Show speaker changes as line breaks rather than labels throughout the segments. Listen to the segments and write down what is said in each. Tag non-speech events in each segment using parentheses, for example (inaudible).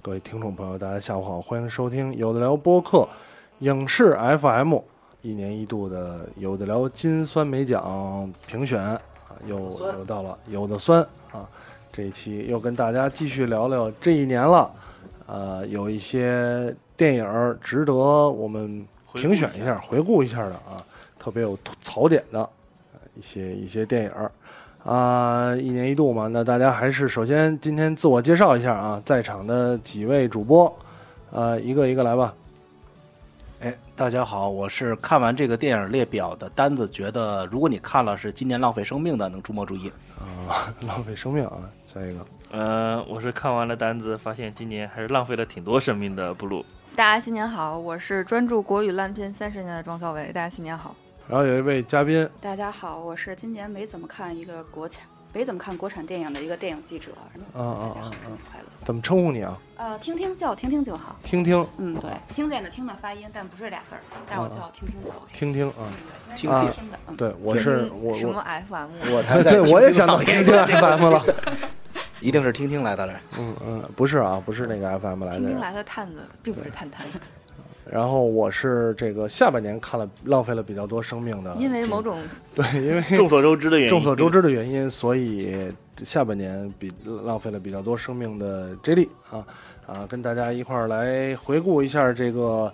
各位听众朋友，大家下午好，欢迎收听有的聊播客影视 FM，一年一度的有的聊金酸梅奖评选啊，又又到了有的酸啊，这一期又跟大家继续聊聊这一年了，呃，有一些电影儿值得我们评选一下、回顾一下的啊，特别有吐槽点的呃一些一些电影儿。啊、一年一度嘛，那大家还是首先今天自我介绍一下啊，在场的几位主播，呃，一个一个来吧。 (laughs)
哎，大家好，我是看完这个电影列表的单子，觉得如果你看了是今年浪费生命的，能注莫注意。
啊，浪费生命啊，下一个。
呃，我是看完了单子，发现今年还是浪费了挺多生命的。布鲁，
大家新年好，我是专注国语烂片三十年的庄小伟，大家新年好。
然后有一位嘉宾，
大家好，我是今年没怎么看一个国产，没怎么看国产电影的一个电影记者。
啊
嗯
啊
大家
啊
好，！新年快乐。
怎么称呼你啊？
呃，听听叫，听听就好。
听听
嗯，对，听见的听的发音，但不是俩字儿，但
嗯
是我叫听听就 OK。
听听啊
嗯，，对
听
今天
听
是听的，嗯，
对，我是
嗯
我
什么
我，
FM？
我 (laughs) 才在
(laughs) 对，我也想到
听
(laughs) 听听 FM 了。
一定是听听来的了。
嗯嗯，不是啊，不是那个 FM 来
听听
的。
来的探子，并不是探探，
然后我是这个下半年看了浪费了比较多生命的，
因为某种
(laughs) 对，因为
众所周知的原因，
众所周知的原因，所以下半年比浪费了比较多生命的 J 莉啊啊，跟大家一块儿来回顾一下这个，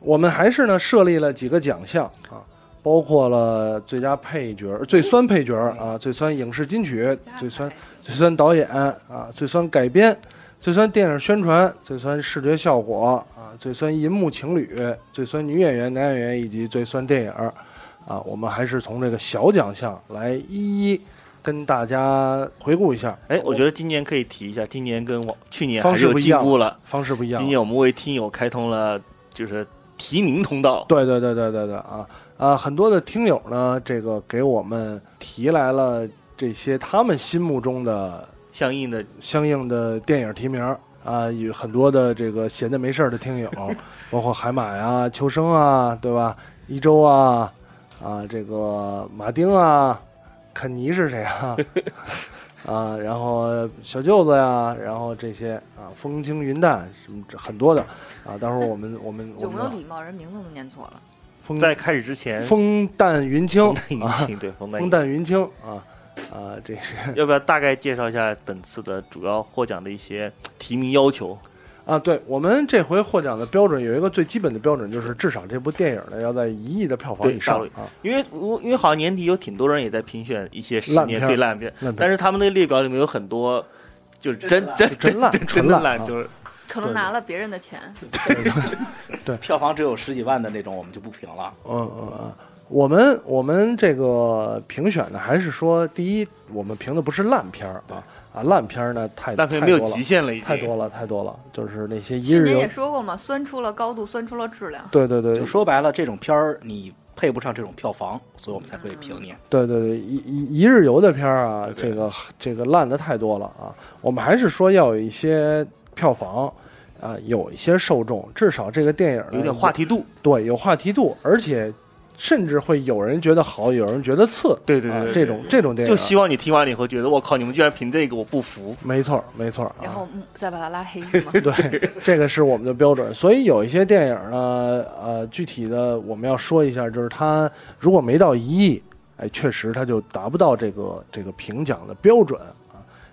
我们还是呢设立了几个奖项啊，包括了最佳配角、最酸配角啊、最酸影视金曲、最酸最酸导演啊、最酸改编、最酸电影宣传、最酸视觉效果啊、最酸银幕情侣、最酸女演员、男演员以及最酸电影儿啊。我们还是从这个小奖项来一一跟大家回顾一下。
哎，我觉得今年可以提一下，今年跟往去年
方
还
式
是有
不一
进
样
步了。
方式不一样
今。年我们为听友开通了就是提名通道，
对对对对对对啊啊！很多的听友呢，这个给我们提来了这些他们心目中的
相应的
相应的电影提名儿啊，有很多的这个闲着没事儿的听友，包括海马呀、秋生啊，对吧？一周啊，啊，这个马丁啊，肯尼是谁啊？啊，然后小舅子呀，然后这些啊，风轻云淡什么这很多的啊，到时候我们我们我
有
们
没有
的
礼貌？人名字都念错了。
风
在开始之前，
风淡云轻
风淡云
啊，
轻，对，风淡
风
云轻。
淡云轻啊啊，这是
要不要大概介绍一下本次的主要获奖的一些嗯提名要求？
啊，对我们这回获奖的标准有一个最基本的标准，就是至少这部电影呢要在一亿的票房
对
以上
大陆
啊。
因为我因为好像年底有挺多人也在评选一些十
烂片
年
儿
最烂片，
烂片
但是他们的列表里面有很多就是真真
真烂
真
纯
真的
烂
烂，
啊
就是
可能拿了别人的钱，
票房只有十几万的那种，我们就不评了。
嗯嗯嗯，我们我们这个评选呢，还是说第一，我们评的不是烂片儿啊啊，烂片儿呢太
烂片没有极
限，
限了，已经
太多了太多了，就是那些一
去
日
年
游啊
也，说过嘛，酸出了高度，酸出了质量。
对对对
就，说白了，这种片儿你配不上这种票房，所以我们才会评你。
对对对，一一一日游的片儿啊，这个这个烂的太多了啊。我们还是说要有一些票房啊、有一些受众，至少这个电影呢
有点话题度。
对，有话题度，而且甚至会有人觉得好，有人觉得次，
对对
啊
对，
这种这种电影
就
啊，
希望你听完了以后觉得我靠，你们居然评这个，我不服。
没错儿没错儿
然
啊。
后嗯再把他拉黑是吗？
(laughs)
对，这个是我们的标准，所以有一些电影呢，呃，具体的我们要说一下，就是它如果没到一亿，哎，确实它就达不到这个这个评奖的标准啊。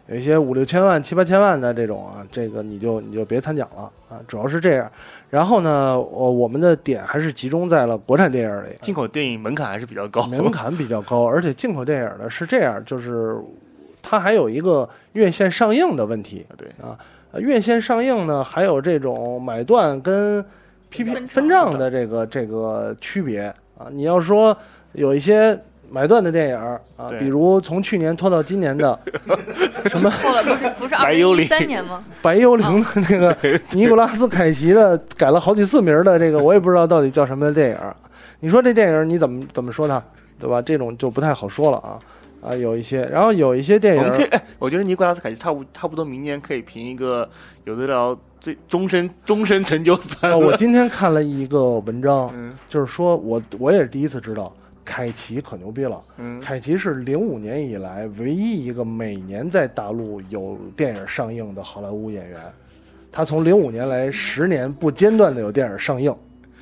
有一些五六千万、七八千万的这种啊，这个你就你就别参奖了啊，主要是这样。然后呢，我我们的点还是集中在了国产电影里，
进口电影门槛还是比较高，
门槛比较高，而且进口电影呢是这样，就是它还有一个院线上映的问题。
对
呃，院线上映呢，还有这种买断跟批评
分
分账的这个这个区别啊。你要说有一些买断的电影儿啊，
对
比如从去年拖到今年的什么
错了，不是不是二
白
零
幽
一
灵
三年吗？
《白幽灵》
哦
的那
(laughs)
个尼古拉斯凯奇的改了好几次名儿的这个，我也不知道到底叫什么的电影儿。你说这电影儿你怎么怎么说它，对吧？这种就不太好说了啊啊，有一些，然后有一些电
我
影
们
儿
可以，哎，我觉得尼古拉斯凯奇差不差不多明年可以评一个有的聊最终身终身成就三
啊，
了。
我今天看了一个文章，
嗯
就是说我我也是第一次知道，凯奇可牛逼了。
嗯，
凯奇是零五年以来唯一一个每年在大陆有电影上映的好莱坞演员，他从零五年来十年不间断的有电影上映，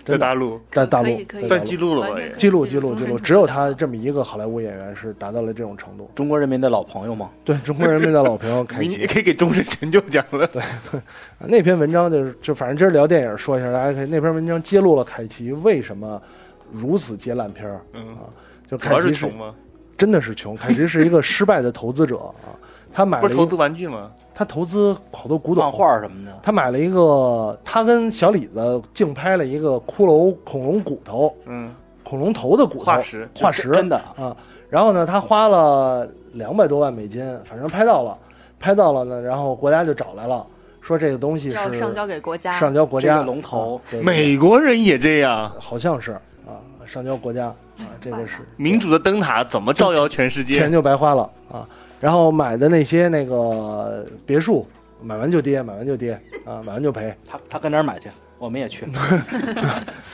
在
真的
大陆
在 (laughs) 大
可
陆
以可以
在
算
大
记
陆
录了
完
吧
全
也
可。以
记录记录
终
记
身
录，
成
只有
就
他
的
这么一个好莱坞演员是达到了这种程度。
中国人民的老朋友嘛，
对中国人民的老朋友凯
明年也
奇，
可以给终身成就奖了。
呃那篇文章就是就反正今儿聊电影说一下，大家可以那篇文章揭露了凯奇为什么如此接烂片儿。
嗯，
就
主
啊凯
要
奇
是
是
穷吗？
真的是穷，凯奇是一个失败的投资者啊。他买
不
了
是
一
投资玩具吗？
他投资好多古董
漫画什么的，
他买了一个，他跟小李子竞拍了一个骷髅恐龙骨头、
嗯，
恐龙头的骨头
化石。
化石
真的
啊。然后呢，他花了两百多万美金，反正拍到了，拍到了呢，然后国家就找来了，说这个东西是
要上交给国家，
上交国
这
家
个龙头
啊对
美国人也这样，
好像是啊，上交国家啊，这个是
民主的灯塔怎么照耀全世
钱
界？
就白花了啊。然后买的那些那个别墅，买完就跌，买完就跌啊，买完就赔。
他他跟哪儿买去？我们也去。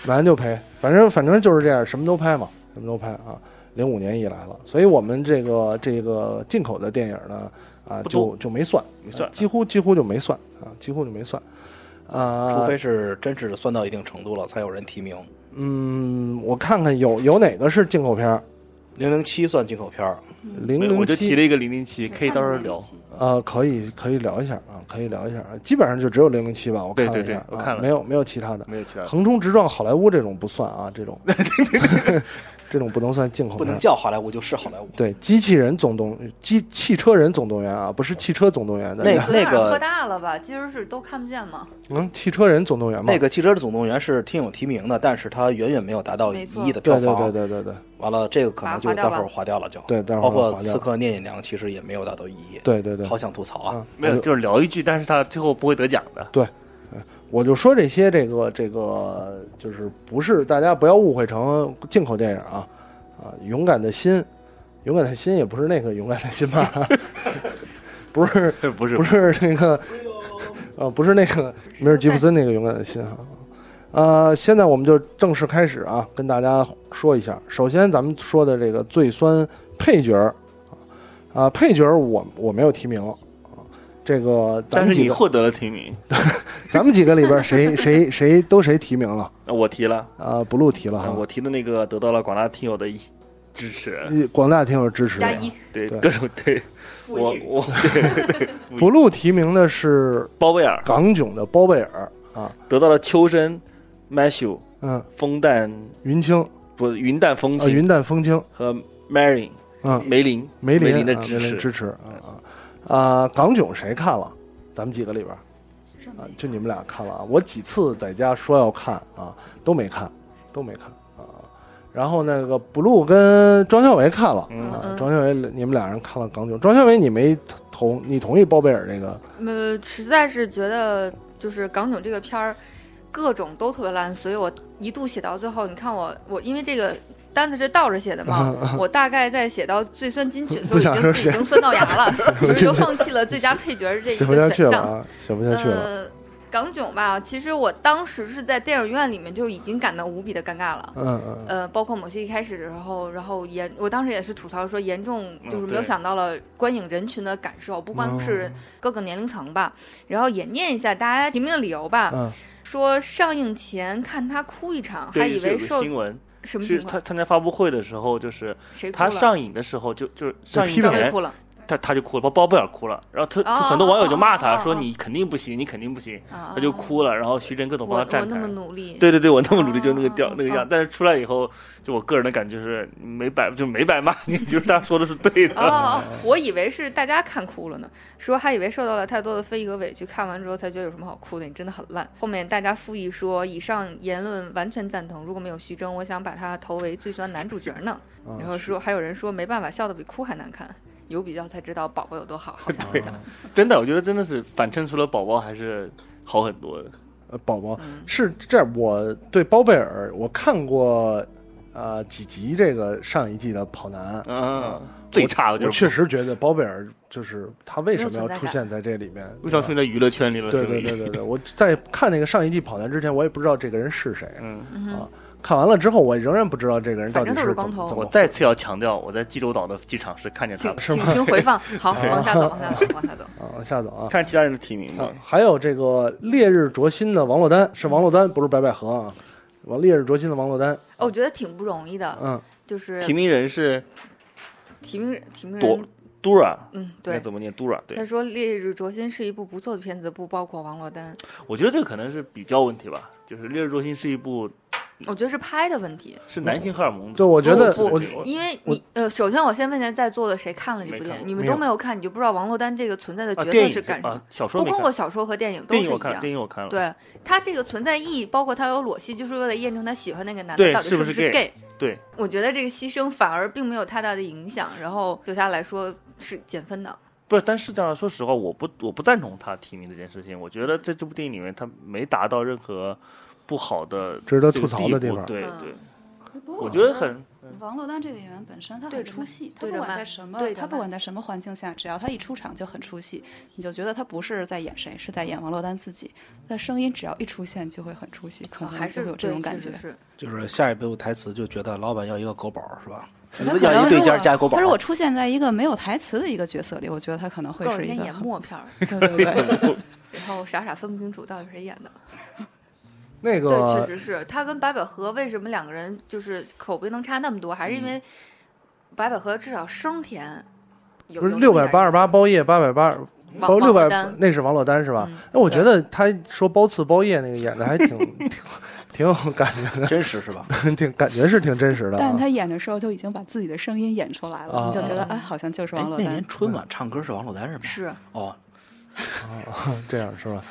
买完就赔，反正反正就是这样，什么都拍嘛，什么都拍啊。零五年以来了，所以我们这个这个进口的电影呢，啊，
不
就
多
就没算，
没算
啊几乎几乎就没算啊，几乎就没算。啊、
除非是真是算到一定程度了，才有人提名。
嗯，我看看有有哪个是进口片儿，
零零七算进口片儿，
零
嗯没有我
零
就提
七
了一个零零七，可以到时候聊。
呃，可以可以聊一下啊，可以聊一下，啊，基本上就只有零零七吧，我看了一下，
对对对我看
啊、
了
没有没有其他的，
没有其他的。
横冲直撞好莱坞这种不算啊，这
(laughs)
种这种不能算进口
不
片儿
能。叫好莱坞就是好莱坞。
对，机器人总动机汽车人总动员啊，不是汽车总动员的
那
个，
个那
啊喝
个
大了吧？今儿是都看不见吗？
嗯，汽车人总动员嘛。
那个《汽车的总动员》是挺有提名的，但是它远远没有达到一
没错
亿的票
对
房。
对对对对对
完了，这个可能就待
把它划掉吧
会儿划掉了就，
对，待会儿
包括
划
《
掉
刺客聂隐娘》其实也没有达到一亿。
对对对，
好想吐槽啊！
啊，
没有，
我就
就是聊一句，但是他最后不会得奖的。
我就说这些这个这个就是不是大家不要误会成进口电影啊啊，勇敢的心，勇敢的心也不是那个勇敢的心 (laughs) 吧，不是
(laughs) 不是
不，是那个，呃，不是那个梅尔吉布森那个勇敢的心哈。呃，现在我们就正式开始啊，跟大家说一下。首先，咱们说的这个最酸配角儿，啊、配角儿我我没有提名，啊这个咱
但
们
是
几
你
个
获得了提名，
(laughs) 咱们几个里边儿谁谁谁都谁提名了
呃我提了，
啊、不录提了哈
呃，我提的那个得到了广大听友的一支持，
呃广大听友支持。
加一，
对
对啊
各种 (laughs) 对，我我
不录提名的是
包贝尔
港囧的包贝尔，
得到了秋生、Matthew、
嗯，
枫淡
云清
不啊云啊淡风
呃，
轻
云淡风轻，
和 Marin
嗯，
梅林
梅林
林的
啊
支
梅林
持，
支持啊啊啊！港囧谁看了？咱们几个里边儿啊，就你们俩看了啊。我几次在家说要看啊，都没看，都没看啊。然后那个 blue 跟庄小维看了
嗯
啊，
嗯
庄小维你们俩人看了港囧，庄小维你没同你同意包贝尔这个
呃，实在是觉得就是港囧这个片儿，各种都特别烂，所以我一度写到最后，你看我我因为这个单子是倒着写的嘛，
(laughs)
我大概在写到最酸金曲的时候，
不想
已经
说
自己已经酸到牙
(laughs)
了， (laughs) 我就放弃了最佳配角这一
写不下
个
去
选
了
项。
啊，写不下去了。
呃，港囧吧，其实我当时是在电影院里面就已经感到无比的尴尬了。
嗯嗯
呃，包括某些一开始的时候，然后严，我当时也是吐槽说，严重
嗯
就是没
对
有想到了观影人群的感受，
嗯
不光是各个年龄层吧，然后也念一下大家提名的理由吧，
嗯
说上映前看他哭一场，还
对，
以
是有
为
个
受
新闻，
什么情
是参
况，
参加发布会的时候，就是
谁哭
他
了，
上映的时候就就是上映
批评
张伟
前
哭了，
他他就哭了，包包贝尔哭了，然后他
哦
就很多网友就骂他
哦哦
说
哦
你肯定不行，你肯定不行，
啊，
他就哭了，然后徐峥各种
我
帮
我
他站
那
台
么。努力，
对对对，我那么努力就那个调
哦哦
那个
哦
样，但是出来以后，就我个人的感觉是没白就没白骂你， (laughs) 就是他说的是对
哦
的。
哦，哦我以为是大家看哭了呢，说还以为受到了太多的非议和委屈，看完之后才觉得有什么好哭的，你真的很烂。后面大家附议说，以上言论完全赞同，如果没有徐峥，我想把他投为最酸男主角呢。
啊
然后说还有人说没办法，笑得比哭还难看，有比较才知道宝宝有多好，好像是的。
(laughs) 真的，我觉得真的是反衬出了宝宝还是好很多的。
呃，宝宝
嗯
是这样，我对包贝尔，我看过呃几集这个上一季的《跑男》
嗯，最差的
我
就是
确实觉得包贝尔就是他为什么
没有存
要
在
出
感
现在这里面？
为啥出现在娱乐圈里了？
对
是不
对
是
对对对，我在看那个上一季《跑男》之前，我也不知道这个人是谁。
(laughs) 嗯，
嗯哼，
看完了之后，我仍然不知道这个人到底
反正都
是
是
怎
光
么
头
怎么
我
回
再次要强调，我在济州岛的机场是看见他
请
的。
请听回
(laughs)
放。好，往下走，往下走，往下走。
啊，往下走啊。
看其他人的提名
啊
吧，，
还有这个烈日灼心的王珞丹是王珞丹，不是白百合啊。我烈日灼心的王珞丹，
哦，我觉得挺不容易的，
嗯，
就是
提名人是
提名人提名
多
人，
Dura，
嗯，
应该
对。
怎么念 Dura？对
他，说《烈日灼心》是一部不错的片子，不包括王珞丹。
我觉得这个可能是比较问题吧，就是《烈日灼心》是一部
我觉得是拍的问题，
是男性荷尔蒙，啊
就我觉得
不
我
因为你呃，首先我先问一下在座的谁看了这部
没
电
看
影？你们
没
都
有
没有看，你就不知道王珞丹这个存在的
啊，
角
电
色
影
是干什么
啊。，小说
不
没
包
看
括小说和电影都
电
是一
影我看，
样。
电影我
嗯
看了，
对他这个存在意义，包括他有裸戏，就是为了验证他喜欢那个男的
对
到底
是不
不
是
是
gay 对
我觉得这个牺牲反而并没有太大的影响，然后对他来说是减分的。
不是，但是这样说实话，我不我不赞同他提名这件事情。我觉得在这部电影里面，他没达到任何不好的
值得
这
吐
个
槽的地
步
方
对
嗯
对，
不过
我觉得很
王珞丹这个演员本身她
对
很
着
出
慢
戏，她
对
不
着
管
慢
在什么，
对着
她不
慢
管在什么环境下，只要她一出场就很出戏，你就觉得她不是在演谁，是在演王珞丹自己。她声音只要一出现就会很出戏，可
啊还
能
是
就会有这
对
种感
确
觉
实。是
就是下一部台词就觉得老板要一个狗宝是
(laughs)
吧？
她可
要
能
一对
如
加
果
加一狗宝
她如。果出现在一个没有台词的一个角色里，我觉得她可能会
过两
是一
天
个 (laughs)
演
很
默片儿，
对对对，
然后傻傻分不清楚到底谁演的。
那
对，确
个
实是他跟白百合为什么两个人就是口碑能差那么多，还是因
嗯
为白百合至少声甜，有
不是六百八十八，包夜，八百八包六百，嗯那是王珞丹是
嗯
吧？哎，我觉得他说包次包夜那个演的还挺
(laughs)
挺挺有感觉的，
真实是吧？
挺感觉是挺真实的啊。
但她演的时候就已经把自己的声音演出来
啊
了，你就觉得
啊
哎，好像就是
哎
王，珞
那
丹
年。春
嗯
晚唱歌是王珞丹是吗？
是
哦，
这样是吧？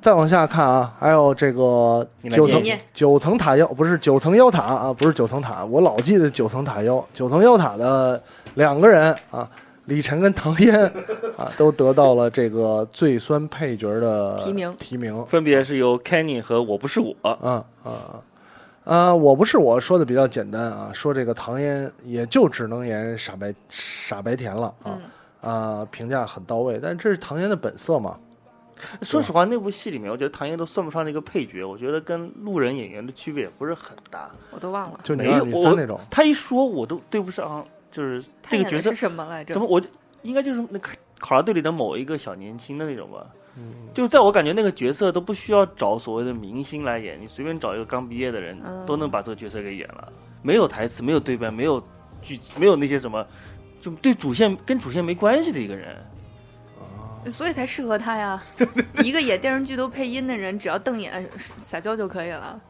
再往下看啊，还有这个
你来
九
念
层
一
念
九层塔妖不是九层妖塔啊，不是九层塔，我老记得九层塔妖。九层妖塔的两个人啊，李晨跟唐嫣啊，都得到了这个最酸配角的
提名
提名
分别是由 Kenny 和我不是我。
啊啊啊！啊，我不是我说的比较简单啊，说这个唐嫣也就只能演傻白傻白甜了啊
嗯，
啊，评价很到位，但这是唐嫣的本色嘛，
说实话，那部戏里面，我觉得唐嫣都算不上那个配角，我觉得跟路人演员的区别也不是很大。
我都忘了
就女
没
二
有
女
我
三那种。
他一说，我都对不上，就是
他
这个
演
角
的
色
是什么来着
怎？么我就应该就是那个考察队里的某一个小年轻的那种吧。
嗯
就是在我感觉那个角色都不需要找所谓的明星来演，你随便找一个刚毕业的人、
嗯
都能把这个角色给演了，没有台词，没有对白，没有剧，没有那些什么，就对主线跟主线没关系的一个人。
所以才适合他呀。一个演电视剧都配音的人，只要瞪眼撒娇就可以了。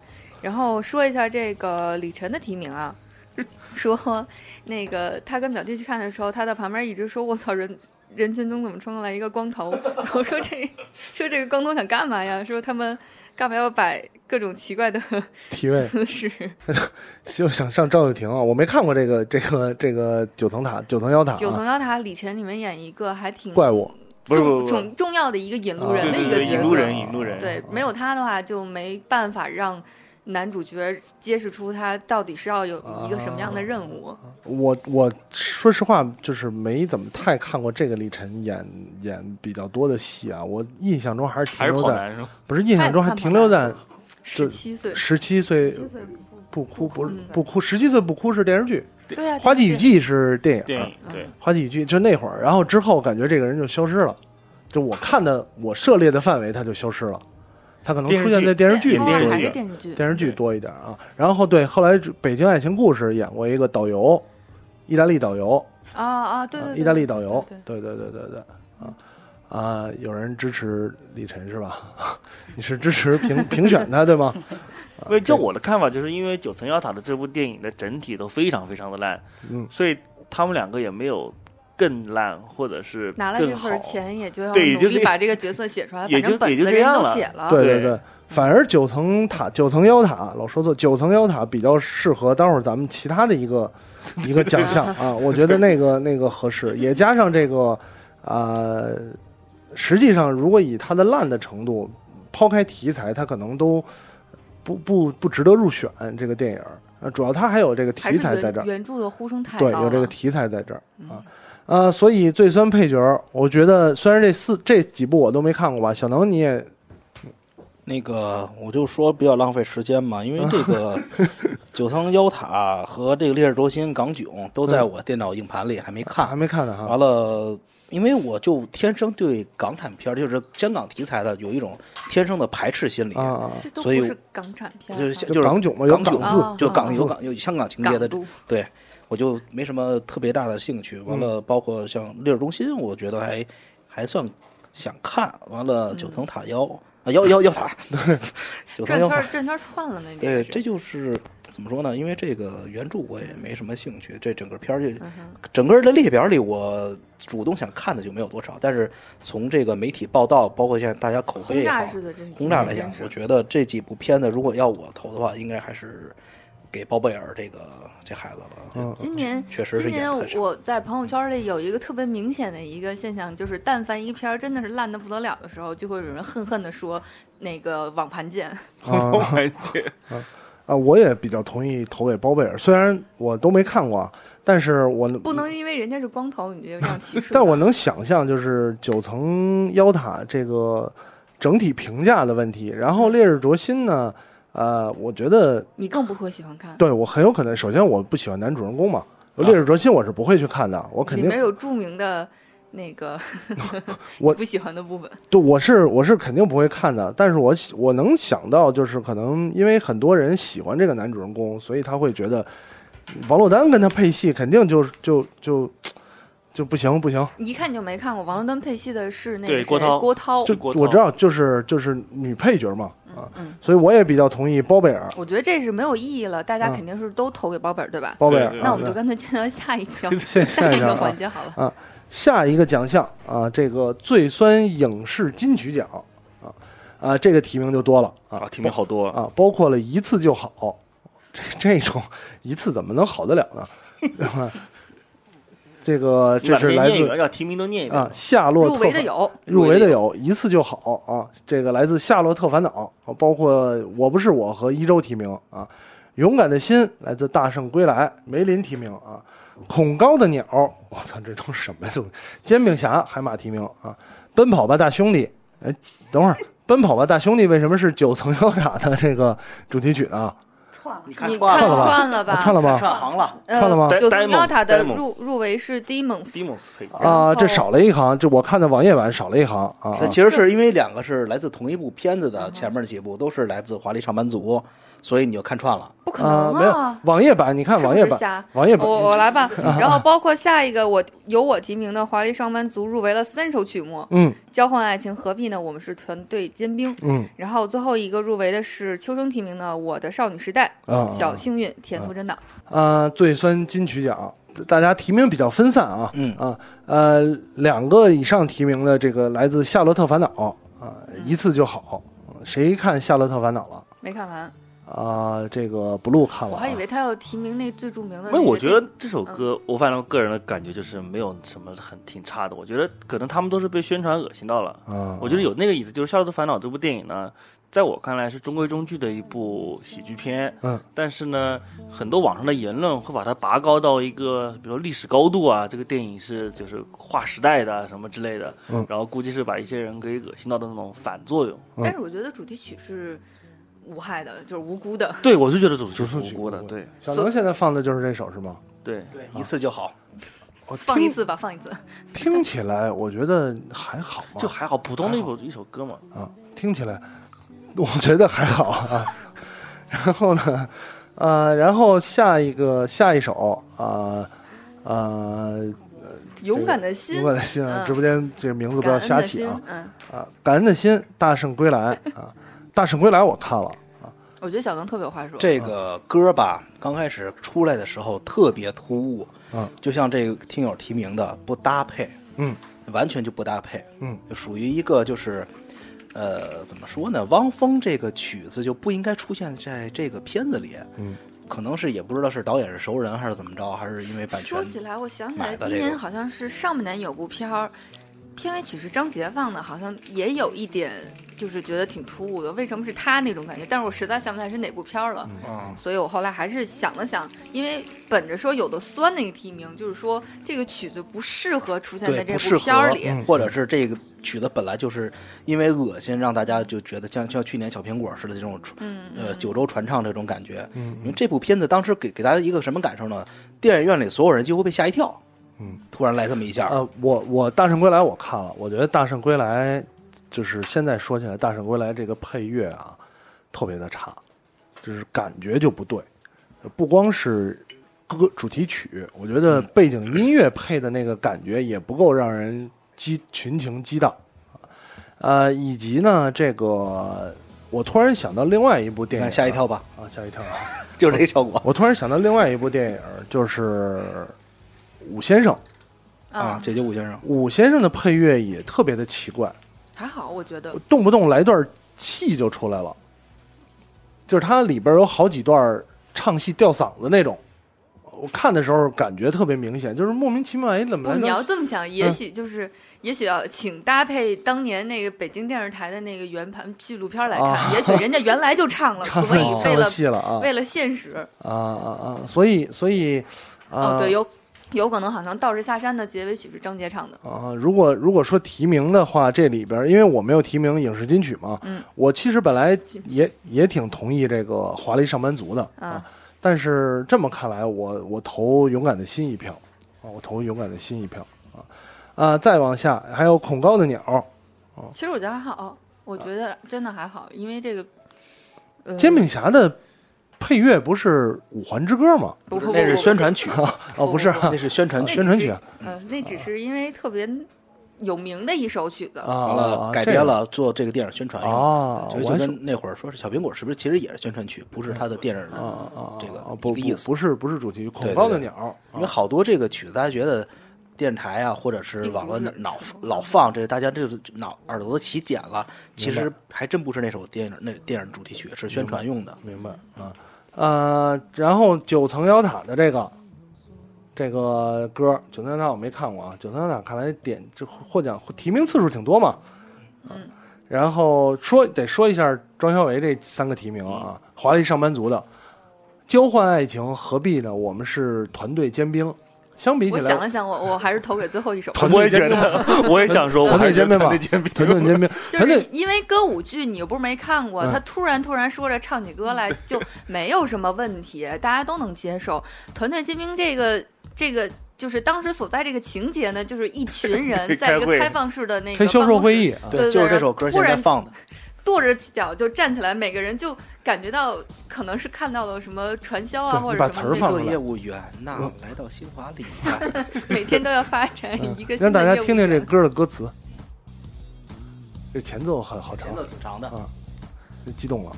然后说一下这个李晨的提名啊， (laughs) 说那个他跟表弟去看的时候，他在旁边一直说：“我操人。”人群中怎么冲过来一个光头？ (laughs) 然后说这说这个光头想干嘛呀？说他们干嘛要摆各种奇怪的
提问
姿势？
啊
就想上赵又廷啊，我没看过这个这个这个九层塔九层妖塔、
九层
啊、
妖塔，李晨里面演一个还挺
怪物，
不是不
重
是不是
重重要的一个引路
对
人的
对
一个
对，
角色，
引路人，引路人。
对，没有他的话就没办法让男主角揭示出他到底是要有一个什么样的任务。
我我说实话就是没怎么太看过这个李晨演演比较多的戏啊，我印象中还是停
还是
留
跑
在
男是吗？
不是印象中还停留在
十七岁，
十七岁不哭不是不哭十七岁不哭是电视剧，
对啊，
《花季雨
对
季》是电影，啊
电影
嗯
对，
花季雨季》就那会儿，然后之后感觉这个人就消失了，就我看的我涉猎的范围他就消失了，他可能
电视
出现
剧
在电视剧里
对
多
演
后
一
来还
电
点
是电
视。
视剧，
电视剧多一点啊。然后对，后来《北京爱情故事》演过一个导游，意大利导游，
啊啊，对
啊
对，对
意大利导游
对，
对对对对对，啊啊，有人支持李晨是吧？ (laughs) 你是支持评评选他对吗？啊
因为
这
就我的看法，就是因为《九层妖塔》的这部电影的整体都非常非常的烂，
嗯
所以他们两个也没有更烂或者是
拿了
更
这
好
份钱，也就要
对也
努
就这
力把这个角色写出来，
也
反
就
正本
也就
子
这样
人都
了
写了。
对对
对
对，反而九层塔、九层妖塔，老说错，九层妖塔比较适合待会儿咱们其他的一个一个奖项啊，我觉得那个那个合适，也加上这个呃，实际上如果以它的烂的程度，抛开题材，它可能都不不不值得入选这个电影儿。呃，主要它还有这个
还
题
是
材在
原
这儿，
原著的呼声太高
对，
了，
有这个题材在这儿啊
嗯。
呃，所以最酸配角儿，我觉得虽然这四这几部我都没看过吧，小能你也
那个我就说比较浪费时间嘛，因为这
(laughs)
个九层妖塔和这个烈日灼心港囧都
嗯
在我电脑硬盘里还没看啊
还，没看呢哈。
完了，因为我就天生对港产片儿，就是香港题材的，有一种天生的排斥心理，
啊啊，
这都
所以
不是港产片儿
就
吧，
是
就
就是
港囧嘛，有
港
港
囧
港
字，
字
就港
啊
有港有香港情节
港
的，
都
我就没什么特别大的兴趣。完了，包括像烈日中心，我觉得还还算想看。完了，九层塔妖啊，妖妖妖塔， (laughs) 九层
嗯转
妖
圈
塔
儿，转圈儿串了那
对，
个
这
是。
就是怎么说呢？因为这个原著我也没什么兴趣，这整个片儿就
嗯哼
整个的列表里，我主动想看的就没有多少。但是从这个媒体报道，包括现在大家口碑
轰
也
炸
好，
式的这是
轰炸来
今
讲
年真，是
我觉得这几部片子如果要我投的话，应该还是给包贝尔这个这孩子了。
嗯，
今年
确实
今
是演
年
得很少。
我在朋友圈里有一个特别明显的一个现象，就是但凡一个片儿真的是烂的不得了的时候，就会有人恨恨的说那个网盘见。
嗯
(laughs) 我
啊
感觉
啊，我也比较同意投给包贝尔，虽然我都没看过啊，但是我
不，能因为人家是光头你就这样歧视。
嗯但我能想象就是九层妖塔这个整体评价的问题，然后烈日灼心呢，呃，我觉得
你更不会喜欢看，
对我很有可能，首先我不喜欢男主人公嘛，
啊
烈日灼心我是不会去看的，我肯
里
定
面有著名的那
(laughs)
个
我
你不喜欢的部分。
对，我是我是肯定不会看的，但是我喜我能想到，就是可能因为很多人喜欢这个男主人公，所以他会觉得王珞丹跟他配戏肯定就就就就不行不行，
一看就没看过，王珞丹配戏的是那个
对
谁
郭涛
郭涛
就
郭涛
我知道就是就是女配角嘛啊，
嗯
所以我也比较同意包贝尔，
我觉得这是没有意义了，大家
嗯
肯定是都投给包贝尔，对吧？
包贝尔，
对对
那
啊
我们就
对
干脆进到下一条
(laughs) 下下一
一
条
个 (laughs)
啊
环节好了。
下一个奖项啊，这个最酸影视金曲奖啊啊，这个提名就多了啊，
啊，听着好多，
啊，包括了一次就好，这这种一次怎么能好得了呢？ (laughs) 对吧？这个
你
这
把
是
些
来
念一遍，
自
要提名都念一遍
啊，夏洛
入
特
围的
烦
有，
入围的有一次就好啊，这个来自夏洛特烦恼，啊包括我不是我和一周提名啊，勇敢的心来自大圣归来，梅林提名啊，恐高的鸟，我操，这都什么东西？煎饼侠海马提名啊，奔跑吧大兄弟，哎，等会儿。奔跑吧，大兄弟为什么是九层妖塔的这个主题曲呢？
串了，
你
你
串
看
了吧
串了吧？
啊、串了吗？
串行了，
呃
串了吗
九层
Diamonds，
妖塔的
Diamonds
入入围是 Demons，
，Demons 配角，
啊，这
然后
少了一行，这我看的网页版少了一行啊啊
它其实是因为两个是来自同一部片子的，前面的几部都是来自《华丽上班族》，所以你就看串了。
不可
啊！
能
没有
啊！
网页版，你看
是不
网页
是
版，
瞎？哦
网页版
我我来
(laughs)
吧，然后包括下一个我由我提名的《华丽上班族》入围了三首曲目，
嗯
交换爱情何必呢？我们是团队尖兵。
嗯
然后最后一个入围的是秋生提名的《我的少女时代》
啊，
小幸运、田馥甄的。
呃，最酸金曲奖，大家提名比较分散啊，
嗯
啊，呃，两个以上提名的这个来自《夏洛特烦恼》啊，一次就好。谁看《夏洛特烦恼》了？
没看完，
啊，这个 blue 看了
我
啊，
还以为他要提名那最著名的那
因为
个。
我觉得这首歌，我反正个人的感觉就是没有什么很挺差的。我觉得可能他们都是被宣传恶心到了。
啊，
我觉得有那个意思，就是《夏洛特烦恼》这部电影呢，在我看来是中规中矩的一部喜剧片。
嗯，
但是呢，很多网上的言论会把它拔高到一个，比如历史高度啊，这个电影是就是划时代的啊什么之类的。
嗯
然后估计是把一些人给恶心到的那种反作用。
但是我觉得主题曲是无害的，就是无辜
嗯
的。
对，我是觉得主
主
是
题
无
曲
辜的，
无辜
对
小能现在放的就是这首是吗？
对。
对，一次就好。
我
放一
听
次吧，放一次。
听起来，我觉得还好吧，
就还好，普通的一首一首歌嘛。
啊，听起来我觉得还好啊。 (laughs) 然后呢，呃，然后下一个下一首啊、呃，呃，
勇敢的心
勇，敢的心啊，
嗯
直播间这个名字不
感
要
恩
瞎
的
起
心
啊，
嗯，
啊，感恩的心，大圣归来啊，大圣归来我看了，
我觉得小能特别有话说。
嗯
这个歌吧，刚开始出来的时候特别突兀，
嗯，
就像这个听友提名的不搭配，
嗯，
完全就不搭配，
嗯，
就属于一个就是，呃，怎么说呢？汪峰这个曲子就不应该出现在这个片子里，
嗯，
可能是也不知道是导演是熟人还是怎么着，还是因为版权
说起来，我想起
买
来，
的
今
这个
年好像是上半年有部片儿，片尾曲是张杰放的，好像也有一点，就是觉得挺突兀的。为什么是他那种感觉？但是我实在想不起来是哪部片儿了，
啊，
嗯
所以我后来还是想了想，因为本着说有的酸那个提名，就是说这个曲子不适合出现
对，
在这
不适
部
合
片儿里。
嗯
或者是这个曲子本来就是因为恶心，让大家就觉得像像去年小苹果似的这种传
嗯，
呃
嗯
九州传唱这种感觉。
嗯
因为这部片子当时给给大家一个什么感受呢？电影院里所有人几乎被吓一跳，
嗯，
突然来这么一下，
呃，我我《大圣归来》我看了，我觉得《大圣归来》就是现在说起来，《大圣归来》这个配乐啊，特别的差，就是感觉就不对。不光是歌主题曲，我觉
嗯
得背景音乐配的那个感觉也不够让人激群情激荡。呃，以及呢，这个我突然想到另外一部
你
电影
看
啊，
吓一跳吧，
啊，吓一跳啊！
就是这个效果
我突然想到另外一部电影，就是《武先生》。
啊
啊，，
解救武先生，
武先生的配乐也特别的奇怪，
还好，我觉得
动不动来段气就出来了，就是它里边有好几段唱戏吊嗓子那种。我看的时候感觉特别明显，就是莫名其妙，哎，怎么
不，
来
哦你
段
要这么想，
嗯
也许就是，也许要请搭配当年那个北京电视台的那个原盘纪录片来看，
啊
也许人家原来就唱了，
(laughs) 唱
所以
上
为了
戏了啊
为了现实，
啊啊啊！所以所以啊，
哦，对，有有可能好像《道士下山》的结尾曲是张杰唱的，
啊，如果如果说提名的话，这里边儿因为我没有提名影视金曲嘛，
嗯，
我其实本来
金曲
也也挺同意这个《华丽上班族》的
嗯
啊，但是这么看来，我我投《勇敢的心》一票啊，我投《勇敢的心》一票啊啊，再往下还有《恐高的鸟》，
其实我觉得还好，我觉得真的还好，因为这个，呃，
《煎饼侠》的配乐不是《五环之歌》吗？
不不不
那是
不
宣传曲，
哦，不是啊，
那是宣传
啊
曲，
宣传曲啊
呃，那只是因为特别有名的一首曲子，
啊
完
啊
了改
这
编
个
了做这个电影宣传用的。
啊，
就
我
就
还
跟那会儿说是小苹果是不是其实也是宣传曲，不是他的电影
啊啊啊啊
这个
啊不
一个意
不
思
不是不是主题曲，《恐
对
高的
对
鸟》
因为好多这个曲子，大家觉得电台啊，或者是网络
并不是
老老放这个，大家这个脑耳朵起茧了。其
明
实还真不是那首电影，那电影主题曲是宣传用的。
明白啊，呃，然后九层妖塔的这个这个歌，九层妖塔我没看过啊，九层妖塔看来点这获奖提名次数挺多嘛，
嗯
然后说得说一下庄小维这三个提名啊，
嗯
华丽上班族的交换爱情何必呢？我们是团队尖兵，相比起
我想
来，
了想，我我还是投给最后一首吧。
团
我
队
也觉
尖兵，
得， (laughs) 我也想说，我
团
还
队
是
尖兵
团
吧
队煎饼，
团队
(laughs)
尖兵，
就
团
是
队
因为歌舞剧，你又不是没看过，
嗯
他突然突然说着唱起歌来，就没有什么问
(laughs)
题，大家都能接受。团队精兵这个这个，就是当时所在这个情节呢，就是一群
(laughs)
人在一
开
个
会
开放式的那个
开销售会议啊，
对对
就是这首歌
突
现
然
在放的。
办公室，跺着脚就站起来，每个人就感觉到可能是看到了什么传销啊，
对
或
你把
者什
词儿
么
放
那
出
种，
来嗯
业务员呐，来到新华
(laughs)
里，哎
每天都要发展一个新的业务、
嗯让大家听听这。歌的歌词，这前奏很好长
前。奏挺长的
啊。激动了，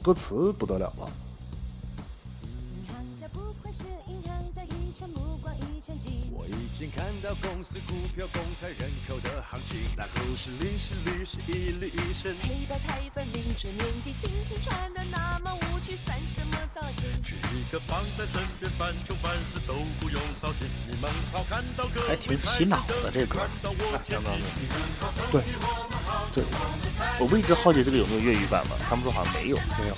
歌词不得了了。
银行家不愧是银行家，一圈目光一圈情。
我已经看到公司股票公开人口的行情，那股市、利是律师、一律一身，
黑白配分明着，年纪轻轻穿的那么无趣，算什么造型？
娶一个放在身边，凡愁凡事都不用操心。你们好，看到各
还挺洗脑的这歌，
相当的。
对，对，
我不一直好奇这个有没有粤语版嘛？他们说好像没有。
没有。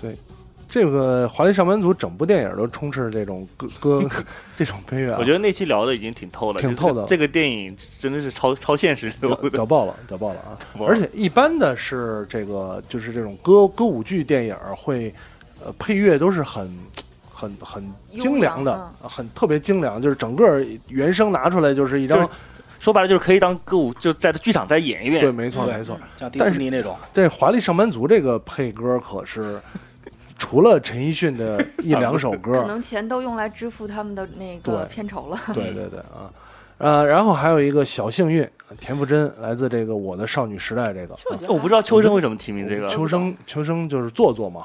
对，这个《华丽上班族》整部电影都充斥这种歌
(laughs)
歌这种配乐、啊，
我觉得那期聊的已经挺透了，
挺
就是
透的了
这个电影真的是超超现实流
屌屌
的，
爆了，屌爆了啊！
爆了
而且一般的是这个，就是这种歌歌舞剧电影儿会，呃，配乐都是很很很
悠扬
精良的，
嗯
很特别精良，就是整个原声拿出来就是一张，
就是说白了就是可以当歌舞，就在剧场再演一遍。
对，没错
嗯
没错。
像迪
但
士
是
尼那种，
这《华丽上班族》这个配歌可是除了陈奕迅的一两首歌，
可能钱都用来支付他们的那个
啊对
片酬了。
对对对啊，呃，然后还有一个小幸运，田馥甄来自这个《我的少女时代》这个，
我觉得
我不知道秋生为什么提名这个
秋生秋生就是做作
(laughs)
嘛，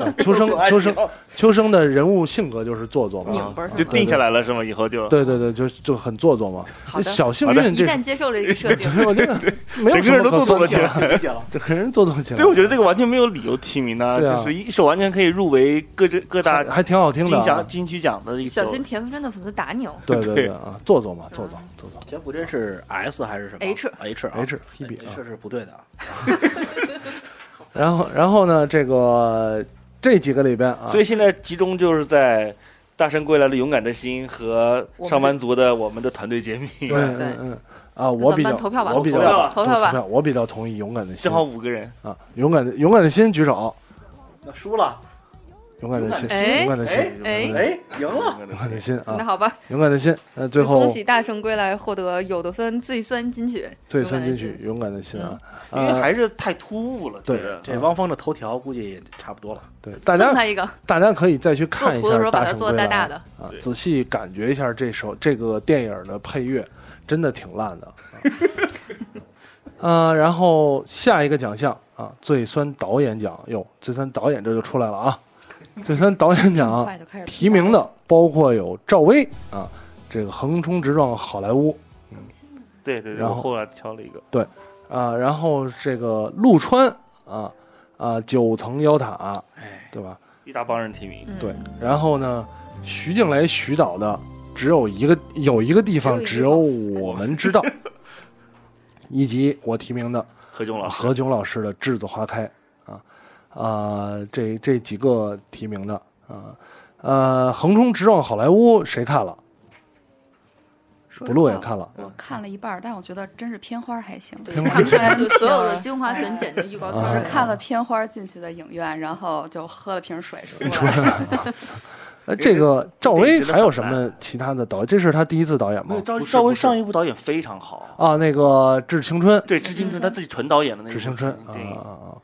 啊秋生
做作
秋生秋生的人物性格啊就是做作嘛
拧，就定下
来。
来了是吗？以后就
对对对，就就很做作嘛。小幸
好的
运
一
这
旦接受了这个设
(laughs)
定，
我这个没有
整
什
个人
么
都
可
做作
酸
了起
的
来，
(laughs) 整个人做作起来。
对，我觉得这个完全没有理由提名呢，
对啊
就是一首完全可以入围各这各大
还还挺好听的啊
金奖金曲奖的一首
小。心田馥甄的粉丝打你哦。
对对对啊，做作嘛，做作做作。
田馥甄是 S 还是什么
H
啊 H
H Hebe 啊
H 是不对的啊。
然后然后呢，这个这几个里边啊，
所以现在集中就是在《大圣归来的勇敢的心》和上班族的我们的团队揭秘，
嗯嗯嗯啊，我比较
咱们投票吧
我比较
投票吧
投票吧
投票，我比较同意勇敢的心
正好五个人。
啊，勇敢的勇敢的心举手，
(laughs) 那输了，
勇敢的心，
哎
勇敢的心，
哎
勇敢的心
哎，赢了， (laughs)
勇敢的心
哎
那
啊，
好吧，
勇敢的心。那最后
恭喜《大圣归来》获得有的酸最酸金曲，
最酸金
有
曲
的嗯
《勇敢的心》啊，
(laughs) 因为
呃
还是太突兀了，
对
觉得
这汪峰的头条估计也差不多了。
对大
酸。送他
家
一个，
大家可以再去看一
做图的
下
时候
《
把
大
它
圣
做
归来
大》大的
啊，仔细感觉一下这首这个电影的配乐，真的挺烂的。啊 (laughs) 呃，然后下一个奖项啊，最酸导演奖，哟，最酸导演这就出来了啊，最酸导演奖啊
快就开始
提名的包括有赵薇啊，这个《横冲直撞好莱坞
对对对，
然后
我后来挑了一个，》
啊，然后这个陆川啊啊，九层妖塔，
哎，
对吧？
一大帮人提名，
嗯
对，然后呢，徐静蕾徐导的只有一个有一个地方
只
只
有
有
一个
我们知道， (laughs) 以及我提名的
何炅老师，
何炅老师的《栀子花开》啊啊、这这几个提名的啊呃，横冲直撞好莱坞谁看了？
说
不
实
录也
话
看了。
我看了一半儿，但我觉得真是片花儿还行。
对， (laughs) 他们就所有的精华选剪的预
啊
告
我是
片，
看了片花儿进去的影院，然后就喝了瓶水出来。
呃，这个赵薇
这个
还有什
真的
么其他的导演？这是他第一次导演
没
吗
有？赵
不是
赵薇
不是
上一部导演非常好，
啊，那个《致青春》
对《致青春》，他自己嗯纯导演的那
《
个
致
《
青春》
电影，
啊啊啊，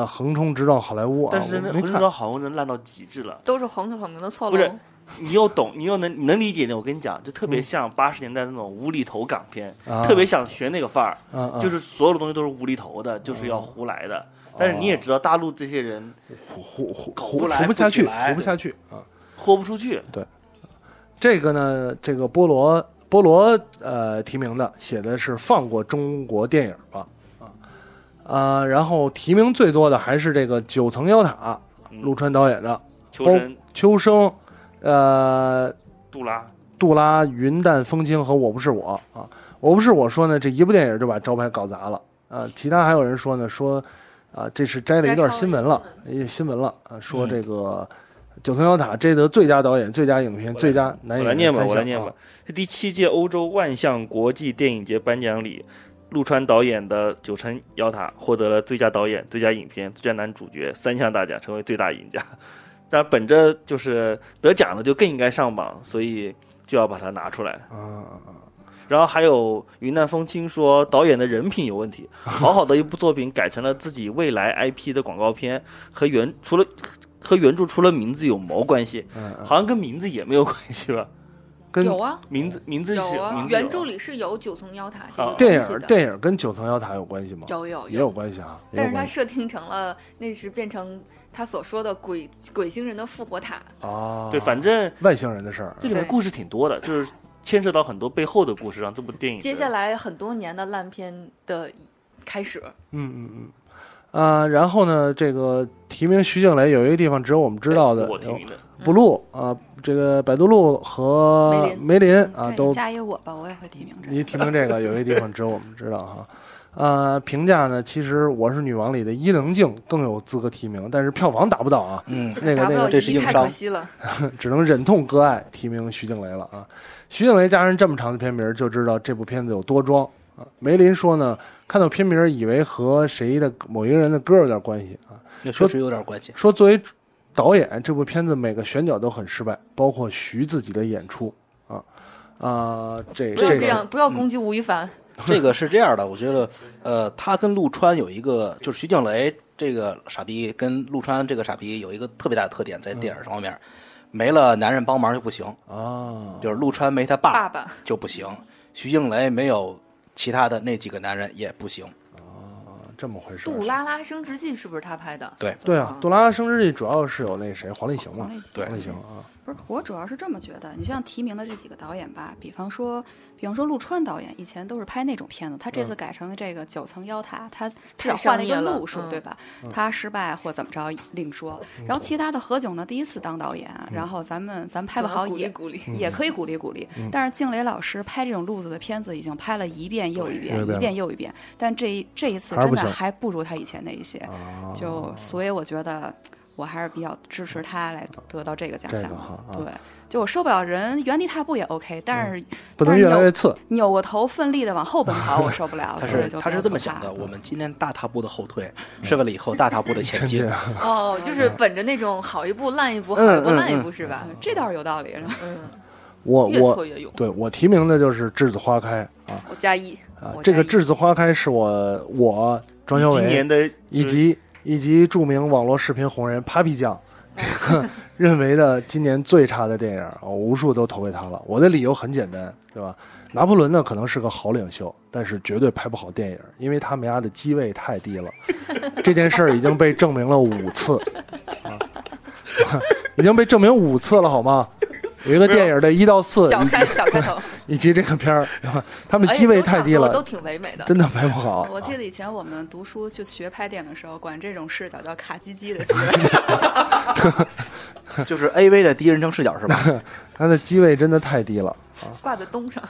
呃，横冲直撞好莱坞啊，
但是那
我
《
没
横冲
看
直撞好像能烂到极致了。
都是黄晓明的错
不是
喽。
你又懂，你又能你能理解的，我跟你讲，就特别像八十年代那种无厘头港片，
啊
特别想学那个范儿，
啊啊
就是所有的东西都是无厘头的，就是
嗯
要胡来的。但是你
哦
也知道，大陆这些人
胡胡胡
胡
胡
来
不
不
下
起
去，
来
胡不下去啊。
豁不出去，
这个呢，这个菠萝菠萝呃提名的写的是放过中国电影吧啊啊，然后提名最多的还是这个《九层妖塔》，
嗯
陆川导演的，
求
包
生
秋生，呃，
杜拉，
杜拉、云淡风轻和我不是我啊，我不是我说呢，这一部电影就把招牌搞砸了啊。其他还有人说呢，说啊，这是摘了一段新闻了，也新闻了啊，
嗯
说这个《九层妖塔》摘得最佳导演、最佳影片、最佳男演
我来
员
念吧，
三
我来
项
念
啊
吧。是第七届欧洲万象国际电影节颁奖礼，陆川导演的《九层妖塔》获得了最佳导演、最佳影片、最佳男主角三项大奖，成为最大赢家。 (laughs) 但本着就是得奖的就更应该上榜，所以就要把它拿出来。
啊啊啊！
然后还有云淡风轻说导演的人品有
(laughs)
问题，好好的一部作品改成了自己未来 IP 的广告片，和原除了和原著除了名字有毛关系？
嗯嗯，
好像跟名字也没有关系吧？
跟
有啊，
名字名字是
有啊
名，字有
原著里是有九层妖塔这
啊
个
电
东
影
西的
电影跟《九层妖塔》有关系吗？
有有
也有，关系啊。也有
但是它
关系
设定成了那是变成他所说的鬼鬼星人的复活塔，
嗯
啊，
对，反正
外星人的事儿
这里面
对
故事挺多的，就是牵涉到很多背后的故事，让这部电影
接下来很多年的烂片的开始。
嗯嗯嗯。啊，然后呢？这个提名徐静蕾有一个地方只有我们知道的，
哎我提名的，
blue 啊，这个百度露和梅林啊
这你
都
加一我吧，我也会提名这
你
个。
提名这个，有些地方只有我们知道哈。呃，评价呢，其实《我是女王》里的伊能静更有资格提名，但是票房达不到啊，
嗯，
那个
达不
那
到
个
这是
一
硬
太
伤
可惜了，
只能忍痛割爱提名徐静蕾了啊。徐静蕾加上这么长的片名，就知道这部片子有多装啊。梅林说呢，看到片名以为和谁的某一个人的歌有点关系啊， (laughs)
那确实有点关系。
说作为导演这部片子每个选角都很失败，包括徐自己的演出啊啊，这
不要
这
这
个嗯
样，不要攻击吴亦凡。
这个是这样的，我觉得，呃，他跟陆川有一个，就是徐静蕾这个傻逼跟陆川这个傻逼有一个特别大的特点，在
嗯
电影方面，没了男人帮忙就不行，
啊，
就是陆川没他
爸
嗯
爸
就不行，徐静蕾没有其他的那几个男人也不行。
这么回事儿
杜
是。
拉拉升职记是不是他拍的？
对
对啊，《杜拉拉升职记》主要是有那谁黄立行嘛
黄立行，
对
黄立行啊，
不是，我主要是这么觉得。你就像提名的这几个导演吧，比方说，比方说陆川导演以前都是拍那种片子，他这次改成这个九层妖塔，他至少换了一个路数
太商业了，嗯
对吧？他失败或怎么着另说。然后其他的何炅呢，第一次当导演，然后咱们咱们拍不好
鼓励
也
鼓励。
也可以鼓励鼓励。但是静蕾老师拍这种路子的片子已经拍了一遍又一遍，
对
一遍又一遍，但这一这一次
还是不
真的
行
还不如他以前那一些。
哦
啊
就所以我觉得我还是比较支持他来得到这个奖
这
项
个
的。
哈啊
对，就我受不了人原地踏步也 OK，但
嗯
是
不能越来越次。
扭过头奋力的往后奔跑，我受不了。
他
啊所以
是
就
他
比
是这
较
么
可怕
想的，我们今天大踏步的后退，是为了以后大踏步的
(laughs)
前
这
进。
样
哦，
嗯
就是本着那种好一步烂一步，好
嗯
一步烂一
嗯
步是吧？
这倒是有道理，是吧？
嗯我
越挫
我
越勇。
对我提名的就是《栀子花开》啊
我加一，
啊
我，
这个
加一
《栀子花开》是我我庄小
今
伟
年的
以
就是
及以及著名网络视频红人 Papi 酱
嗯
这个认为的今年最差的电影，我无数都投给他了。我的理由很简单，对吧？拿破仑呢可能是个好领袖，但是绝对拍不好电影，因为他们家的机位太
(laughs)
低了。这件事儿已经被证明了五次， (laughs) 啊已经被证明五次了，好吗？有一个电影的一到四
小
(laughs)
开小开头，
以及这个片儿， (laughs) 对吧他们
哎
机位
都差
太
不
低
多
了
都，挺唯美的。
真的拍不好。
(laughs) 我记
啊
得以前我们读书就学拍电影的时候，管这种视角叫卡叽叽
(laughs)
的机位。
就是 A V 的第一人称视角是吧？
他的机位真的太低了。
挂在东上，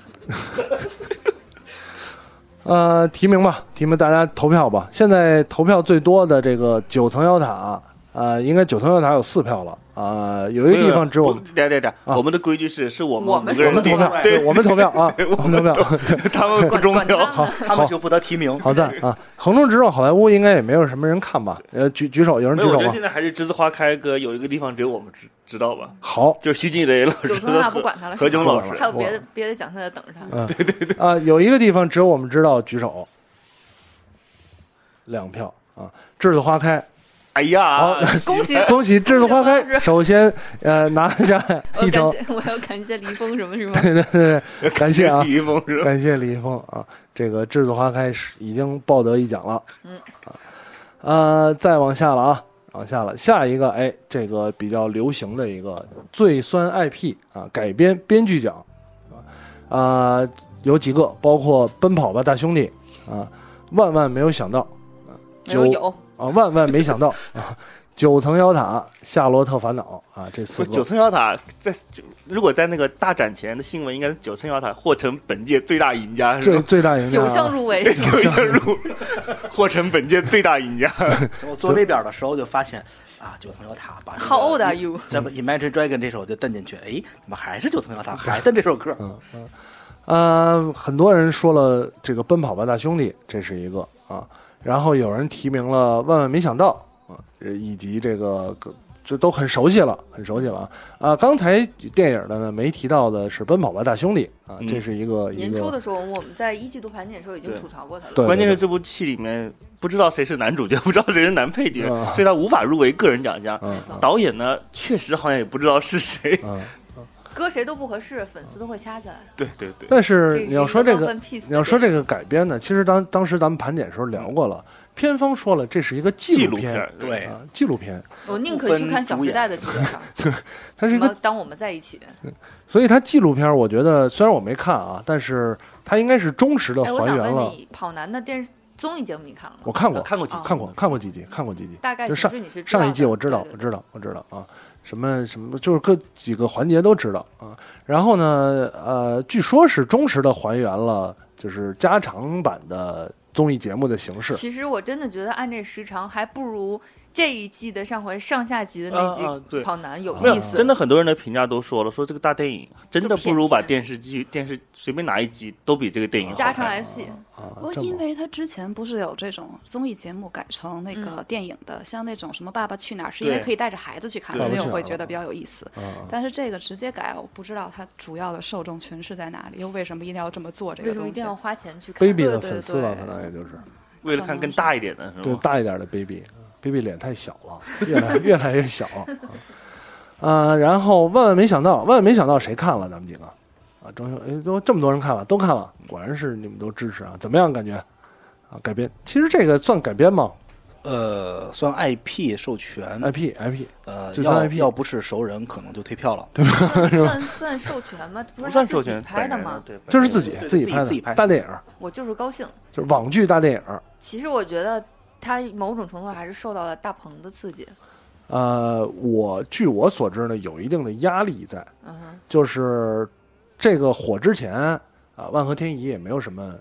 呃，提名吧，提名大家投票吧。现在投票最多的这个九层妖塔，呃，应该九层妖塔有四票了，啊，有一个地方只有我们，
对对对，
啊
我们的规矩是是我们
我们
五个人
是
投
定
票，
的，
对，我们投票啊，我们投票，
(laughs) 他们不
管
重
管
要。
他呢。
他们就负责提名。
好赞啊！横冲直撞好莱坞应该也没有什么人看吧？呃，举举手，有人
没
举
有，
手
我觉得
吗
现？在还是栀子花开哥有一个地方只有我们知知道吧，
好，
就是徐静蕾老师
九层塔不管他了，
何炅
是吧
老师
还有别的别的奖项在等着他。
嗯，对对对，啊，有一个地方只有我们知道，举手，两票啊，栀子花开，
哎呀
好，
恭喜！
(laughs) 恭喜栀子花
(laughs)
开
恭喜，
首先呃拿下
我要
一张
感，谢，我要感谢黎峰什么什么。
对对对，对感谢啊，
李易峰 (laughs) 是吧？
感谢李易峰啊，这个《栀子花开》是已经抱得一奖了。
嗯
啊，呃，再往下了啊，往下了，下一个哎，这个比较流行的一个最酸 IP 啊，改编编剧奖啊、有几个，包括《奔跑吧大兄弟》啊，万万没有想到啊，
没有
九
有，
啊，万万没想到啊，九层妖塔、夏洛特烦恼啊，这
不
四
是 (laughs) 九
个。
层妖塔在就如果在那个大展前的新闻，应该是九层妖塔获成本届最大赢家，是
最
吧？
最大赢家
九
啊、
项入围，
(laughs) 九项入，获成本届最大赢家。
我做列表的时候就发现啊，九层妖塔把那个
How old are you？
咱们 Imagine Dragon 这首就蹬进去，哎，怎么还是九层妖塔，还蹬这首歌？
呃，很多人说了这个《奔跑吧大兄弟》，这是一个啊，然后有人提名了《万万没想到》啊，呃以及这个这都很熟悉了，很熟悉了啊。啊，刚才电影的呢没提到的是《奔跑吧大兄弟》啊，
嗯
这是一个、一
年
个
初的时候，我们在一季度盘点的时候已经
对
吐槽过他了。
对，
关键是
对
这部戏里面不知道谁是男主角，不知道谁是男配角，
啊
所以他无法入围个人奖项。
嗯
导演呢，确实好像也不知道是谁。 (laughs)
嗯，
搁谁都不合适，粉丝都会掐起来。
对对对，
但是你要说这个，
你
你要说这个改编呢，其实当当时咱们盘点的时候聊过了，片方说了这是一个
嗯纪
纪
录
录片
儿
对，
啊，纪录片，
我宁可去看《小时代》的主演
(laughs)
上，
它是
什
一个
么当我们在一
(laughs)
起。
所以它纪录片，我觉得虽然我没看啊，但是它应该是忠实的
哎，我
还
想
原
问
了。
你，跑男的电视综艺节目你看了
我
吗？啊
看过，
啊看过几集
看过，看过几集，看过几集。
大概
就
其实你是知道
上一
的
季我知道，
对
我
对
知道，我知道啊，什么什么，就是各几个环节都知道啊。然后呢，呃，据说是忠实的还原了，就是加长版的综艺节目的形式啊
对。其实我真的觉得按这时长，还不如这一季的上回上下集的那
啊啊
集
对
《跑男》有
没有
意，思，
真的很多人的评价都说了，说这个大电影真的不如把
就
电视剧、电视随便哪一集都比这个电影好
加上
看。
SP
啊
不，过
这
因
么
为他之前不是有这种综艺节目改成那个电影的，像那种什么《爸爸去哪儿》，是因为
对
可以带着孩子去看，
对
所以
爸爸去哪
我
儿
会觉得比较有意思。
啊，
但是这个直接改，我不知道它主要的受众群是在哪里，又为什么一定要这么做这
为
个
什么
东
一
西
定？要花钱去看？
baby 的
对
粉丝吧，
对
可能也就是
为了看更大一点的是
对
哦
吗？
大一点的 baby，baby 脸太小了，越来越来越小啊。呃，然后万万没想到，万万没想到谁看了咱们几个啊？装修哎，都这么多人看了，都看了，果然是你们都支持啊？怎么样感觉啊？改编其实这个算改编吗
呃，算 IP 授权，
？IP IP
呃，
哎就算
要
IP
要不是熟人，可能就退票了。
算算授权吗？不
不
是他
算授
自己
权
拍的
本人
吗？
对，本人
就是自己
对
自己
自己
拍的
自己拍
大电影，
我就是高兴。
就是网剧大电影。
其实我觉得他某种程度还是受到了大鹏的刺激。
呃，我据我所知呢，有一定的压力在，
嗯哼，
就是这个火之前啊，万和天宜也没有什么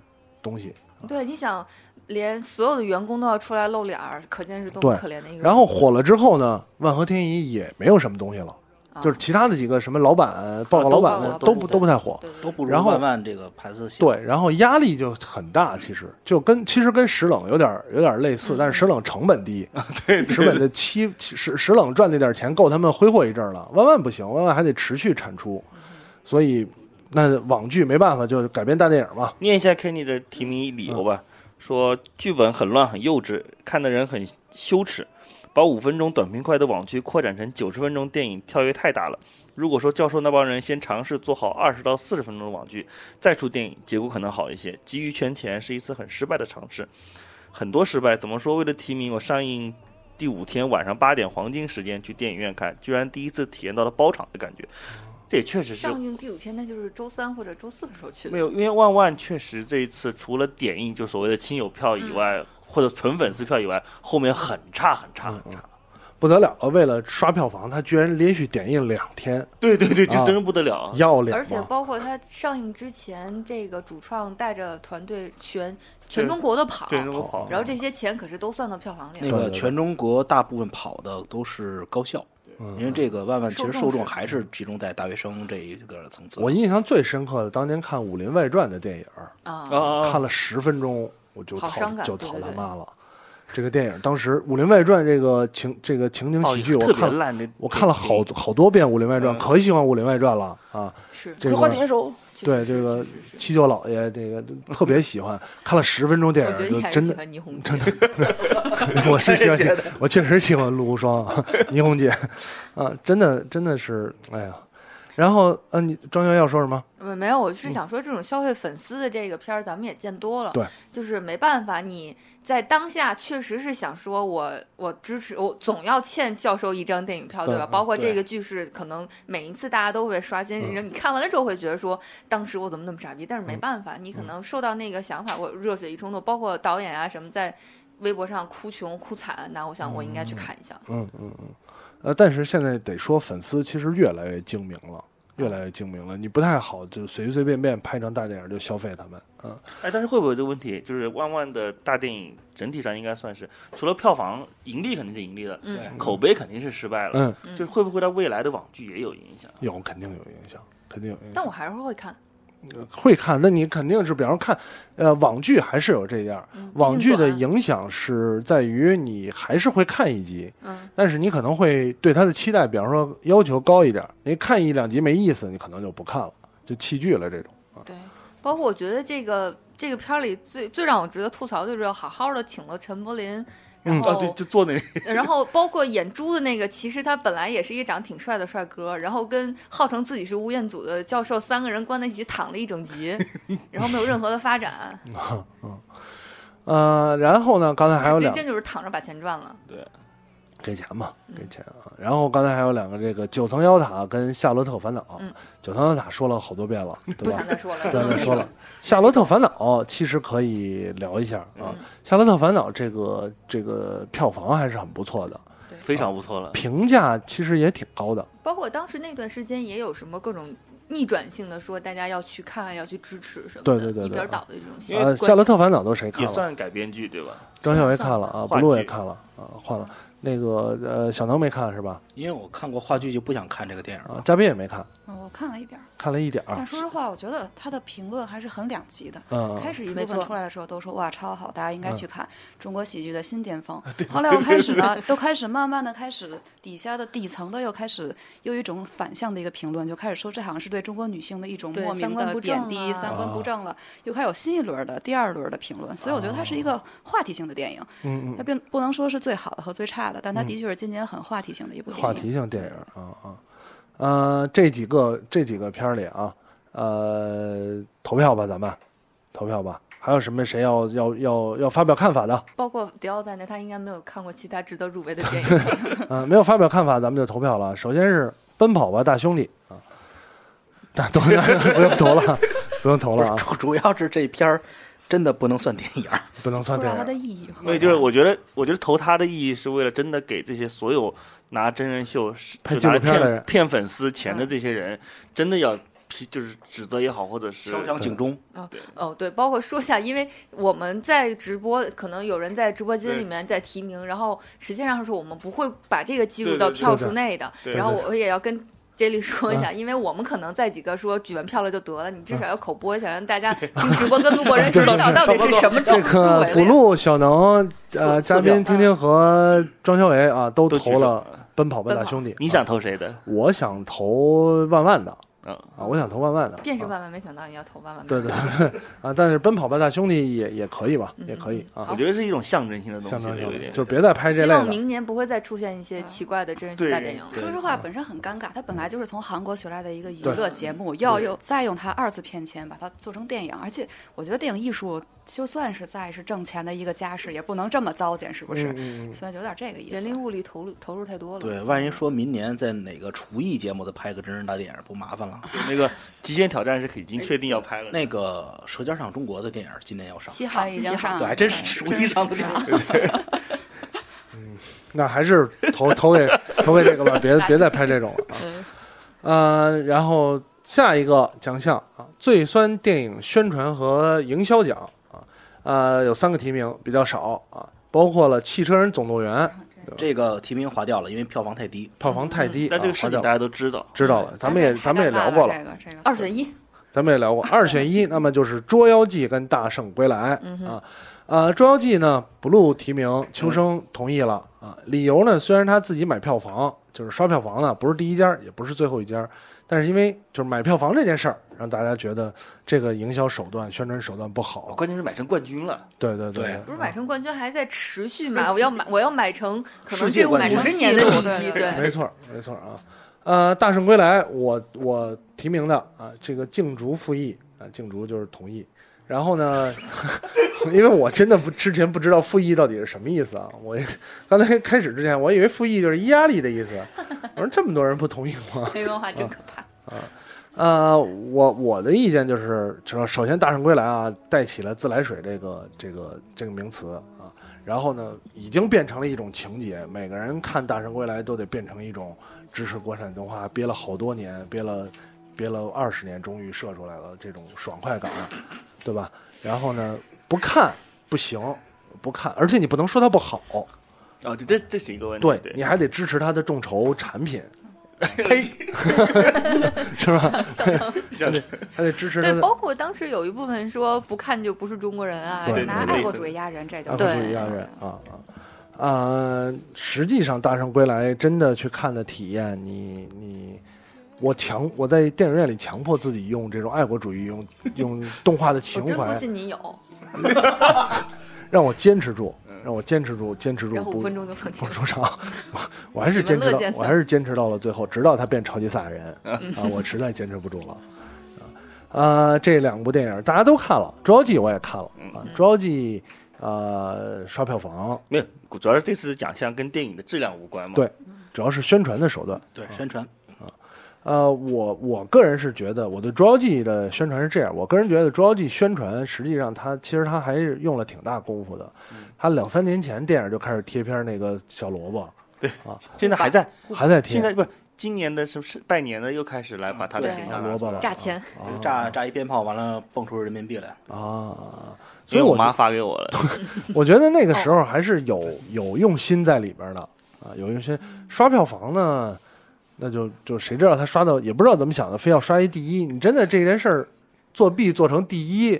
东西，
对，你想，连所有的员工都要出来露脸儿，可见是多
对
么可怜的一个人。
然后火了之后呢，万和天宜也没有什么东西了，
啊
就是其他的几个什么老板、报告老板
报
的
告
都
老
不
板
都不太火。
对对
都
对
不如
然后
万万这个盘子小。
对，然后压力就很大，其实就跟其实跟石冷有点儿有点儿类
嗯
似，但是石冷成本低，嗯对，石冷的期石石冷赚那点儿钱够他们挥霍一阵儿了，万万不行，万万还得持续产出，
嗯
所以那网剧没办法，就改编大电影嘛，
念一下 Kenny 的提名理由吧，说剧本很乱很幼稚，看的人很羞耻，把五分钟短平快的网剧扩展成九十分钟电影，跳跃太大了。如果说教授那帮人先尝试做好二十到四十分钟的网剧，再出电影，结果可能好一些。急于圈钱是一次很失败的尝试，很多失败。怎么说？为了提名，我上映第五天晚上八点黄金时间去电影院看，居然第一次体验到了包场的感觉。这也确实是
上映第五天，那就是周三或者周四的时候去的。
没有，因为万万确实这一次除了点映就所谓的亲友票以外，或者纯粉丝票以外，后面很差很差很
嗯
差。
不得了了，为了刷票房，他居然连续点映两天，
对对对，
啊
就真不得了啊！
要脸
哦而且
吗
包括他上映之前，这个主创带着团队全全中国的跑，
对，那么跑。
然后这些钱可是都算到票房里
那
了。
个
对
全中国大部分跑的都是高校，因为这个万万其实受众还是集中在大学生这一个层次。
我印象最深刻的，当年看《武林外传》的电影，
啊，
啊，
看了十分钟，我就
好
操
伤感
就
对
操
对
他
对
妈了。这个电影当时《武林外传》这个情这个情景
哦
喜剧，我
特别
看了
烂的，
我看了好好多遍《武林外传》，
嗯
可喜欢《武林外传》了啊！
是
这个花田
手，
确实
对这
是
个
确实是
七舅老爷，这个特别
(laughs)
喜欢，看了十分钟电
我
影
觉得
就
你还是
真
喜
的
欢倪虹洁，
(laughs) 我是
(laughs)
喜欢，我确实喜欢陆无双、啊、倪虹洁啊，真的真的是，哎呀。然后，呃，你庄园要说什么？
呃没没有，我是想说，这种消费粉丝的这个片儿，咱们也见多了。
嗯对，
就是没办法，你在当下确实是想说我，我支持，我总要欠教授一张电影票，
对
对吧？
嗯
包括这
对
个剧是可能每一次大家都会刷新，你看完了之后会觉得说，当时我怎么那么傻逼？但是
嗯
没办法，你可能受到那个想法，我热血一冲动，包括导演啊什么在微博上哭穷哭惨，那我想我应该去看一下。
嗯嗯嗯，呃，但是现在得说，粉丝其实越来越精明了，越来越精明了。你不太好就随随便便拍张大电影就消费他们，嗯，
哎，但是会不会有这个问题？就是万万的大电影整体上应该算是，除了票房盈利肯定是盈利了，
嗯，
口碑肯定是失败了。
嗯，
就是会不会在未来的网剧也有影响？
有肯定有影响，肯定有影响。
但我还是会看，
会看，那你肯定是，比方说看，呃，网剧还是有这样，
嗯毕
网
竟
剧的
短
影响是在于你还是会看一集，
嗯，
但是你可能会对它的期待，比方说要求高一点儿，你看一两集没意思，你可能就不看了，就弃剧了这种。
对，包括我觉得这个这个片儿里最最让我值得吐槽，就是好好的请了陈柏霖，
嗯
然
啊，
后、
对，就做那
然后包括演猪的那个，其实他本来也是一个长挺帅的帅哥，然后跟号称自己是吴彦祖的教授三个人关在一起躺了一整
(laughs)
集，然后没有任何的发展，
呃，然后呢，刚才还有
这
两
真就是躺着把钱赚了。
给钱嘛，
嗯
给钱啊。然后刚才还有两个这个九层妖塔跟夏洛特烦恼，
嗯
九层妖塔说了好多遍了，对
不
吧
想？再说了，
不
就
想
那
再
么
说
一
了
个。。
夏洛特烦恼其实可以聊一下啊，
嗯
夏洛特烦恼》这个这个票房还是很不错的，
非常不错了。
评价其实也挺高的。
包括当时那段时间也有什么各种逆转性的说，大家要去看，要去支持什么
对
的，
对对
一边
对
倒的这种戏
因为。
呃，《
关
夏洛特烦恼》都谁看
也
了？
算改编剧对吧？
张小维
算
看了啊，
话
布鲁也
剧
看了啊，换了。那个呃，小能没看是吧？
因为我看过话剧，就不想看这个电影
啊
了，。
嘉宾也没看，
嗯我看了一点儿，
看了一点儿
但。说实话，我觉得他的评论还是很两极的。
嗯
开始一部
没
分
错
出来的时候都说哇超好，大家应该
嗯
去看中国喜剧的新巅峰。后来又开始呢，又开始慢慢的开始底下的底层的又开始又有一种反向的一个评论，就开始说这好像是对中国女性的一种
对
莫
三
名
观不
的贬
正
低，
啊
三观不正了，又开始有新一轮的第二轮的评论。所以我觉得它是一个话题性的电影，
嗯
它
嗯，
并不能说是最好的和最差的，但它
嗯
的确是今年很话题性的一部电影。
话题性电影儿啊啊，呃，这几个这几个片儿里啊，呃，投票吧，咱们投票吧。还有什么谁要要要要发表看法的？
包括迪奥在内，他应该没有看过其他值得入围的电影。
嗯，没有发表看法，咱们就投票了。首先是《奔跑吧，大兄弟》啊，那都不用投了， (laughs) 不用投
不
了
是
啊，
(laughs) 主主要是这片儿真的不能算电影儿，
不能算
不知
电
道它
影
的
儿。
意义何
所以
在。
就是我觉得，我觉得投他的意义是为了真的给这些所有拿真人秀是
拍
就拿
纪录片的
骗
人
骗粉丝钱的这些人，真的要批就是指责也好，或者是
敲响警钟。
(laughs) 哦，对，包括说一下，因为我们在直播，可能有人在直播间
对
里面在提名，然后实际上是我们不会把这个计
对
入
对
到
对
票
对
数内的。
对
然后
对嗯
我也要跟 J 莉说一下，因为我们可能在几个说举完票了就得了，你至少要口播一下，让大家听直播跟路过人知道到底是什么
这
入
个
围
古
了呀。
路、小能、呃，
四四
嘉宾
票
听听和庄小伟啊，都
都举
投
手
了《奔跑吧，
奔
大
跑
兄弟》啊。
你想投谁的？
我想投万万的
嗯，
啊，我想投万万的，
便是
啊
万万没想到你要投万万，
对对啊，但是《奔跑吧，大兄弟》也也可以吧，
嗯
也可以
嗯
啊
我，觉得是一种象征性的东
象
西，
征
有一
性的，
点
就别再拍这
希
类
望
的。嗯
明年不会再出现一些奇怪的真人秀
对
大电影了。
说实话，本身很尴尬，它本来就是从韩国学来的一个娱
对
乐节目，要有再用它二次骗钱，把它做成电影。而且我觉得电影艺术就算是在是挣钱的一个家世，也不能这么糟践，是不是？
嗯嗯
所以有点这个意
人力
思。
物力投入投入太多了。
对，万一说明年在哪个厨艺节目再拍个真人大电影，不麻烦了？
那个《极限挑战》是已经确定要拍了
哎
的。
那个《舌尖上中国》的电影今年要上，
七号
已经
七号
上
对，还真是厨艺上的电影。
那还是投投给投给这个吧，别别再拍这种了啊。
嗯
(laughs) 呃，然后下一个奖项啊，最酸电影宣传和营销奖啊，呃，有三个提名，比较少啊，包括了《汽车人总动员》，
这个提名划掉了，因为票房太低。
票房太低，
但嗯这个
啊
事
划
情
掉
大家都知道，
知道
嗯
了，咱们也咱们也聊过了，
这个这个
二选一，
咱们也聊过
(laughs)
二选一，那么就是《捉妖记》跟《大圣归来》
嗯哼
啊。呃，《捉妖记》呢，blue 提名，秋生同意了
嗯
啊。理由呢，虽然他自己买票房，就是刷票房呢，不是第一家，也不是最后一家，但是因为就是买票房这件事儿，让大家觉得这个营销手段、宣传手段不
哦
好。
关键是买成冠军了。
对对对
对
不是买成冠军，还在持续
嗯
买。我要买，我要买成可能这
世界
五
冠军
十年的第
买成记
一，
录
对，
没错，没错啊。呃，《大圣归来》我，我提名的啊，这个竞逐复议啊，竞逐就是同意。然后呢， (laughs) 因为我真的不之前不知道复议到底是什么意思啊，我也 (laughs) 刚才开始之前我以为复议就是压力的意思，啊我说这么多人不同意吗？
黑文化真可怕。
嗯呃，我我的意见就是，首首先《大圣归来》啊，带起了自来水这个这个这个名词啊，然后呢，已经变成了一种情节，每个人看《大圣归来》都得变成一种支持国产动画，憋了好多年，憋了憋了二十年，终于射出来了这种爽快感，对吧？然后呢，不看不行，不看，而且你不能说它不好，
哦，对，这这是一个问题。
对，
对
你，还得支持它的众筹产
(laughs)
品。呸，是吧？还得还得支持它
对，
的
包括当时有一部分说不看就不是中国人啊，
对
拿
对对
爱国主义压人，这就
啊，
对
不是一样人啊啊。呃，实际上《大圣归来》真的去看的体验，你你我强我在电影院里强迫自己用这种爱国主义，用用动画的
我
情
真不
怀，
信你有。
让我坚持住，让我坚持住，坚持住
然后
不
五分钟就
(laughs)
放弃
不
了。
出场，我我还是
喜
坚
闻乐
持到
见的嗯
我还是坚持到了最后，直到他变超级赛亚人 (laughs) 啊，我实在坚持不住了。啊，呃，这两部电影大家都看了，《捉妖记》我也看了啊，
嗯
《捉妖记》呃刷票房，
没有，主要是这次奖项跟电影的质量无关嘛。
对主要是宣传的手段。
对，宣传
呃，我我个人是觉得，我对《捉妖记》的宣传是这样。我个人觉得，《捉妖记》宣传实际上它其实它还是用了挺大功夫的。
嗯
它两三年前电影就开始贴片儿那个小萝卜，
现在还在，
还在贴
现在不是今年的是是拜年的又开始来把他的形
小
象
萝卜了，
炸钱，
哦
就是炸炸一鞭炮，完了蹦出人民币来。
啊。所以
所以
我觉
我 (laughs) 妈发给我了。
我觉得那个时候还是有有用心在里边的。啊，有一些刷票房呢，那就就谁知道他刷到也不知道怎么想的，非要刷一第一。你真的这件事儿作弊做成第一，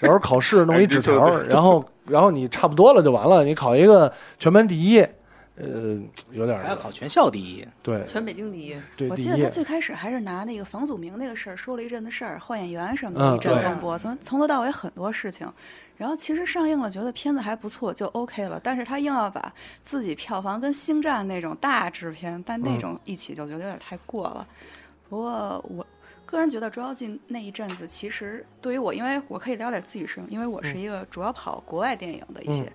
然后考试弄一纸条
哎
儿，
对对对
然后然后你差不多了就完了，你考一个全班第一，呃，有点
还要
儿
考全校第一，
对
全北京第一，
对
我
第
记得
一
他。最开始还是拿那个房祖名那个事儿说了一阵子事儿，换演员什么
嗯
的，一阵
对
风波，从从头到尾很多事情。然后其实上映了，觉得片子还不错，就 OK 了。但是他硬要把自己票房跟《星战》那种大制片，但
嗯
那种一起就觉得有点太过了。不过我个人觉得《捉妖记》那一阵子，其实对于我，因为我可以聊点自己事情，因为我
嗯
是一个主要跑国外电影的一些。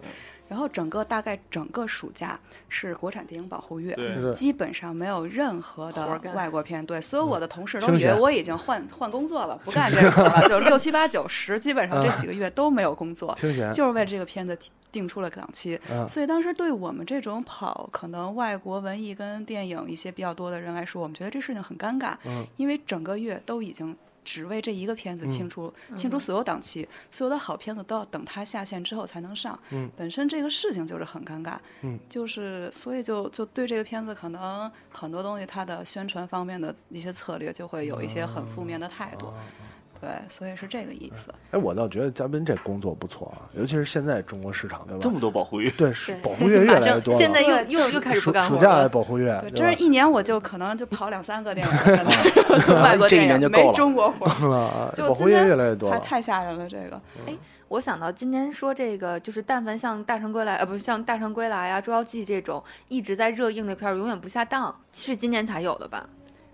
然后整个大概整个暑假是国产电影保护月，
对
是
基本上没有任何
活儿
的
干
外国片，对，所有我的同事都
清
以为
闲
我已经换换工作了，不干这个了，就六七八九十，基本上这
啊
几个月都没有工作，
清闲，
就是为这个片子提定出了档期。
嗯
所以当时对我们这种跑可能外国文艺跟电影一些比较多的人来说，我们觉得这事情很尴尬，
嗯
因为整个月都已经只为这一个片子
嗯
清出、清出所有档期，所有的好片子都要等它下线之后才能上。
嗯
本身这个事情就是很尴尬，
嗯
就是所以就就对这个片子可能很多东西它的宣传方面的一些策略就会有一些很负面的态
哦
度。对，所以是这个意思。
哎，我倒觉得嘉宾这工作不错啊，尤其是现在中国市场对吧？
这么多保护欲，
对，是保护月越来
(laughs)
越多了。
现在又
对
又又开始不
暑
干活
暑假
了。
保护月，
对，
对
真
吧
是一年我就可能就跑两三
(laughs)
个电影儿，真的外国
这一
电
年就
影
够
没
了
中国活儿，
啊，
就
保护
今
月
天
越来越多
太
了。
太吓人了。这个
我想到今天说这个，就是但凡像《大圣归来》呃，不是像《大圣归来》啊，《捉妖记》这种一直在热映的片儿，永远不下档，是今年才有的吧？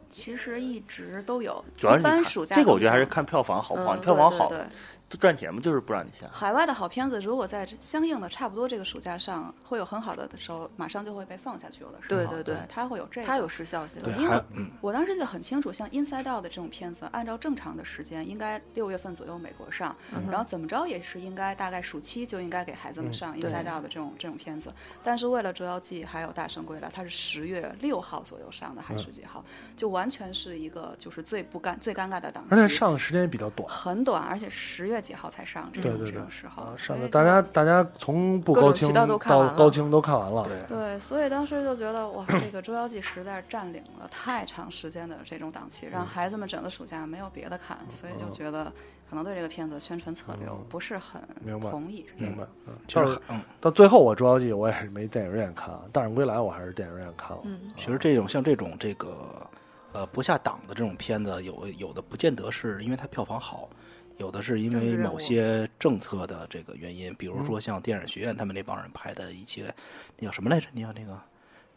其实一直都有，
(laughs) 主要是
一
你
般
看
暑假
这个，我觉得还是
都
看票房好
这
不好。你票房
样嗯对
好
对对
就赚钱嘛，就是不让你下。
海外的好片子，如果在相应的差不多这个暑假上会有很好的的时候，马上就会被放下去，有的时候
对对对
它会有这个，
它有时效性。
对，
因为
还嗯
我当时记得很清楚，像《Inside Out》的这种片子，按照正常的时间，应该六月份左右美国上，
嗯
然后怎么着也是应该大概暑期就应该给孩子们上《
对
Inside Out》的这种这种片子。但是为了《捉妖记》还有《大圣归来》，它是十月六号左右上的，还
嗯
是几号？就完全是一个就是最不尴最尴尬的档期，
而且上的时间也比较短
很短，而且十月几号才上这
对
种
对
这
对
种时候，
啊，上
所
的
以
大
哦就
家大家从不
各
高
种
清
渠道
到
都看完了
高清都看完了，
对，所以当时就觉得哇，这个《捉妖记》实在是占领了太长时间的这种档期，
嗯
让孩子们整个暑假没有别的看，所以就觉得可能对这个片子宣传策略不是很
嗯明白
同意。是这
明白
个。？
嗯，
其
到
实嗯，
到最后我《捉妖记》我也是没电影院看，啊，《大圣归来》我还是电影院看了。
嗯，
其实这种像这种这个呃不下档的这种片子，有有的不见得是因为它票房好，有的是因
政治
为
任
某
务嗯
些政策的这个原因，比如说像电影学院他们那帮人拍的一些，那叫什么来着？那叫那个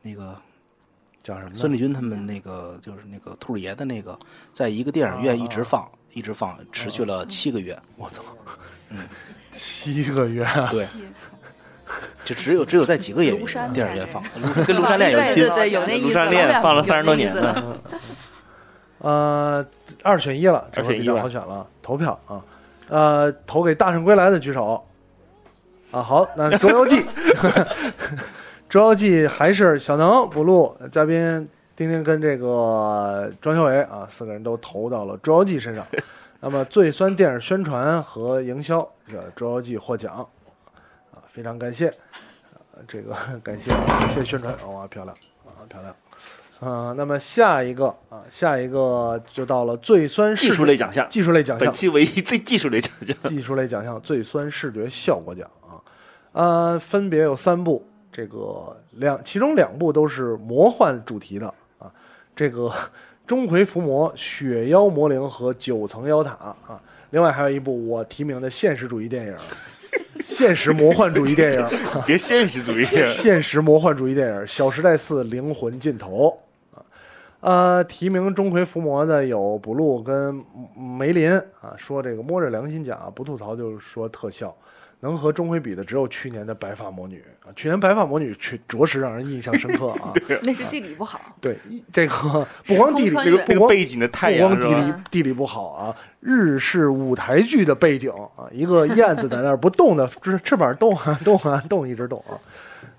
那个
叫什么呢？
孙丽君他们那个就是那个兔儿爷的那个，在一个电
啊
影院一直放。一直放，持续
嗯
了七个月，
我操，七个月，啊 (laughs)
对，就只有只有在几个演
庐山
员电影
恋
院放，跟《庐山恋》有
(laughs) 对
区
对
别。
对，有那意
庐
思。
山
老
恋
远
放了
有
三十多
那意
年
思 (laughs)
呢，
呃，二选一了，这
二
回
选
比
一
较
吧
好选了，投票啊，呃，投给《大圣归来》的举手。啊，好，那《捉妖记》， (laughs) 《捉妖记》还是小能、补录嘉宾丁丁跟这个庄小伟啊，四个人都投到了《捉妖记》身上。那么最酸电影宣传和营销，这《捉妖记》获奖啊，非常感谢，啊、这个感谢感谢宣传，哇、漂亮啊，漂亮。啊、那么下一个啊，下一个就到了最酸视
技术类奖 (laughs) 项，
技术类奖项
本，期唯一最技术类奖项。
技术类奖项最酸视觉效果奖啊，呃，分别有三部，这个两其中两部都是魔幻主题的啊，这个钟馗伏魔、雪妖魔灵和九层妖塔啊，另外还有一部我提名的现实主义电影，现实魔幻主义电影，啊
别现实主义，
现实魔幻主义电影《小时代四：灵魂尽头》啊，呃，提名钟馗伏魔的有补录跟梅林啊，说这个摸着良心讲啊，不吐槽就是说特效，能和钟馗比的只有去年的白发魔女啊，去年白发魔女确着实让人印象深刻啊，
那是地理不好，
对，一这个不光地理
时空穿
那
越
个
不
那个
光
背景的太
不光
阳是
地理
吧？
吧
地理不好啊，日式舞台剧的背景啊，一个燕子在那儿不动的， (laughs) 翅翅膀动啊动啊动，一直动啊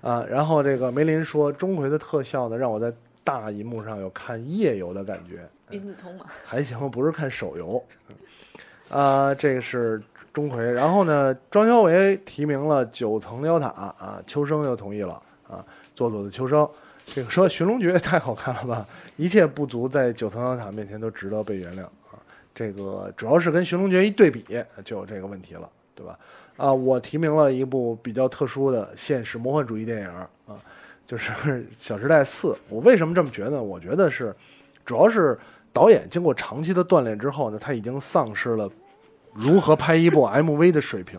啊。然后这个梅林说，钟馗的特效呢，让我在大银幕上有看夜游的感觉，
林子通嘛，
还行，不是看手游。啊，这个是钟馗。然后呢，庄小伟提名了九层妖塔啊，秋生又同意了啊，做作的秋生。这个说《寻龙诀》也太好看了吧！一切不足在九层妖塔面前都值得被原谅啊！这个主要是跟《寻龙诀》一对比，就有这个问题了，对吧？啊，我提名了一部比较特殊的现实魔幻主义电影啊，就是《小时代四》。我为什么这么觉得呢？我觉得是，主要是导演经过长期的锻炼之后呢，他已经丧失了如何拍一部 MV 的水平。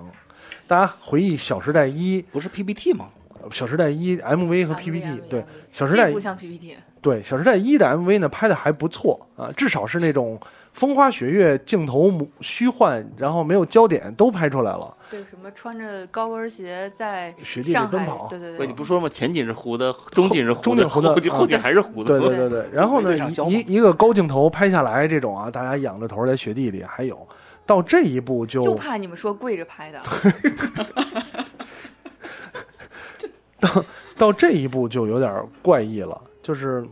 大家回忆《小时代一》，
不是 PPT 吗？
《小时代一》MV 和 PPT，对，《小时代
这》不像 PPT，
对，《小时代一》的 MV 呢拍的还不错啊，至少是那种风花雪月、镜头虚幻，然后没有焦点都拍出来了。
对，什么穿着高跟鞋在
雪地里
上
奔
海
跑
对对
对，
对
你，不说吗？前景是糊的，中景是糊
中景
的，
糊的
后景
啊
后景还是糊
对
的。
对
对对对。然后呢
对上，交
一
嘛
一一个高镜头拍下来，这种啊，大家仰着头在雪地里，还有到这一步
就
就
怕你们说跪着拍的，
到这一步就有点怪异了，就是，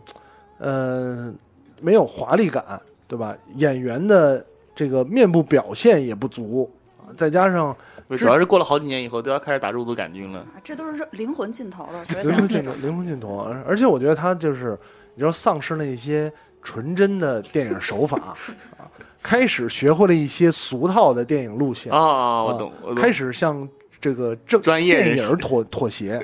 呃，没有华丽感，对吧？演员的这个面部表现也不足，啊再加上
对主要是过了好几年以后，都要开始打入毒杆菌了。
啊这都是灵魂尽头了，所以
灵
咱
魂
们
镜
这
头
种，
灵魂镜头，啊而而且我觉得他就是，你知道，丧失了一些纯真的电影手法啊，开始学会了一些俗套的电影路线
啊，啊我懂，我懂。
开始向这个正
专业人
电
士
影妥妥协，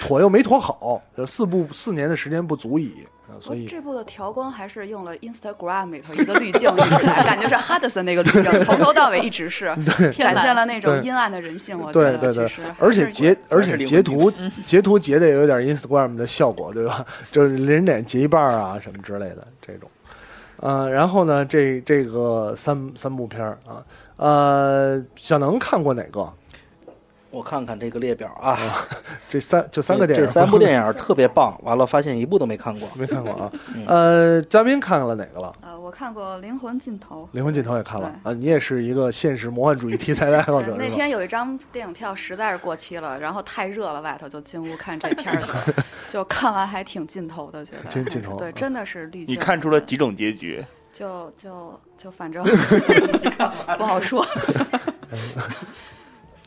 妥又没妥好，呃四部四年的时间不足以，啊所以
不哦这部的调光还是用了 Instagram 里头一个滤镜，一直来，感觉是 Hudson 那个滤镜，从头到尾一直是
天
展现
蓝
了那种
对
阴暗的人性。我觉
对
得
对对
其实，
而且截而且
还是
截图截图截的也有点 Instagram 的效果，对吧？就是人脸截一半儿啊什么之类的这种。呃，然后呢，这这个三三部片儿啊，呃，小能看过哪个？
我看看这个列表啊，
这三就三个电影，
这三部电影特别棒。完了，发现一部都没看过。
没看过啊。
嗯
呃，嘉宾看了哪个了？
呃，我看过《灵魂尽头》。
灵魂尽头也看了啊，你也是一个现实魔幻主义题材的爱好者
哎对，那
是吧？
天有一张电影票实在是过期了，然后太热了，外头就进屋看这片
(laughs)
儿去，就看完还挺尽头的，觉得
挺尽头
对，
嗯
真的是滤镜。
你看出了几种结局？
就就就
(laughs)
反正不好说。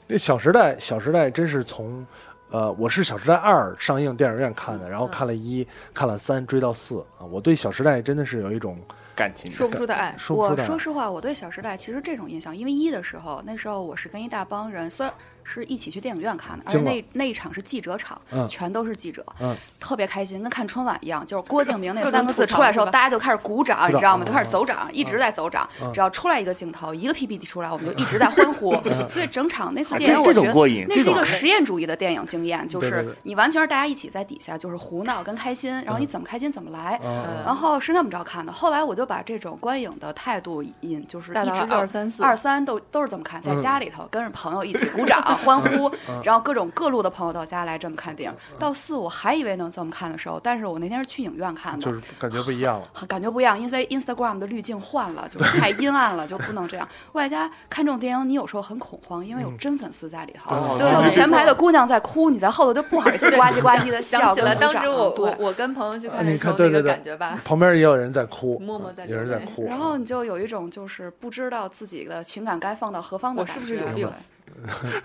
那《小时代》《小时代》真是从，呃，我是《小时代二》上映电影院看的，然
嗯
后看了一，看了三，追到四啊！我对《小时代》真的是有一种
感情
说不出的爱。
说不出
我
的
说实话，我对《小时代》其实这种印象，因为一的时候，那时候我是跟一大帮人，虽然是一起去电影院看的，而且
惊了
那那一场是记者场，
嗯
全都是记者，
嗯
特别开心，跟看春晚一样。就是郭敬明那
各种
三个字
吐槽
出来的时
是
候，
吧
大家就开始鼓掌，你
嗯
知道吗？就开始走掌，一直在走掌。只要出来一个镜头，一个 PPT 出来，我们就一直在欢呼。
嗯
(laughs) 所以整场那次
啊
电影，
这
我
这
觉
种
得
过瘾，
那
这
是一
种
个实验主义的电影经验，就
对对
是
对
你完全是大家一起在底下就是胡闹跟开心，然后你怎么开心怎么来。
嗯
啊，
然后是那么着看的。后来我就把这种观影的态度引，就是
大
一
到
直
二三四
二三都都是这么看，
嗯
在家里头跟着朋友一起
(laughs)
鼓掌、欢呼，然后各种各路的朋友到家来这么看电影。
嗯
到四我还以为能这么看的时候，但是我那天是去影院
嗯
看
就
的
是。感觉不一样了。
很感觉不一样，因为 Instagram 的滤镜换了，就是太阴暗了，就不能这样。外加看这种电影，你有时候很恐慌，因为有真粉丝在里头，
哦
嗯对
就
对
前排的姑娘在哭，你在后头就不
(laughs)
好意思呱唧呱唧的笑
想起
跟
了
鼓
当
掌嗯
时我
啊对
我我跟朋友去看
啊
的
你
时候
看对
那个
对对
感觉
(laughs)
吧，
旁边也有人在哭，
默默在
有人
流
在
泪 (laughs)
哭，
然后你就有一种就是不知道自己的情感该放到何方的
我
感
是
觉。
不是有病
对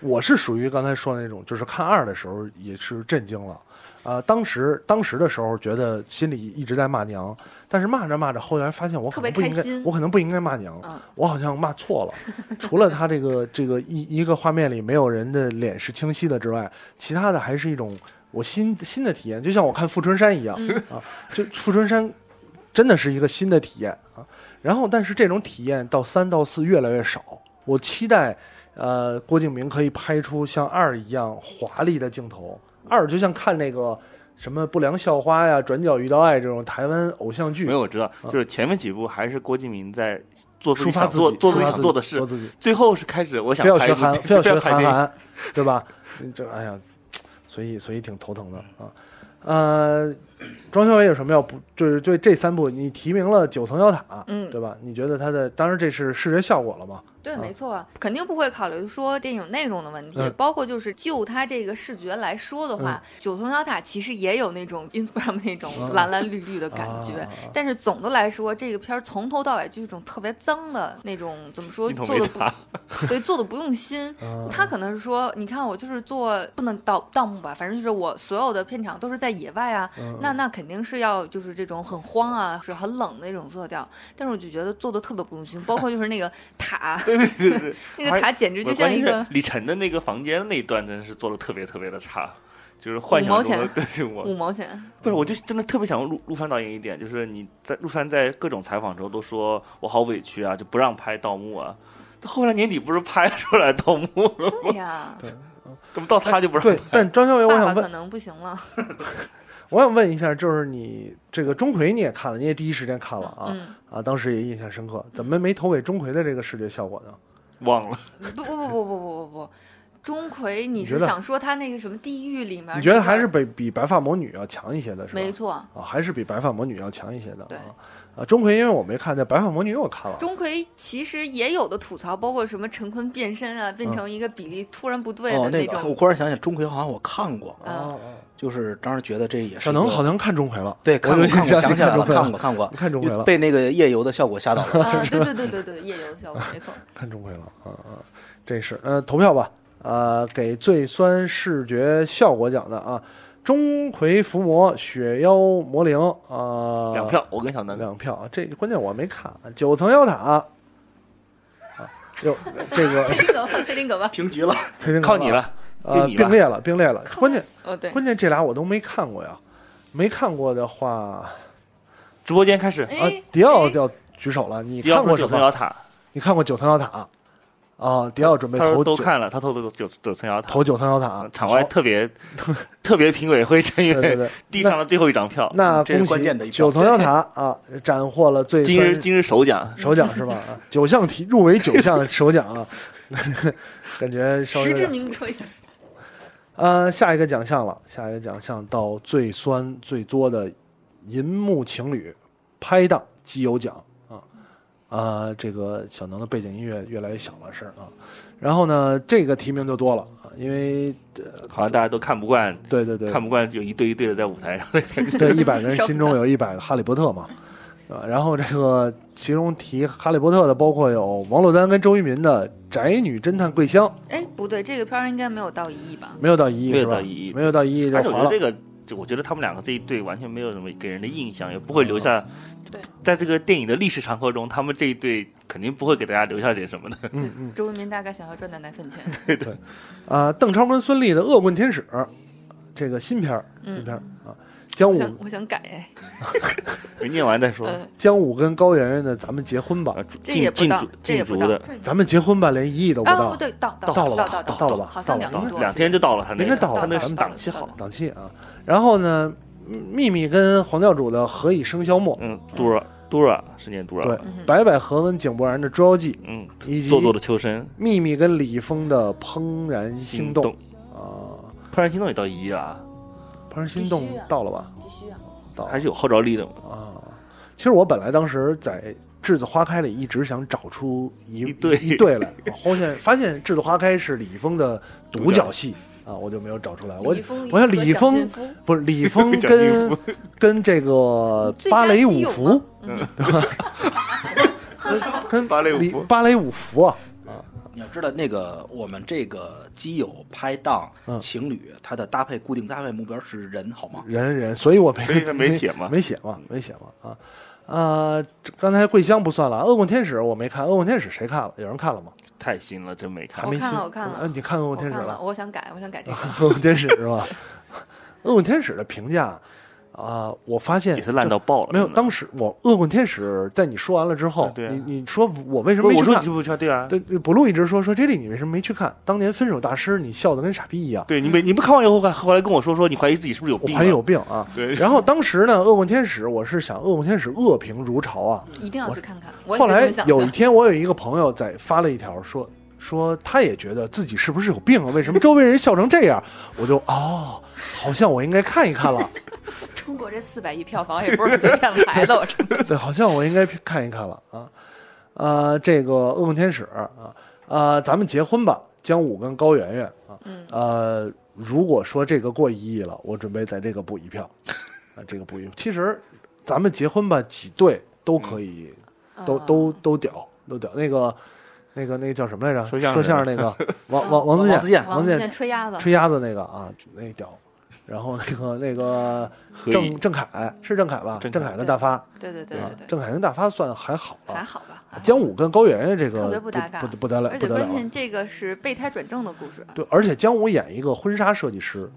我是属于刚才说的那种，就是看二的时候也是震惊了，啊，当时当时的时候觉得心里一直在骂娘，但是骂着骂着，后来发现我可
特
能
别
不应该
开心，
我可能不应该骂娘，
嗯
我好像骂错
(laughs)
了。除了他这个这个一一个画面里没有人的脸是清晰的之外，其他的还是一种我新新的体验，就像我看《富春山》一样、
嗯
啊，就《富春山》真的是一个新的体验啊。然后，但是这种体验到三到四越来越少，我期待呃，郭敬明可以拍出像二一样华丽的镜头。二就像看那个什么《不良校花》呀，《转角遇到爱》这种台湾偶像剧
没，有我知道，就是前面几部还是郭敬明在做啊自
抒
己
发
想
自
做
己，
做自
抒
己
发
想做的
做
事，
自己，
最后是开始我想
非要
拍
学
一部 (laughs)
韩，
电
非要
非
学
拍电
韩
影
寒，对吧？这哎呀，所以所以挺头疼的啊。呃，庄小伟有什么要补？就是对这三部，你提名了《九层妖塔》，
嗯
对吧？你觉得它的，当然这是视觉效果了嘛？
对，
啊
没错啊，肯定不会考虑说电影内容的问题，
嗯
包括就是就它这个视觉来说的话，九层妖塔》其实也有那种 Instagram 那种
啊
蓝蓝绿绿的感觉，
啊
但是总的来说，这个片儿从头到尾就是一种特别脏的那种，怎么说
金桶
做的
没擦，
不对，做的不用心。
啊
他可能是说，你看我就是做不能盗盗墓吧，反正就是我所有的片场都是在野外啊，
嗯
那那肯定是要就是这种很荒啊，是很冷的那种色调。但是我就觉得做的特别不用心，包括就是那个
(laughs)
塔，那个塔简直
(laughs)
就
我
像
关
一
键
个
是李晨的那个房间那一段真是做的特别特别的差，就是幻
五毛
想中的
钱嗯
对对我
五毛钱，
(laughs)
不是，我就真的特别想问陆陆川导演一点，就是你在陆川在各种采访中都说我好委屈啊，就不让拍盗墓啊。后来年底不是拍出来盗墓了吗？
对呀，
怎么到他就不让
对，
拍？
但庄小伟，我
爸
想
爸可
问，
能不行了。
我想问一下，就是你这个钟馗你也看了，你也第一时间看了啊、
嗯，
啊，当时也印象深刻，怎么没投给钟馗的这个视觉效果呢？
忘了，
不不不不不不不不，钟馗，你
觉
是
得
想说他那个什么地狱里面？
你觉得还是比比白发魔女要强一些的是吧？
没错，
啊，还是比白发魔女要强一些的
对
啊。啊，钟馗因为我没看，但白发魔女我看了。
钟馗其实也有的吐槽，包括什么陈坤变身啊，
嗯
变成一个比例突然不对
哦
的，
那个我
种。
忽然想起钟馗，好像我看过，
啊，
就是当时觉得这也是
小
一
能
个
好像看钟馗了，
对看
我
过
有印
看过，
象
想起来了，看过看过
你，看钟馗了，
被那个夜游的效果吓到了。
啊，对对对对对，夜游效果没错。
看钟馗了啊啊！这是呃，投票吧，呃，给最酸视觉效果奖的啊，钟馗伏魔、雪妖魔灵啊，
两票，我跟小南
两票啊，这关键我没看，九层妖塔啊，哟，这个
蔡 (laughs) 丁格吧，蔡丁格吧。
平局了，
崔定
靠
哥
你了，
呃，
就你吧
并列了，并列了，关键
哦，对，
关键这俩我都没看过呀，没看过的话
直播间开始。
啊
哎，，
迪奥
哎
要举手了，你
第二
看
部
过
九
什
层
么？
妖塔，
你看过九层妖塔啊？迪奥准备
他
投
说都
九
看了，他偷偷九九层妖塔，
投九层妖塔啊
嗯，场外
(laughs)
特别特别评委会成
对对
员
对，
(laughs) 递上了最后一张票，
那
这是
恭
关键的
喜
一票
九层妖塔啊，斩获了最
今日
酸
今日首奖，
首奖是吧？啊九项题入围九项首奖啊， (laughs) 感觉稍微
实至
有点
名归。
呃，下一个奖项了，下一个奖项到最酸最作的银幕情侣拍档基友奖啊啊，这个小能的背景音乐越来越小了是啊，然后呢，这个提名就多了啊，因为
好像大家都看不惯，
对对对，
看不惯有一对一对的在舞台上。
对，一
(laughs)
百个人
笑死
心中有一百个哈利波特嘛，啊，然后这个其中提哈利波特的包括有王珞丹跟周渝民的《宅女侦探桂香》，
哎，不对，这个片儿应该没有到一亿吧？
没有到一亿
没有
是吧，
到一亿
没有到一亿就
而且我
划
觉
了
得这。个，就我觉得他们两个这一对完全没有什么给人的印象，也不会
嗯
留下
对。
在这个电影的历史长河中，他们这一对肯定不会给大家留下点
(laughs)
什么的。
嗯嗯
周渝民大概想要赚点奶粉钱。
啊，邓超跟孙俪的《恶棍天使》，这个新片儿，新片
嗯，
儿啊，姜
我
武
想我想改哎，
没念完再说。
嗯，
姜武跟高圆圆的《咱们结婚吧
啊，
这也
禁
不
禁
到
足，
这也
禁
不
足
到。
的，
咱们结婚吧》连一亿都不
啊，
到
不，对，到到
到
到
了吧
到
到了吧
好像两
到
亿
了
多，
两天就到了。他那
应该
个
到了
他那
到
是
了
档期好
到
了。
档期啊。然后呢，秘密跟黄教主的《何以笙箫默》，
嗯，杜若杜若是念杜若
对
吧。，
嗯
白百合跟井柏然的《捉妖记》，
嗯，
以及
做作的秋生，
秘密跟李易峰的《怦然心
心
动
动，》
啊，
怦然心动也到一亿了啊，
《怦然心动
必须啊》
到了吧？
必须啊，
到了
还是有号召力的嘛。
啊。其实我本来当时在《栀子花开》里一直想找出一
一对
一对来，后现发现《栀子花开》是李易峰的独角戏啊，我就没有找出来。我
李易峰
我想
和
李易
蒋
峰
劲夫
不是李易 (laughs) 峰
蒋劲
跟跟这个
最
芭
佳
蕾
基
舞
友
服
吗，嗯，
跟
芭蕾舞
李
服
芭蕾舞服啊，
你要知道，那个我们这个基友拍档
嗯
情侣，它的搭配固定搭配目标是人，好吗？
人人，所以我没
所以他没写嘛
没写嘛，没写嘛啊啊！这刚才桂香不算了，《恶棍天使》我没看，《恶棍天使》谁看了？有人看了吗？
太新了，真没看
我。
没
看
信
了我看了
啊你看《恶
我
棍天
看
使》
了，？我想改，我想改
(laughs)
这个。
《恶棍嗯天使》是吧？《恶棍天使》的评价啊，我发现
也是烂到
就
爆了，
没有。
真的
当时我《恶棍天使》在你说完了之后，
对啊
你你说我为什么
不
没
是
去
我说
看
你去？不去啊？对啊，
对，补录一直说说 J 莉，你为什么没去看？当年《分手大师》，你笑得跟傻逼
(laughs)
一样。
对你没你不看完以后，还后来跟我说说你怀疑自己是不是有
我
病？
怀疑有。病
(laughs)
啊！
对
然后当时呢，《恶棍天使》，我是想《恶棍天使》恶评如潮啊。
一定要去看看。我也
后
是这
来
么想的
有一天，我有一个朋友在发了一条说说他也觉得自己是不是有病啊？为什么周围人笑成这样？我就哦，好像我应该看一看了。
中国这四百亿票房也不是随便来
(laughs)
的，我真的。
对，好像我应该去看一看了啊。呃，这个《恶梦天使》啊，呃，咱们结婚吧，姜武跟高圆圆啊，
嗯
呃，如果说这个过一亿了，我准备在这个补一票，啊，这个补一票。其实咱们结婚吧，几对都可以，
嗯
都都都屌，都屌。那个那个那个叫什么来着？说
说相声
相声那个
(laughs)
王王王自
王自健
王
王
自
自健吹鸭子
吹鸭子那个啊，那屌。然后那个那个
何以
郑郑恺是郑恺吧？
郑恺
郑恺跟大发，
对对对
啊
对，对，
郑恺跟大发算还好
还
了，
好吧。还好
姜武跟高圆圆这个
特别不搭嘎
不不得了，
而
不
且
得了
关。键这个是备胎转正的故
(laughs)
事，
对，而且姜武演一个婚纱设计师，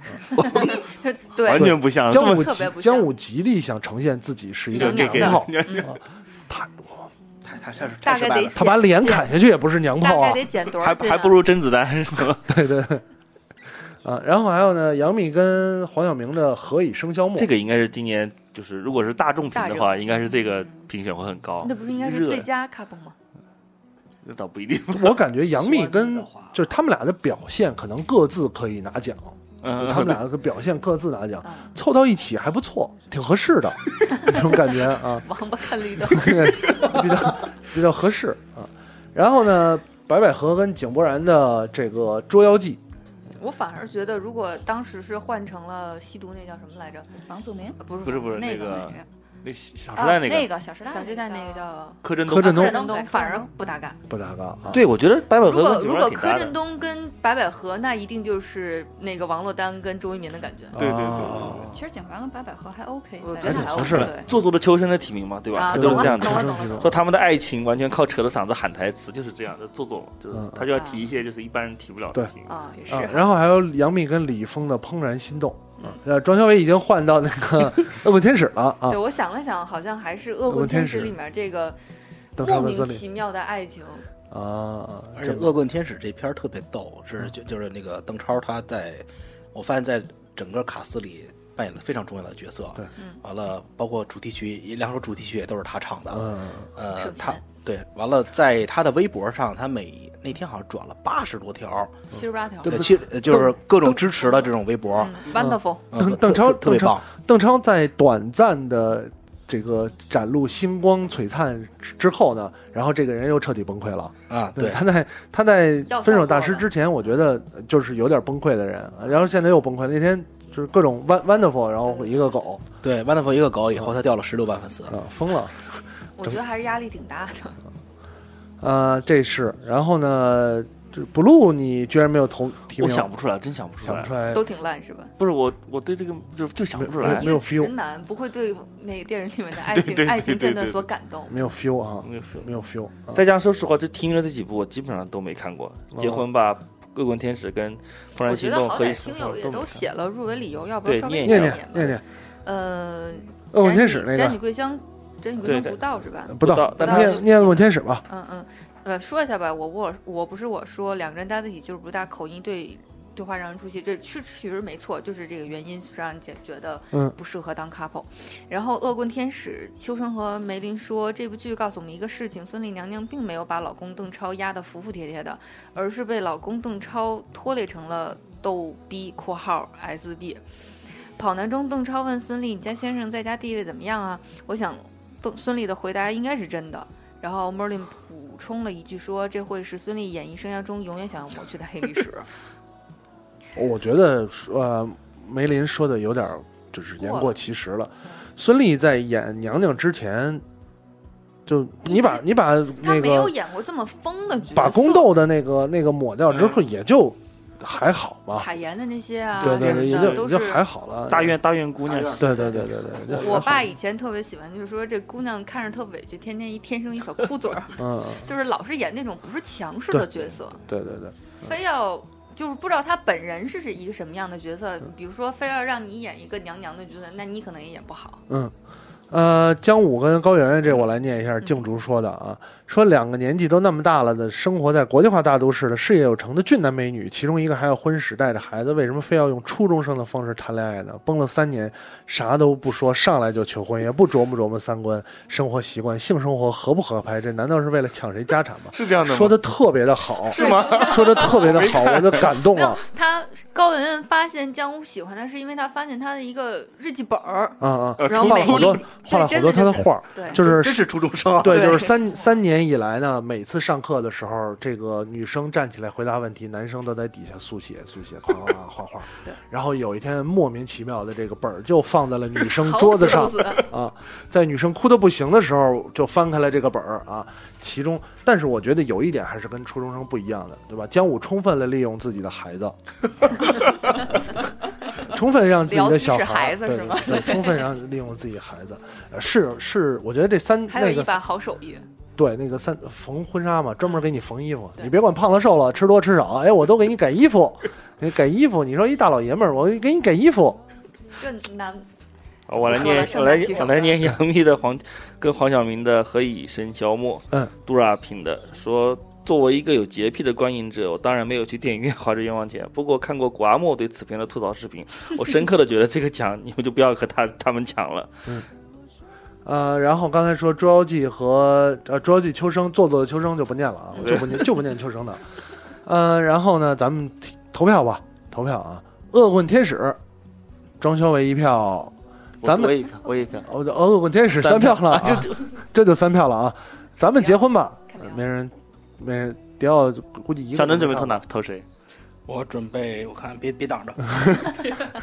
对
(laughs) 完，全不像。啊这
姜
么
武
特别
极
不像
姜武极力想呈现自己是一个
娘
娘
娘
炮，
嗯
(laughs)
太
他
太太
大
太失
概
败
得
了。
他把
剪
脸
剪
砍下去也不是娘
大
炮
概
啊，
得减多少
还
斤啊
还不如甄子丹是吧？ (laughs)
对对对，啊，然后还有呢，杨幂跟黄晓明的《何以笙箫默》
这个应该是今年就是如果是大众评的
大
话，应该是这个评选会很高。
那不是应该是
热
最佳 couple 吗？ (laughs)
那倒不
(laughs)
一定。
我感觉杨幂
酸的
跟
话
就是他们俩的表现可能各自可以拿奖，
嗯，
他们俩的表现各自拿奖
嗯，
凑到一起还不错，挺合适的 (laughs) 那种感觉啊。
王八看
(laughs)
绿豆，
比较 (laughs) 比较合适啊。然后呢，白百合跟井柏然的这个《捉妖记
我反而觉得如果当时是换成了吸毒那叫什么来着？王祖明？不是
不是不是
那
那
个
个
个
那小 (laughs) 时
啊，
代
那
个
个小时代，
小时代那个
叫
叫啊
柯震
柯
东。啊
震东
柯震东，反而不搭嘎。》
不搭嘎啊。
对，我觉得白百
如
合
果
跟
如
九儿
果
挺
柯
搭
震
的。
东跟白百合，那一定就是那个王珞丹跟周渝民的感觉。
对对对
啊
对
对
对
对，
对
其实景华跟白百合还 OK，
我
在
觉得
挺
还
合
OK，
适的
对。
做作的秋生的提名嘛，对吧？
啊，
他
懂
就是
了
这样
懂了
的。
懂了懂了。
说他们的爱情完全靠扯着嗓子喊台词，就是这样的做作嘛，就是
嗯
他就要提一些就是一般人提不了的
对
题目。
啊，嗯也是
啊
哈。，
然后还有杨幂跟李易峰的《怦然心动》啊，呃，庄小伟已经换到那
(laughs)
个《恶棍天使》了啊
对，，我想了想，好像还是《恶
恶棍
棍天
天
使
使》
里面这个
等
莫
上的
名
森林
其妙的爱情。
啊，
而且
这
《恶棍天使》这片儿特别逗，是
嗯
就就是那个邓超他在，我发现在整个卡斯里扮演了非常重要的角色。
对
嗯
完了包括主题曲两首主题曲也都是他唱的。
嗯，
呃
省，钱
他对，完了在他的微博上，他每那天好像转了八十多条，
七十八条，
对
对，
不
其实就是各种支持的这种微博。
嗯，wonderful，
嗯
邓
特
邓超
特特别
邓超
棒，
邓超在短暂的这个展露星光璀璨之之后呢，然后这个人又彻底崩溃了。
啊，
对，
对，
他在他在
要
分手
散
大
伙
师
了
之前，我觉得呃就是有点崩溃的人，然后现在又崩溃了。那天就是各种 won- wonderful，然后
对
一个狗
对，Wonderful 一个狗以
嗯
后，他掉了十六万粉丝
啊、。疯了。
我觉得还是压力挺大的。
呃，这是，然后呢，这 blue 你居然没有投提
我
名，
想不出来，真想不出
想
来
不。出来，
都挺烂是吧？
不是我，我对这个就就想哎不出来
没。有
直
feel
男不会对那个电影里面的爱情
(laughs) 对对对
爱情
对
片
对
段
对
所感动。
没有 feel 啊，
没有 feel
没有 feel 啊。
再加上说实话，就提名的这几部我基本上都没看过，
哦
《结婚吧》《恶棍天使》跟《怦
我
然
觉
心
得
动》
好
和《
歹
一生
听
相
友
守
也
都没
都
看
写了入围理由，要不
对
然稍微
念
念
一
讲
念念
吧。
念，
呃，
恶棍天
斩
使那
女斩女
个
桂香，斩女
对
桂香
对
不到是吧？
不
不
到
到，但
他
念
是
念恶棍天使吧，
嗯嗯，呃，说一下吧，我我我不是我说两个人待在一起就是不大口音对对话让人出戏，这确确实没错，就是这个原因是让人觉觉得
嗯
不适合当 couple。然后《恶棍天使》，秋生和梅林说，这部剧告诉我们一个事情：孙俪娘娘并没有把老公邓超压得服服帖帖的，而是被老公邓超拖累成了逗逼（括号 SB）。跑男中，邓超问孙俪：“你家先生在家地位怎么样啊？”我想，邓孙俪的回答应该是真的。然后 Merlin 补充了一句说：“这会是孙俪演艺生涯中永远想要抹去的黑历
(laughs)
史。
我觉得呃，梅林说的有点儿就是言
过
过
了
其实了
嗯。
孙俪在演娘娘之前，就
一
你把
直
你把”
他
那
没有
个
演过这么疯的角色，嗯
把宫斗的那个那个抹掉之后，也就还好嘛。
海岩的那些啊，
对对
什
对，也
么
就
的
也
都
就是还好了。
大院大院姑娘，
对对对对
我
对，也还好
爸以前特别喜欢，就是说这姑娘看着特委屈，天天一天生一小哭
(laughs)
嘴儿，
嗯，
就是老是演那种不是强势的角色，
对对对，
非要就是不知道她本人是是一
嗯
个什么样的角色。比如说，非要让你演一个娘娘的角色，那你可能也演不好。
嗯。呃，江武跟高圆圆这我来念一下静竹说的啊，说两个年纪都那么大了的，生活在国际化大都市的事业有成的俊男美女，其中一个还要婚史带着孩子，为什么非要用初中生的方式谈恋爱呢？崩了三年，啥都不说，上来就求婚，也不琢磨琢磨三观、生活习惯、性生活合不合拍，这难道是为了抢谁家产吗？
是这样的吗
说的特别的好，
是吗？
(laughs) 说的特别的好，
没看
我就感动了。
他高圆圆发现江武喜欢他，是因为他发现他的一个日记本儿，
啊啊，
然后
画了
每
好多
一，
画了
对
好多
真
他的
的
画儿，
对
就是
真是初中生啊
(laughs) 对，
对
就是三三年以来呢，每次上课的时候，这个女生站起来回答问题，男生都在底下速写速写，夸夸夸画画。
(laughs) 对，
然后有一天莫名其妙的，这个本儿就放在了女生
(laughs)
好
嗯桌子
死好
上 (laughs)
死
啊，在女生哭的不行的时候，就翻开了这个本儿啊。其中，但是我觉得有一点还是跟初中生不一样的，对吧？江武充分的利用自己的孩子， (laughs) 充分让自己的小
聊自己是
孩
孩子
对
是吗
对对，充分让利用自己孩子，呃是是，我觉得这三
还有
那
一
个
把好手艺。
对，那个三缝婚纱嘛，专门给你缝衣服，你别管胖了瘦了，吃多吃少，哎，我都给你改衣
(laughs)
服，你改衣服，你说一大老爷们儿，我给你改衣服，
这男
啊我来
说
念
了，上
我来
下其手
我来
了
念杨幂的黄，跟黄晓明的《何以笙箫默》。
嗯，
杜拉品的说，作为一个有洁癖的观影者，我当然没有去电影院花这冤枉钱。不过看过古阿莫对此片的吐槽视频，我深刻的觉得这个奖你们就不要和他他们抢了。
嗯，呃，然后刚才说《捉妖记》和呃《捉妖记》秋生，做作的秋生就不念了啊，我就不念 (laughs) 就不念秋生的。呃，然后呢，咱们提投票吧，投票啊！恶棍天使，庄修为一票，咱
我
们
也一票，我也
(laughs)
一票。
我就恶棍天使
三
三
票
票 (laughs) 了、
啊就就
这就三票了啊！咱们结婚吧，没人没人，迪奥估计一个
小
都
能
没
准备投
看
哪投谁？
我准备，我看别别挡
(laughs)
着，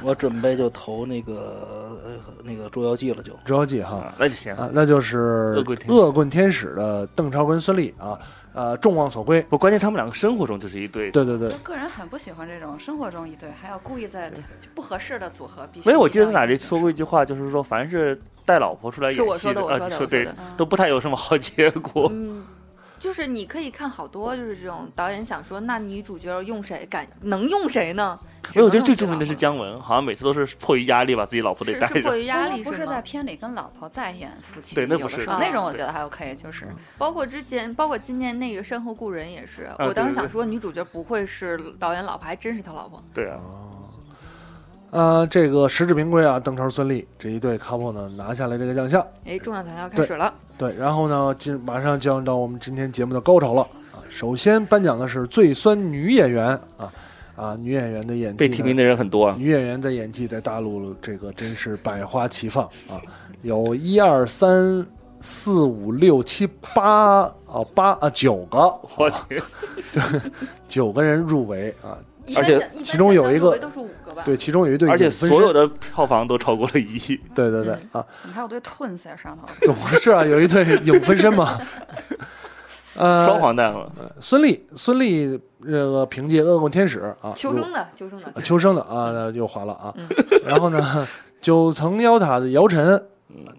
我准备就投那个呃那个《捉妖记》了就，
《捉妖记》哈，
那就行
啊，那就是
恶棍天使
恶棍天使的邓超跟孙俪啊，呃，众望所归。
不，关键他们两个生活中就是一对。
对对对
我，个人很不喜欢这种生活中一对，还要故意在就不合适的组合必须。
没有，我记得在哪里说过一句话，就是说，凡是带老婆出来演
是我
戏
说的我
啊，
说
你
的
说
我
对
说的，
都不太有什么好结果。
嗯就是你可以看好多，就是这种导演想说，那女主角用谁敢能用谁呢？
没有，哎我觉得最著名的是姜文，好像每次都是迫于压力把自己老婆得
是
带
是
着
迫。于压力，
哦是
不
吗
在片里跟老婆再演夫妻，
对那
有
不
的
是
时候
的
那种我
对
觉得还 OK，就是
包括之前，包括今年那个《山河故人》也
啊
是，
对
我当时
对
想
对
说女主角不会是导演老婆，还真是他老婆。
对啊，
哦呃，这个实至名归啊，邓超、孙俪这一对 couple 呢拿下了这个奖项。
哎，重要谈要开
对
始了，
对，然后呢，今马上就要到我们今天节目的高潮了啊！首先颁奖的是最酸女演员啊啊，女演员的演技呢
被提名的人很多啊
女演员的演技在大陆这个真是百花齐放啊，有一二三四五六七八啊八啊九个，
(laughs) 我
天，九个人入围啊，
一般
而
的
且
一般
其中有一
入
个
围都是五个吧
对，其中有一对，
而且所有的票房都超过了一亿。
对对对
嗯
啊，
怎么还有对 twins 在上头？
总是啊，有一对影分身嘛。 (laughs) 呃，
双黄蛋嘛
呃孙俪，孙俪这个凭借《恶棍天使》啊，
求生嗯的，求生
入，
的，
秋生的啊，那又滑了啊。然后呢，九层妖塔的姚晨，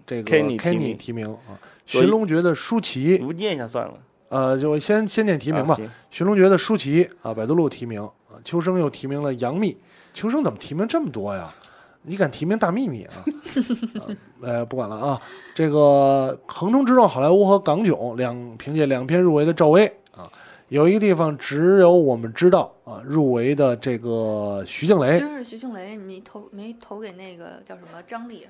这个
嗯 Kenny 提
Kenny
名
提名啊，
所以
寻龙诀的舒淇，
不念一下算了。
呃，就先先念提名
啊
吧
行。
寻龙诀的舒淇啊，百度路提名啊，秋生又提名了杨幂。秋生怎么提名这么多呀？你敢提名大幂幂啊？呃，不管了啊。这个《横冲直撞好莱坞》和《港囧》两凭借两篇入围的赵薇啊，有一个地方只有我们知道啊，入围的这个徐静
哎
蕾，
真是徐静蕾没投没投给那个叫什么张丽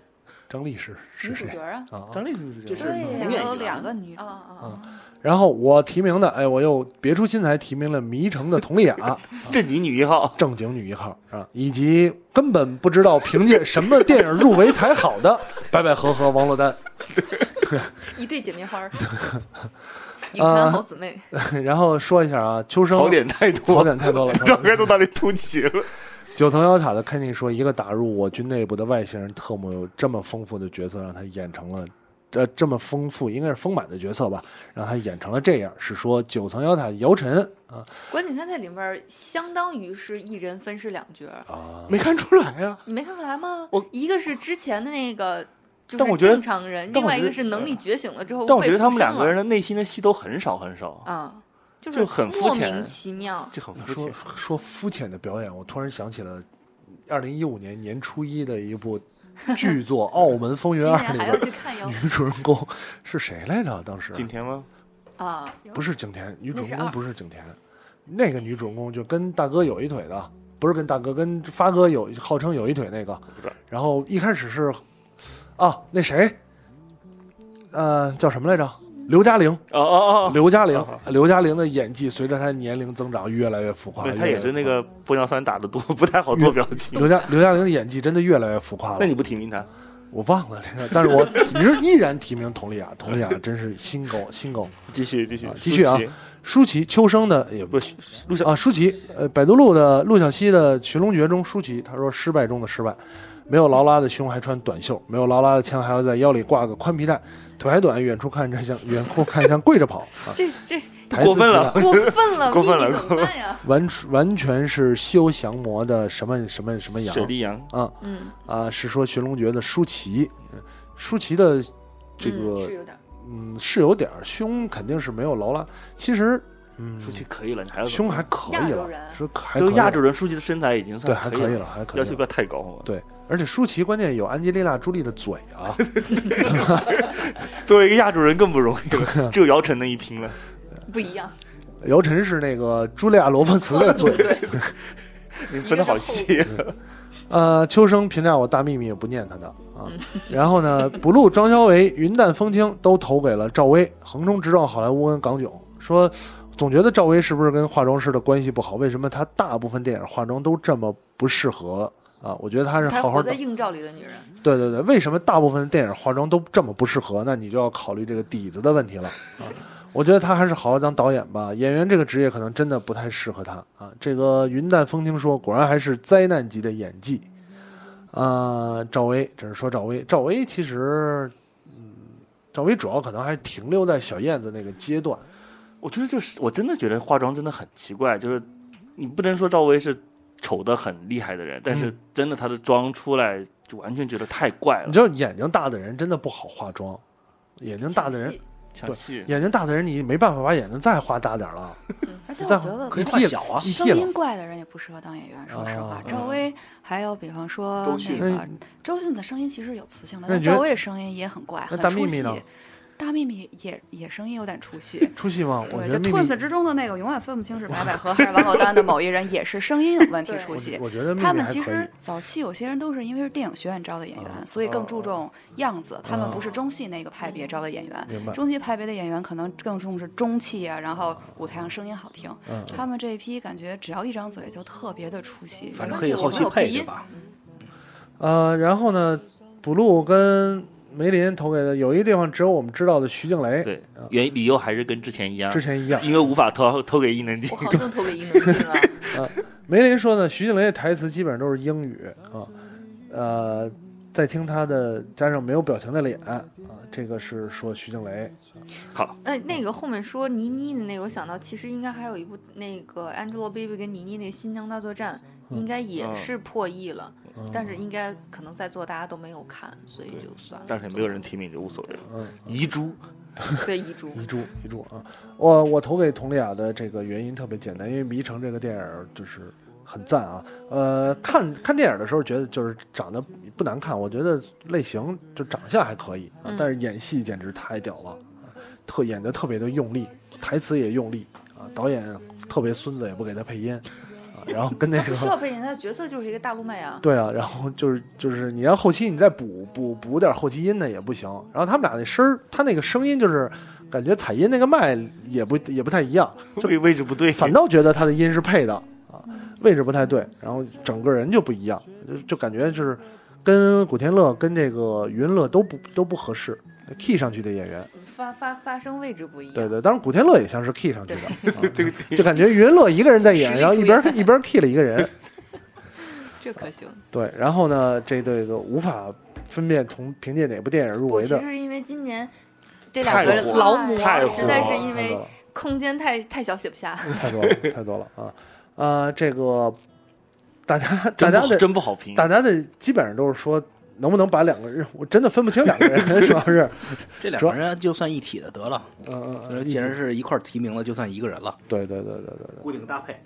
张丽是
女
是
主
谁
角啊？
啊？
张丽是女主
角对呀
然后有两个女
啊啊
然后我提名的，哎，我又别出心裁提名了《迷城》的佟丽娅，
正经女一号，
正经女一号啊，以及根本不知道凭借什么电影入围才好的白百合和王珞丹。 (laughs)
嗯一对姐妹花
(laughs)
儿，影坛好
啊
姊妹。，
然后说一下啊，秋生
槽点太多，
槽点太多了，
不知道该从哪里突起了。
九层妖塔的 Kenny 说，一个打入我军内部的外星人特务有这么丰富的角色，让他演成了。这这么丰富，应该是丰满的角色吧，让他演成了这样，是说九层妖塔姚晨啊，
关键他在里面儿相当于是一人分饰两角儿，
啊
没看出来啊呀、
你没看出来吗？一个是之前的那个就
但我
是
觉得
正常人，
但
另
我
外一
觉
个
得
是能力觉醒了之后
但我
被
觉得他们
附身
两个人
了
的内心的戏都很少很少，
啊，就
就是很肤
莫
浅 (laughs)
名其妙。
这很肤
说
浅。
说肤浅的表演，我突然想起了二零一五年年初一的一部剧
(laughs)
作《澳门风云
今
二》
年
里
还要
边
去看哟
女主人公是谁来着？当时
景甜吗？
啊，
不是景甜，女主人
那是
公
二
不是景甜，那个女主人公就跟大哥有一腿的，不是跟大哥，跟发哥有号称有一腿那个。
不知道
然后一开始是啊，那谁，呃，叫什么来着？刘嘉玲，
哦哦哦
刘嘉玲
好好，
刘嘉玲的演技随着她年龄增长越来越浮
哦，
夸。
对，他
越来越
也是那
浮夸
个玻尿酸打的多， (laughs) 不太好做表
(laughs)
情。
刘嘉刘嘉玲的演技真的越来越浮夸了
那。你不提名他？
我忘了 (laughs) 这个，但是我你是依然提名佟丽娅，佟丽娅真是心 (laughs) 高心高。
继续继续
啊继续啊
舒淇
舒淇、秋生的也不
不是陆小
啊，舒淇，呃，百度路的陆小西的《寻龙诀》中，舒淇她说失败中的失败，没有劳拉的胸还穿短袖，没有劳拉的枪还要在腰里挂个宽皮带，腿还短，远处看着像远处看像跪着
(laughs)
跑啊，
这这
台词
过分
极
了
大
过分了，
过分了
秘密怎么办呀？
(laughs)
完完全是修降魔的什么什么什么羊
沈丽阳，
啊
嗯，
啊，是说《寻龙诀》的舒淇，嗯舒淇的这
嗯
个
是有点儿
嗯是有点儿胸，肯定是没有劳拉，其实嗯
舒淇可以了，你还要怎么
胸还可
亚
以
洲
了
人，
是可还
就
可以
是亚
了
洲人，舒淇的身材已经
对
算
还
以
可以了，还可以
要求
了
不。要太高啊了。
对，而且舒淇关键有安吉丽娜·朱莉的嘴 (laughs) 啊，
作为一个亚洲人更不容易
啊
了，只有姚晨那一拼了。
不一样，
姚晨是那个茱莉亚·罗伯茨的嘴。
你分的好细，
呃，秋生评价我大幂幂也不念他的啊。
嗯
(laughs) 然后呢，不露张小维、云淡风轻都投给了赵薇，横冲直撞好莱坞跟港囧，说总觉得赵薇是不是跟化妆师的关系不好？为什么她大部分电影化妆都这么不适合啊？我觉得她是
她
好好
活在
的。
映照里的女人，
对对对，为什么大部分电影化妆都这么不适合？那你就要考虑这个底子的问题了啊。我觉得他还是好好当导演吧，演员这个职业可能真的不太适合他啊。这个云淡风轻说，果然还是灾难级的演技。啊，赵薇只是说赵薇，赵薇其实，嗯，赵薇主要可能还是停留在小燕子那个阶段。
(laughs) 我觉得就是，我真的觉得化妆真的很奇怪，就是你不能说赵薇是丑的很厉害的人，但是真的她的妆出来就完全觉得太怪
嗯你
了，
知道，眼睛大的人真的不好化妆，眼睛大的人
抢，戏，
抢戏。
眼睛大的人你没办法把眼睛再画大点儿了，
而且我
再
觉得
可以
一
画
剃了
小啊
一
哦声
剃了
音怪的人也不适合当演员，说实话
啊。
赵薇还有，比方说
周迅
那个周迅的声音其实有磁性的，
嗯那
但
你觉得
赵薇的声音也很怪，
那
很
大
出
幂幂
戏
呢。。
大幂幂也也声音有点出戏
(laughs) 出戏吗？我
对，
觉
就
得幂
吞
幂
死之中的那个，永远分不清是白百合还是王珞丹的某一人，也是声音有问题出
我
戏
觉。我觉得幂
他
幂
们
还
其
可以哦
实。早期有些人都是因为是电影学院招的演员，所以更注重样子。他们不是中戏那个派别招的演员
明白，
中戏派别的演员可能更重视中气啊，然后舞台上声音好听。
嗯
他们这一批感觉只要一张嘴就特别的出戏，
反正
有
可以
的
后期
有
配
鼻
对
音
吧？
呃，然后呢，补录跟梅林投给的有一个地方只有我们知道的徐静蕾，
对，啊原理由还是跟之前一样
之，前一样。
因为无法偷偷给伊能静
我。好像投给伊能静
啊
(laughs)
了。
梅林说呢，徐静蕾的台词基本上都是英语啊，呃，再听她的加上没有表情的脸啊，这个是说徐静蕾。
好，
哎，那个后面说倪妮的那个，我想到其实应该还有一部那个 Angelababy 跟倪妮那个《新疆大作战》，应该也
嗯
是破亿了，
嗯
但是应该可能在座大家都没有看，所以就算了。
但是也没有人提名就无所谓了。
嗯，
遗珠
对遗
(laughs)
珠，
一注一注啊，我我投给佟丽娅的这个原因特别简单，因为《迷城》这个电影儿就是很赞啊。呃，看看电影的时候觉得就是长得不难看，我觉得类型就长相还可以，啊
嗯
但是演戏简直太屌了，啊特演的特别的用力，台词也用力啊，导演特别孙子也不给他配音啊，然后跟那
不需要
个。
配音，他角色就是一个大陆妹啊。
对啊，然后就是就是你要后期你再补补补点后期音的也不行，然后他们俩那声儿，他那个声音就是感觉采音那个麦也不也不太一样，
位位置不对，
反倒觉得他的音是配的啊，位置不太对，然后整个人就不一样，就就感觉就是跟古天乐跟这个余文乐都不都不合适，key 上去的演员，
发发发声位置不一样。
对对，当然古天乐也像是 key 上去的，啊
这个
就感觉余文乐一个人在
实
演，
力
然后一
不
边
一样
一边 key 了一个人，
这可行。
对，然后呢，这对个无法分辨从凭借哪部电影入
不，
围
其
的
实。是因为今年这
太
两个
火了
劳模
太火
实在是
了
因
太多
为
了
空间太太小写不下。(laughs)
太多了，太多了啊！啊，这个大家大
真
家
不
的
真不好评。
大家的基本上都是说能不能把两个人，我真的分不清两个
(laughs)
人，主要是，
这两
主要
个人就算一体的得了，呃
嗯
呃
嗯，
既然是一块儿提名了，就算一个人了，
对对对对对对，
固定搭配。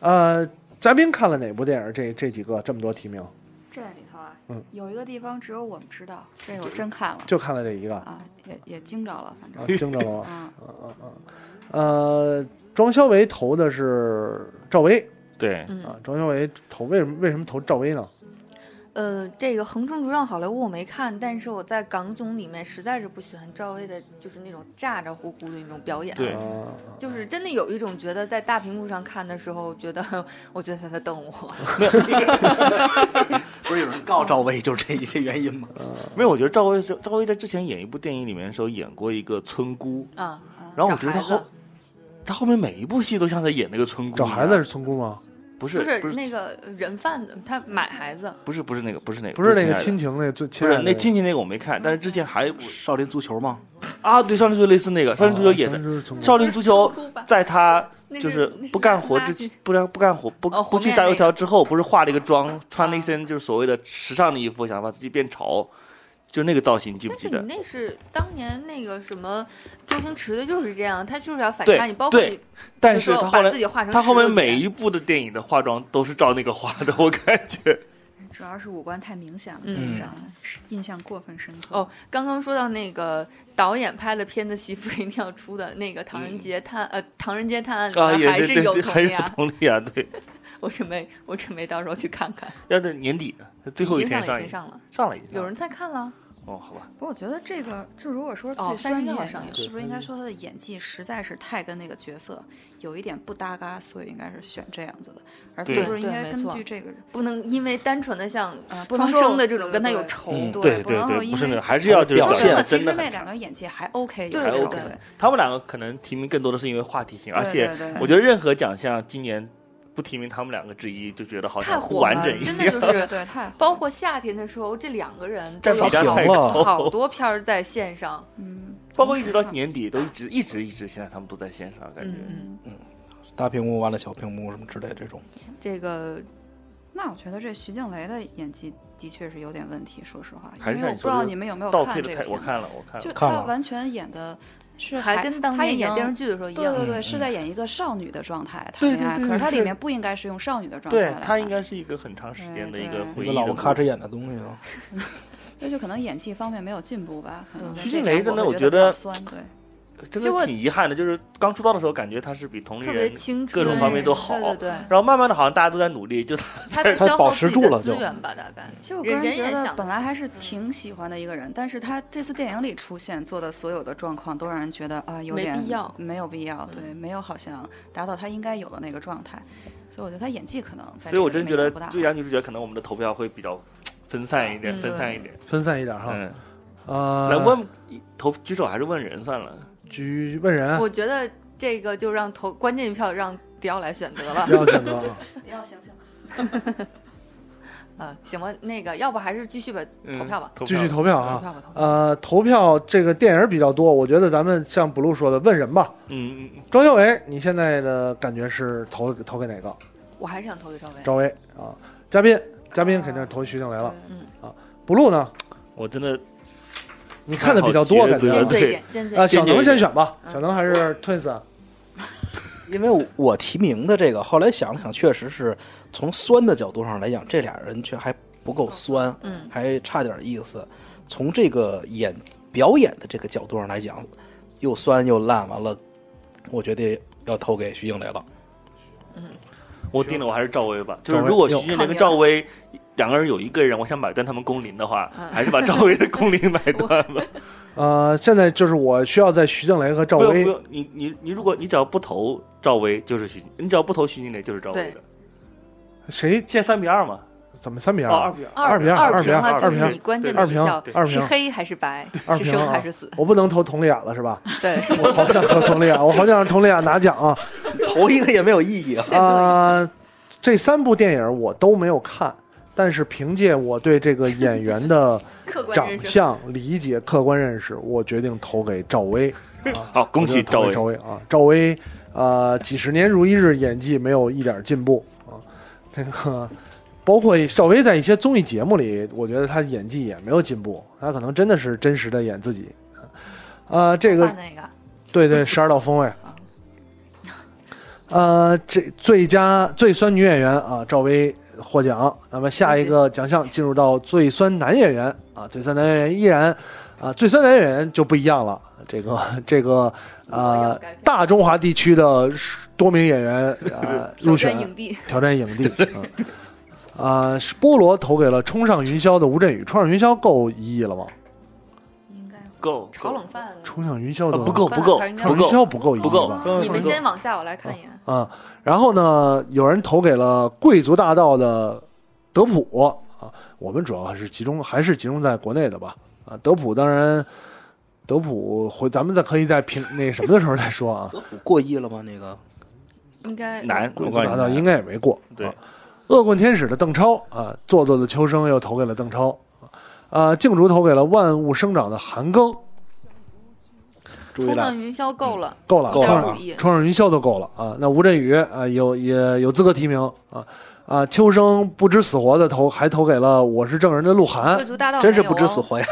呃，嘉宾看了哪部电影？这这几个这么多提名，
(laughs) 这里头啊，
嗯
有一个地方只有我们知道，这个我真看了
就看了这哎一个，啊，
(laughs)
啊，也也惊着了，反正
惊着了吗？
啊，
呃，庄小维投的是赵薇
对，
啊
嗯，，
庄小维投为什么为什么投赵薇呢？
呃，这个《横冲直撞好莱坞》我没看，但是我在港囧里面实在是不喜欢赵薇的，就是那种咋咋呼呼的那种表演，
对
啊，
就是真的有一种觉得在大屏幕上看的时候，觉得 (laughs) 我觉得他在瞪我，
不是有人告赵薇就是这这原因吗？
没有，我觉得赵薇是赵薇在之前演一部电影里面的时候演过一个村姑，
啊，
然后
找
我觉得
孩
她后
子
她后面每一部戏都像在演那个村姑一
啊找
样。
孩子是村姑吗？
不
不是
是
不是
那个人贩子，他买孩子，
不是不是那个不是那个
不是那
亲爱
个
的
亲情那最
不
亲爱
是
的
那亲情那个我没看，但是之
嗯
前还
少林足球吗？
啊对少林足球类似那个少林足球也
啊
是
是村姑
少林足球
哭吧
在他
那
就是不干活之前，不干不干活不
哦
不
和
去
面
炸油
那
条之后，不是化了一个妆，穿了一
啊
身就是所谓的时尚的衣服，想把自己变潮，就那个造型记不
但
记
是你
得？
那是当年那个什么周星驰的就是这样，他就是要反
对
差你，包括
对
你
但
就是说
他后
把
来
自己画成
他后面
石头
每
剪
一部的电影的化妆都是照那个画的，我感觉。
主要是五官太明显了，
嗯
这样是印象过分深刻。
哦，刚刚说到那个导演拍的片子，媳妇儿一定要出的那个《唐人街探》呃，《唐人街探案》
啊，
里
也
面还
对
是
对
有啊
对，还
佟
是
丽
有
娅，
佟丽娅，对，
(laughs) 我准备我准备到时候去看看。
要在年底最后一
已经
天
上了，已经，
映
上了，
上了已经
有人在看了。
哦，好吧，
不过我觉得这个，就如果说
哦
最酸
31
的
号
演
上映
员，是不是应该说他的演技实在是太跟那个角色有一点不搭嘎，所以应该是选这样子的，而
对
并不是应
对
该
没
根
错
据这个
不能因为单纯的像
呃不
双
能说
生的这种
对
跟他有
对
仇，
嗯
对
不
对
能够
对，
因
不是那
为
个，还是要就是
表
表
说真
现
的，呃其
真
实
的
那
很
两个人演技还 OK，有
对
时
还
候
OK
对
他们两个可能提名更多的是因为话题性，而且
对对对
我觉得任何奖项今年不提名他们两个之一，就觉得好
太
像不
火
完
了
整
呃
一
真的
样。
就是
(laughs)
对对太好
包括夏天的时候，这两个人都
占
有
比占
好
太
评
高，
了
好多片儿在线上。
嗯，
包括一直到年底都一直一直一直，现在他们都在线上， (laughs) 感觉
嗯嗯，
大屏幕完了小屏幕什么之类这种，
这个
那我觉得这徐静蕾的演技的确是有点问题，说实话，
还是
因
像你
为我不知
说
道
的
你们有没有
倒
看
退
这
的
个
太，我
片
看了，我看
子，就
了，
看
她
了
完全演的是
还跟当
她
年
已
演
经
电视剧的时候一
对
样。
对对，
嗯
是在演一个少女的状态谈
对
恋爱，
对对
可是它里
是
面不应该是用少女的状态
对
来
他
看
应该是一个很长时间的一个
对对
一
回忆
个
的
老
故
不
事
咔哧眼的东西啊。
那就可能演技方面没有进步吧。可能
嗯
在
徐
这
静蕾
场
真的
我
我
会
觉
觉
得
比较酸，对，
真
结
的
果
挺遗憾的，就是刚出道的时候感觉他是比同龄
特别
人，
青
各
春，
种方面都好
对对对，
然后慢慢的好像大家都在努力，就
他在
他
消
保
耗
持
自己
住了
的资
就
源吧，大概。
其实我个人
人
觉
也
得
想嗯
本来还是挺喜欢的一个人，但是他这次电影里出现做的所有的状况，都让人觉得啊，有
没
点
必要嗯
没有必要，对，没有好像达到他应该有的那个状态。所以我觉得他演技可能在
所以我
这
真
个
觉
里
得
面不大好
最佳女主角可能我们的投票会比较分散一
嗯
点，分散一点。
分散一点哈。
嗯，
呃，
来问投举手还是问人算了。
举问
嗯
人
我觉得这个就让投关键一票让迪奥来选择了
不要选择啊。
不要想想，
啊，行吧，那个要不还是继续吧，
嗯
投票吧，
继续投票
投
啊。
票吧，投票。
呃，投票这个电影比较多，我觉得咱们像 blue 说的，问人吧。
嗯，嗯
庄小伟，你现在的感觉是投投给哪个？
我还是想投给赵薇，
赵薇啊，嘉宾，嘉宾肯定是投徐静蕾了。
嗯，
blue 呢？
我真的
你看的比较多，
看好
感
抉择
觉
尖
对
嘴一点，尖嘴一
啊。
点。
小能先选吧，
嗯
小能还是 twins 啊？
因为我提名的这个，后来想了想，确实是从酸的角度上来讲，这俩人却还不够酸，
嗯，
还差点意思。从这个演表演的这个角度上来讲，又酸又烂，完了，我决定要投给徐静蕾 (laughs) 了。
我定了，我还是赵薇吧。就是
赵薇
如果
哟
徐静蕾跟赵薇两个人有一个人，我想买断他们工龄的话，
嗯
还是把赵薇的工龄买断吧。
呃，现在就是我需要在徐静蕾和赵
不用
薇
不用，你你你，如果你只要不投赵薇，就是徐，你只要不投徐静蕾，就是赵薇的。
谁
现在三比二嘛，
怎么三比
哦，二
二？
比二。
二
二平
平二平
啊，就
二
是
平
你关键的
二
一
平
票，
二
是
平
黑还是白，
二
是
平
生
啊
还是死？
我不能投佟丽娅了是吧？ (laughs)
对，
我好想投佟丽娅，我好想让佟丽娅拿奖啊！
投一个也没有意义啊。
啊、这三部电影我都没有看，但是凭借我对这个演
(laughs)
员的
(laughs) 客观
长
认识。
相理解、客观认识，我决定投给赵薇。
好，恭喜
我决定投
赵
给
薇
赵。薇啊！赵薇，呃，几十年如一日，演技没有一点进步啊。这个包括赵薇在一些综艺节目里，我觉得她演技也没有进步，她可能真的是真实的演自己。啊、这个
办那个
对对，十二道锋味。呃，这最佳最酸女演员啊，赵薇获奖。那么下一个奖项进入到最酸男演员啊，最酸男演员依然啊，最酸男演员就不一样了。这个 (laughs) 这个呃，大中华地区的多名演员呃入选
影
(laughs)
帝，
挑战影帝。啊啊，是菠萝投给了《冲上云霄》的吴镇宇，《冲上云霄》够一亿了吗？
够
炒冷饭了
冲上云霄的
啊不够不够
反正应该
冲
不
上云
够
霄不够一亿
不够嗯
吧？
你们先往下，我来看一眼。
啊，然后呢，有人投给了《贵族大盗》的德普啊，我们主要还是集中还是集中在国内的吧啊，德普当然，德普回咱们再可以在评那什么的时候再
(laughs)
说啊，
过亿了吗？那 (laughs) 个
应该
难，
贵
我
族
告
大
诉
盗
你
应
难，
该也没过。
对
啊，恶棍天使的邓超啊，做作的秋生又投给了邓超。啊，竞逐投给了万物生长的韩庚，
注意
冲
了
上，云霄够了，
够了，
一
够
点
了
五亿。
冲上云霄都够了啊。那吴镇宇啊，有也有资格提名啊啊。秋生不知死活的投，还投给了我是证人的鹿
贵
晗，
族大道
真是
没有
不知死 (laughs)
哦，
活呀！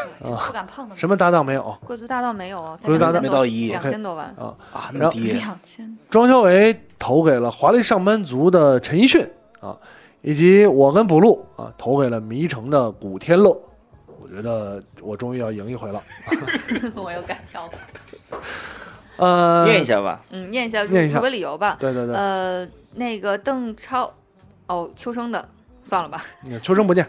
不敢碰的。
什么搭档没有
贵族大道没有哦，才
贵族大道
2000多
没到一亿
两千多万。
啊？
啊，那么低，
两千
庄小伟投给了《华丽上班族》的陈奕迅啊，以及我跟补录啊投给了《迷城》的古天乐。我觉得我终于要赢一回了。
我又改票了。
呃，
念一，下吧。
嗯，念一下
念一下嗯
主个理由吧。
对对对，
呃，那个邓超，哦，秋生的，算了吧。
你秋生不念，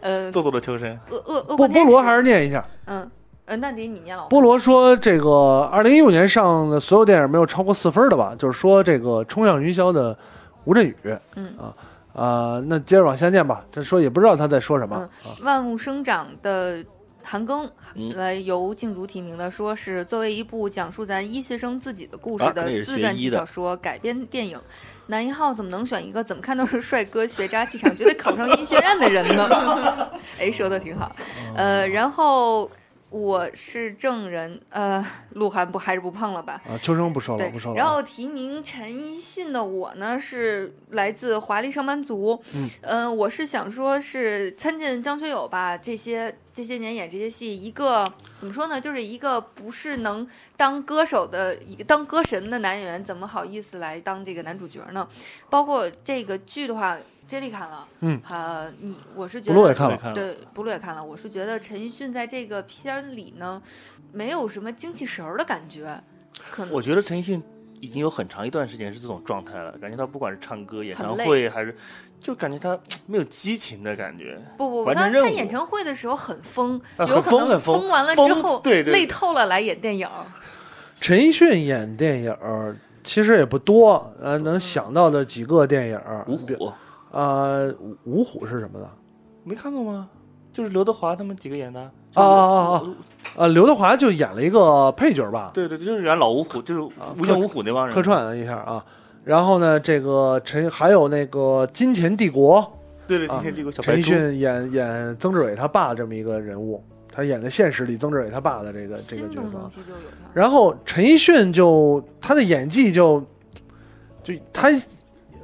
呃，
做作的秋生，
恶恶恶
菠
棍
菠
天
萝
使，
还是念一下。
嗯呃，那得你念了。
菠萝说，这个二零一五年上的所有电影没有超过四分的吧？就是说，这个冲向云霄的吴镇宇，
嗯
啊啊、那接着往下念吧。这说也不知道他在说什么、啊。
万物生长的韩庚
嗯
来由竞逐提名的，说是作为一部讲述咱医学生自己的故事
啊那
的
也是
自
学
传
医
体
的
小说改编电影。男一号怎么能选一个怎么看都是帅哥、学渣、气场，觉得考上医学院的人呢？
(laughs)
哎，说的挺好。
哦
呃，然后我是证人，呃，鹿晗不还是不碰了吧？
啊，秋生不说了，
对
不说，了。
然后提名陈奕迅的我呢，是来自《华丽上班族》。
嗯
呃我是想说，是参见张学友吧，这些这些年演这些戏，一个怎么说呢，就是一个不是能当歌手的一个当歌神的男演员，怎么好意思来当这个男主角呢？包括这个剧的话，真力看了，
嗯
呃，你我是觉
不录也
得
看了，
看了，
对，不录也看了。我是觉得陈奕迅在这个片儿里呢，没有什么精气神儿的感觉，可能
我觉得陈奕迅已经有很长一段时间是这种状态了，感觉他不管是唱歌、演唱
很累
会还是，就感觉他嘖没有激情的感觉。
不不不，
完成
他
任务
他演唱会的时候很疯，
啊
有可
很疯
能
很疯
完了
疯
之后
对对
累透了来演电影。
陈奕迅演电影儿其实也不多，呃，
嗯
能想到的几个电影儿，
五
比，
虎
呃，五五虎是什么呢？
没看过吗？就是刘德华他们几个演的。
啊啊啊
啊！
呃，刘德华就演了一个配角吧，
对对对，就是原来老五虎，就是
啊
无形五虎那帮人
客。串了一下啊。然后呢，这个陈还有那个《金钱帝国》，
对对，
啊
今天这个小
陈
白
奕
猪，
迅演演曾志伟他爸这么一个人物，他演的现实里曾志伟他爸的这个
呃
这个
新
角
的
啊
色
东。西就有他。
然后陈奕迅就他的演技就就他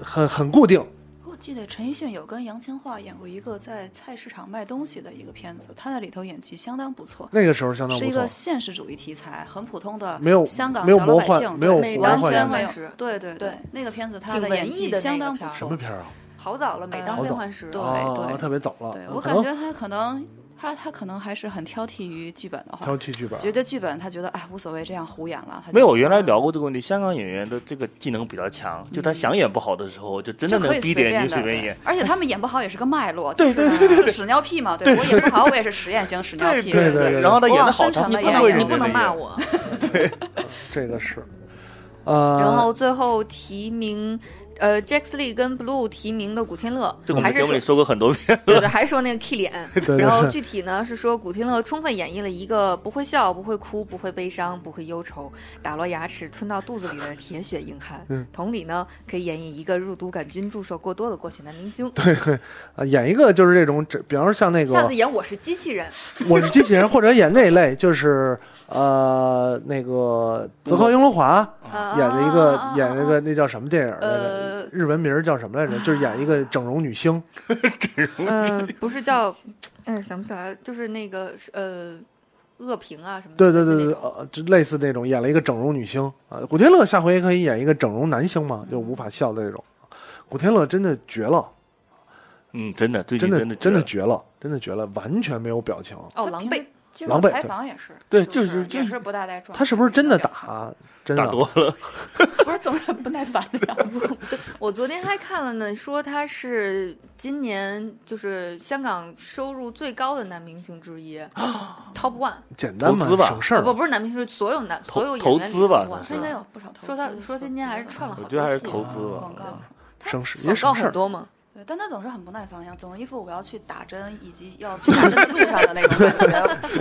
很很固定，
我记得陈奕迅有跟杨千嬅演过一个在菜市场卖东西的一个片子，他在里头演技相当不错，
那个时候相当
是
不
一
错
个。现实主义题材，很普通的，
没有
香港
没有
小老
魔
百
幻
姓，
没有
对
魔
完
幻
全
元
没有
素
对对
对
那个片子他
挺
的
文
演
艺
技
的那
相
个
当不
片儿
什
错
么，片儿啊？
呃好早了，每当
好
变
早
幻时，
对
啊，
对
特别早了。
对我
可
感
能
觉他可能他他可能还是很挑剔于剧本的话
挑，剔剧本儿，
觉得剧本他觉得哎无所谓，这样胡演了，他就
没有，我原来聊过这个问题。香港演员的这个技能比较强，就他想演不好的时候，就真的
就可
能
以
逼
随
点
便
就随便
的
演。，
而且
(laughs)
他们演不好也是个脉络，
对
就是
对对对对
屎尿屁嘛，对我演不好，我也是实验型屎尿屁，
对对
对，然后他
我
演
往
的好，
深
他
沉
你
的
不
演
会
员
能
认
你
真
不能
地
骂
演。
我。
这个是，
嗯
呃，
然后最后提名，呃，Jax Lee 跟 Blue 提名的古天乐
这个我，
还
们节
是
目
说
里说过很多遍。 (laughs)
对对，还是说那个 K 脸。(laughs)
对
然后
对
具体呢是说古天乐充分演绎了一个不会笑、不会哭、不会悲伤、不会忧愁，打落牙齿吞到肚子里的铁血硬汉。
嗯
同理呢，可以演绎一个入毒杆菌注射过多的过去男明星。
啊，演一个就是这种，这比方说像那
下
个
次演我是机器人，
我是机器人，或者演那类，就是呃那个泽克英龙华
啊
演的一个
啊啊
演那个那叫什么电影儿来着？
呃
日文名儿叫什么来着？就是演一个整容女星，
嗯
(laughs)
呃，不是叫，哎，想不起来，就是那个呃，恶评啊什么的。
对对对
类似那
对，对
种，
呃，就类似那种演了一个整容女星啊，古天乐下回也可以演一个整容男星嘛，就无法笑的那种。古天乐真的绝了，
嗯，真的，最近
真的
的
真
的
的绝了，真的绝了，完全没有表情。
哦，狼狈。
接
狼
受
狈
采
对
访也是，
对就
就
是就
也是不大带状。
他是不是真的
表
打？真的
打多了，
情？不是总是不耐烦的样子。
我昨天还看了呢，说他是今年就是香港收入最高的男明星之
(gasps)
一，Top One。
简单嘛，
投资吧
省事儿
不
嘛。
不是男明星，是所有男
投
所有演员里
投资吧
Top One
(laughs) 他应该有不少投资。
说他说今年还是串了好
我
多戏，
觉得还是 (laughs) 投资啊嗯吧
广。告，他
省事也
广告
省事
很
儿，啊
多嘛。
对，但他总是很不耐烦一样，总是一副我要去打针以及要去打针的路上的那种感
(laughs)
觉，不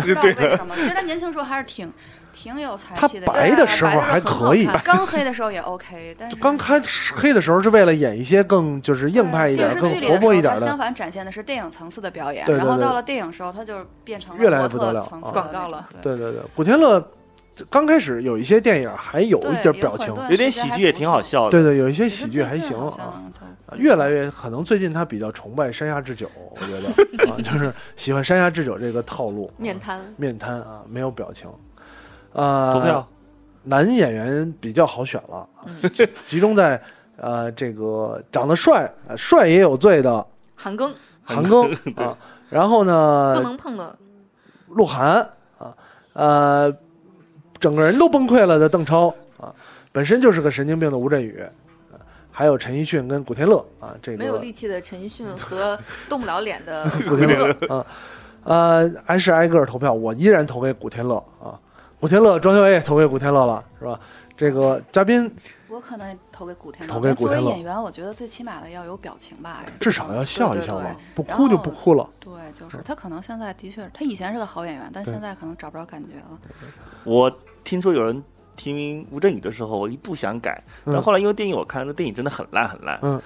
知道
啊
为什么。其实他年轻时候还是挺挺有才
他
气的，
白
就是
的时候还可以，
刚黑的时候也 OK，但是
就刚开始黑的时候是为了演一些更就是硬派一点儿、
对电
更
视剧里
活
的时
泼
候
一点儿
他相
的。
反展现的是电影层次的表演，
对对
然后
对
到了电影时候，他就变成
越来越
模
不得
特
了
层次
啊
的
广告了
那种，
对对对，古天乐刚开始有一些电影还有
对
一点表情，
有点喜剧也挺好，笑的，
对对，有一些
有
喜
很
剧
多
还
时
行
间还不错其实最近好
啊。
像就
越来越可能最近他比较崇拜山下智久，我觉得
(laughs)
啊，就是喜欢山下智久这个套路，啊
面瘫，
面瘫啊，没有表情。呃，
投票
男演员比较好选了，啊
嗯
(laughs) 集集中在呃这个长得帅、呃帅也有罪
(laughs)
的
韩庚
韩庚啊，然后
不
呢，
能碰的
鹿晗啊，呃，整个人都崩溃了的邓超啊，本身就是个神经病的吴镇宇。啊还有陈奕迅跟古天乐啊，这个
没有力气的陈奕迅和动不了脸的
古天乐啊，呃，还是挨个儿投票，我依然投给古天乐啊。古天乐，庄小伟也投给古天乐了，是吧？这个嘉宾
我可能投给古天乐，
投给古天乐
作为演员，我觉得最起码的要有表情吧，
至少要笑一笑吧，不
然
哭就
后
不哭了。
对。对对，就是他可能现在的确是，他以前是个好演员，但
对
现在可能找不着感觉了。
我听说有人提名吴镇宇的时候，我一度想改，但
嗯
后来因为电影我看那电影真的很烂很烂，
嗯，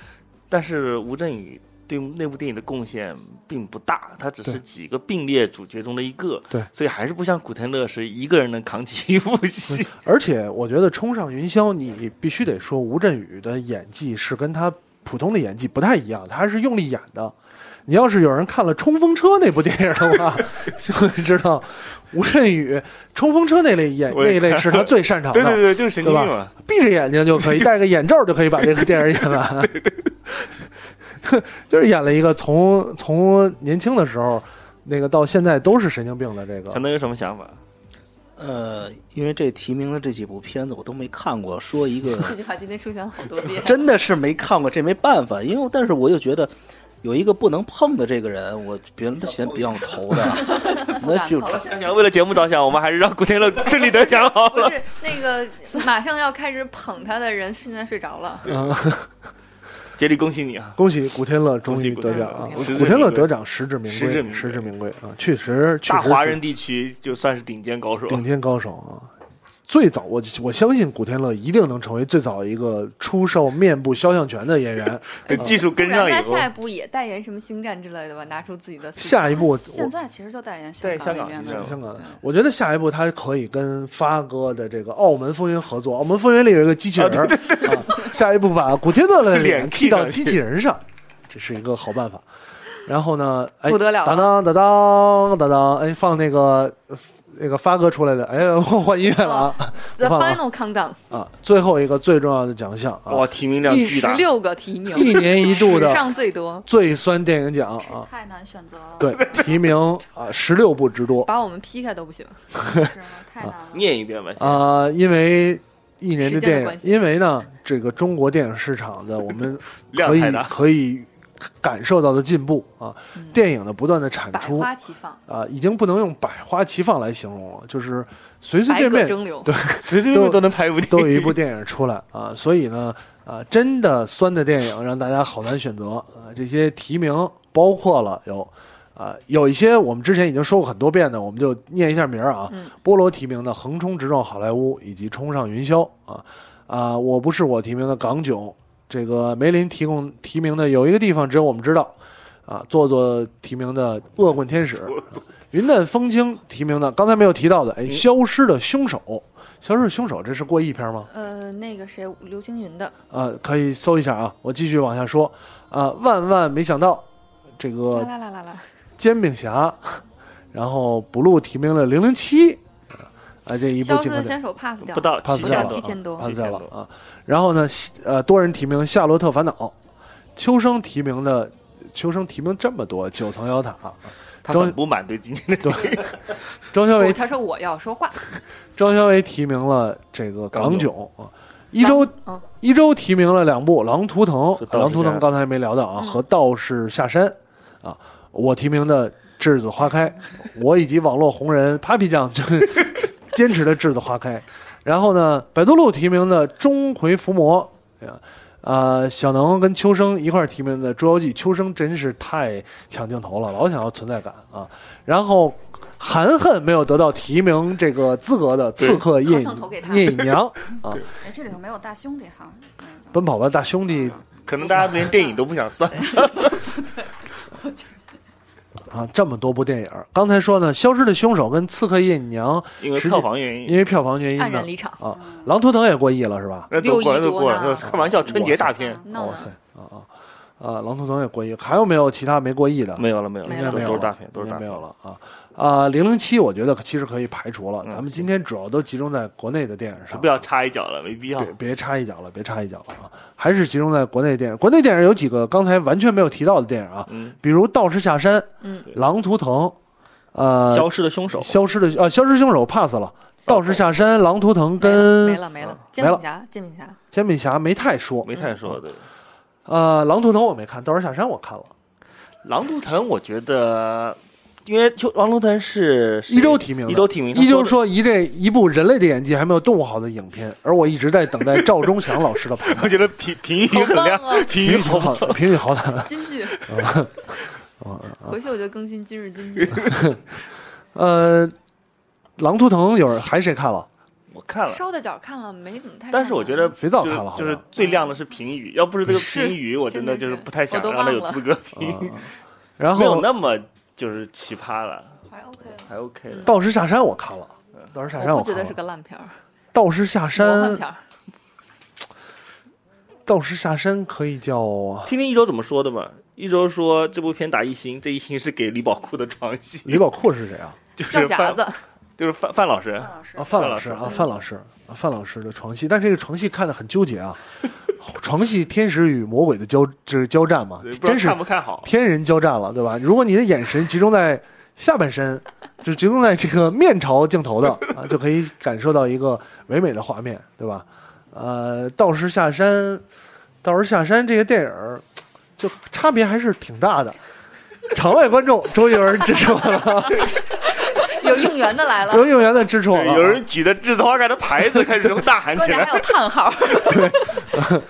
但是吴镇宇对那部电影的贡献并不大，他只是
对
几个并列主角中的一个，
对
所以还是不像古天乐是一个人能扛起一部戏，
而且我觉得冲上云霄，你必须得说吴镇宇的演技是跟他普通的演技不太一样，他是用力演的。你要是有人看了《冲锋车》那部电影的话， (laughs) 就会知道吴镇宇《冲锋车》那类演
我也
那一类是他最擅长的。
对对对，就是神经病
对
嘛，
闭着眼睛就可以，戴个眼罩就可以把这个电影演完。 (laughs) 就是演了一个从从年轻的时候，那个到现在都是神经病的这个
陈，能有什么想法？
呃，因为这提名的这几部片子我都没看过，说一个。
(laughs) 这句话今天出现了好多遍
真的是没看过，这没办法。因为但是我又觉得有一个不能碰的这个人，我别人嫌别让我投的，那就
想想为了节目着想，我们还是让古天乐顺利得奖哦好 (laughs)
不
了。
(laughs)
是那个马上要开始捧他的人，现在睡着
(laughs)
了。
嗯，
杰里，恭喜你啊！
恭喜古天乐终
恭喜
于
古
得
天乐
奖啊！
古天乐
古天乐得奖实至名
实至名
归，
归
实至名归啊！确实，确
大
实
华人地区就算是顶尖高手，
顶尖高手啊！最早我我相信古天乐一定能成为最早一个出售面部肖像权的演员。
技术
不
跟
然
上以
他
后，
下一步也代言什么星战之类的吧，拿出自己的私
下一步我我
现在其实就代言
对香
港那
港
边
是
的
吧
香港的
对，
我觉得下一步他可以跟发哥的这个《澳门风云》合作，《澳门风云》里有一个机器人儿，啊，下一步把古天乐的脸
脸剃
剃
上
到机器人上，这是一个好办法。然后呢，哎，
不得了了
当当当当当当，哎，放那个呃那个发哥出来的，哎，换换音乐了啊
The
我看
Final Countdown
啊！最后一个最重要的奖项啊
哦
哇，，提名量
一
巨
十
大，
六个提名，
一年一度
史
的
上最多，
最酸电影奖
这
啊，
太难选择了，
对，提名啊十六部之多。
把我们劈开都不行。
是吗？啊太难了。
念一遍吧。
啊、因为一年的
时间的
电
关
影，
系
因为呢，这个中国电影市场的我们
(laughs) 量
可以
太大
可以感受到的进步啊，电影的不断的产
嗯百
出啊、
花齐放，
已经不能用百花齐放来形容了，就是随随
百
便
舸
便
争流。
随随便便都能拍一部电
都有
影，
一部电影出来啊，所以呢，啊，真的酸的电影让大家好难选择啊。这些提名包括了有。啊，有一些我们之前已经说过很多遍的，我们就念一下名儿啊。
嗯
菠萝提名的《横冲直撞好莱坞》以及《冲上云霄》啊啊，我不是我提名的《港囧》，这个梅林提供提名的有一个地方只有我们知道啊，做做提名的《恶棍天使》，云淡风轻提名的刚才没有提到的，哎，
嗯
《消失的凶手》，《消失的凶手》这是过亿片吗？
呃，那个谁，刘青云的
呃，可以搜一下啊。我继续往下说，呃啊、万万没想到，这
啦
个
啦啦啦啦，
煎饼侠， (laughs) 然后 blue 提名了零零七，啊，这一部
消
尽
失
快
的
点
先手 pass 掉，
不到
不到
七
七
千
千
多
多，
啊
七
在
千
了
多
啊。然后呢，西呃，多人提名《夏洛特烦恼》，秋生提名的，秋生提名这么多，《九层妖塔》
他
庄
很不满对今天的 (laughs)
对，庄小
不，
伟，
他说我要说话，
庄小伟提名了这个《港
港
囧》啊，一周
嗯，
一周提名了两部《狼图腾》
和
啊，《
道士
狼图腾
下》
刚才没聊到啊，
嗯
和《道士下山》啊，我提名的《栀子花开》，我以及网络红人 Papi 酱就是 (laughs) 坚持的《栀子花开》，然后呢，百度路提名的《钟馗伏魔》啊。呃，小能跟秋生一块儿提名的《捉妖记》，秋生真是太抢镜头了，老想要存在感啊。然后含恨没有得到提名这个资格的刺客
好
聂
想投给他
聂隐娘，
哎，这里头没有大兄弟哈，嗯
《奔跑吧大兄弟》
可能大家连电影都不
(laughs)
想算。
啊，这么多部电影儿。刚才说呢，《消失的凶手》跟《刺客聂隐娘》
因为
实际
票房原因
因。为票房原因
黯
呢
然，离场。
啊，《狼图腾》也过亿了是吧？
那都过
六
了，都
亿多
过了，
呢
开玩笑，春节大片
嗯
哇
弄
塞
的
啊啊啊！《狼图腾》也过亿，还有没有其他没过亿的？
没有了，没有了，
没
应该
了
都
没有
都
了，
是大片，都是
应该
大
没
片
有。了啊啊！零零七，我觉得其实可以排除了。
嗯
咱们今天主要都集中在国内的电影
就
上，
不要插一脚了，没必要
别。别插一脚了，别插一脚了啊！还是集中在国内电影。国内电影有几个刚才完全没有提到的电影啊，
嗯，
比如《道士下山》、
嗯
《狼图腾》、呃，
消失的凶手，
消失的啊，消失凶手 pass 了，道士下山、狼图腾
没
跟啊
了没了没了，
没
煎
了
饼侠，煎饼侠，
煎饼侠没太说。
没太说对。
呃，狼图腾我没看，道士下山我看了，
狼图腾，我觉得，因为就狼图腾是谁
一周提名的
一周提名，
一周
他
说一这一部人类的演技还没有动物好的影片，而我一直在等待赵忠祥老师的评
的，我觉得评评语
好
很
棒
亮，
哦，
评
语
语
好 (laughs)
好。
好，评语好惨。
金
(laughs)
句。
哦
回去我就更新今日金句。
呃，狼图腾有人还谁看了？
我看了，
烧的角看了没怎么太看呢，
但是我觉得
肥皂
就是
看了好像
就是最亮的是评语，要不是这个评语，我真的就是不太想
真的是
让他有
我都忘了
资格评
嗯
语，
然
(laughs) 没有
后
那么就是奇葩了，
还 OK 了。
还 OK 了。
道士下山我看了，道士下山
我不觉
看
得是
了，
个烂片儿，
道士下
魔幻
山
片，儿。
道士下山可以叫
听听一周怎么说的吧。一周说这部片打一星，这一星是给李宝库的床戏，
李宝库是谁啊？
(laughs) 就是
赵匣
范
子，
就是范范老师
范，老师
啊，范
范
老
老
师
师
啊，
嗯
范老师啊，范老师的床戏，但这个床戏看的很纠结啊，床戏天使与魔鬼的交就是交战嘛
对，不
真
知
是
道看不看好。
天人交战了，对吧？如果你的眼神集中在下半身， (laughs) 就集中在这个面朝镜头的 (laughs) 啊，就可以感受到一个唯美的画面，对吧？呃，道士下山，道士下山这个电影儿，就差别还是挺大的。场外观众终于有人支持我
(laughs)
了，
有应援的来了，
(laughs) 有演员的支持我
对
了，，
有人举着栀子花开的牌子开始大喊
关
起
键
来
还。有叹号。
(laughs)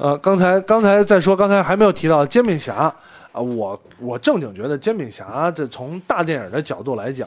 呃，刚才刚才再说，刚才还没有提到煎饼侠啊、我我正经觉得煎饼侠这从大电影的角度来讲，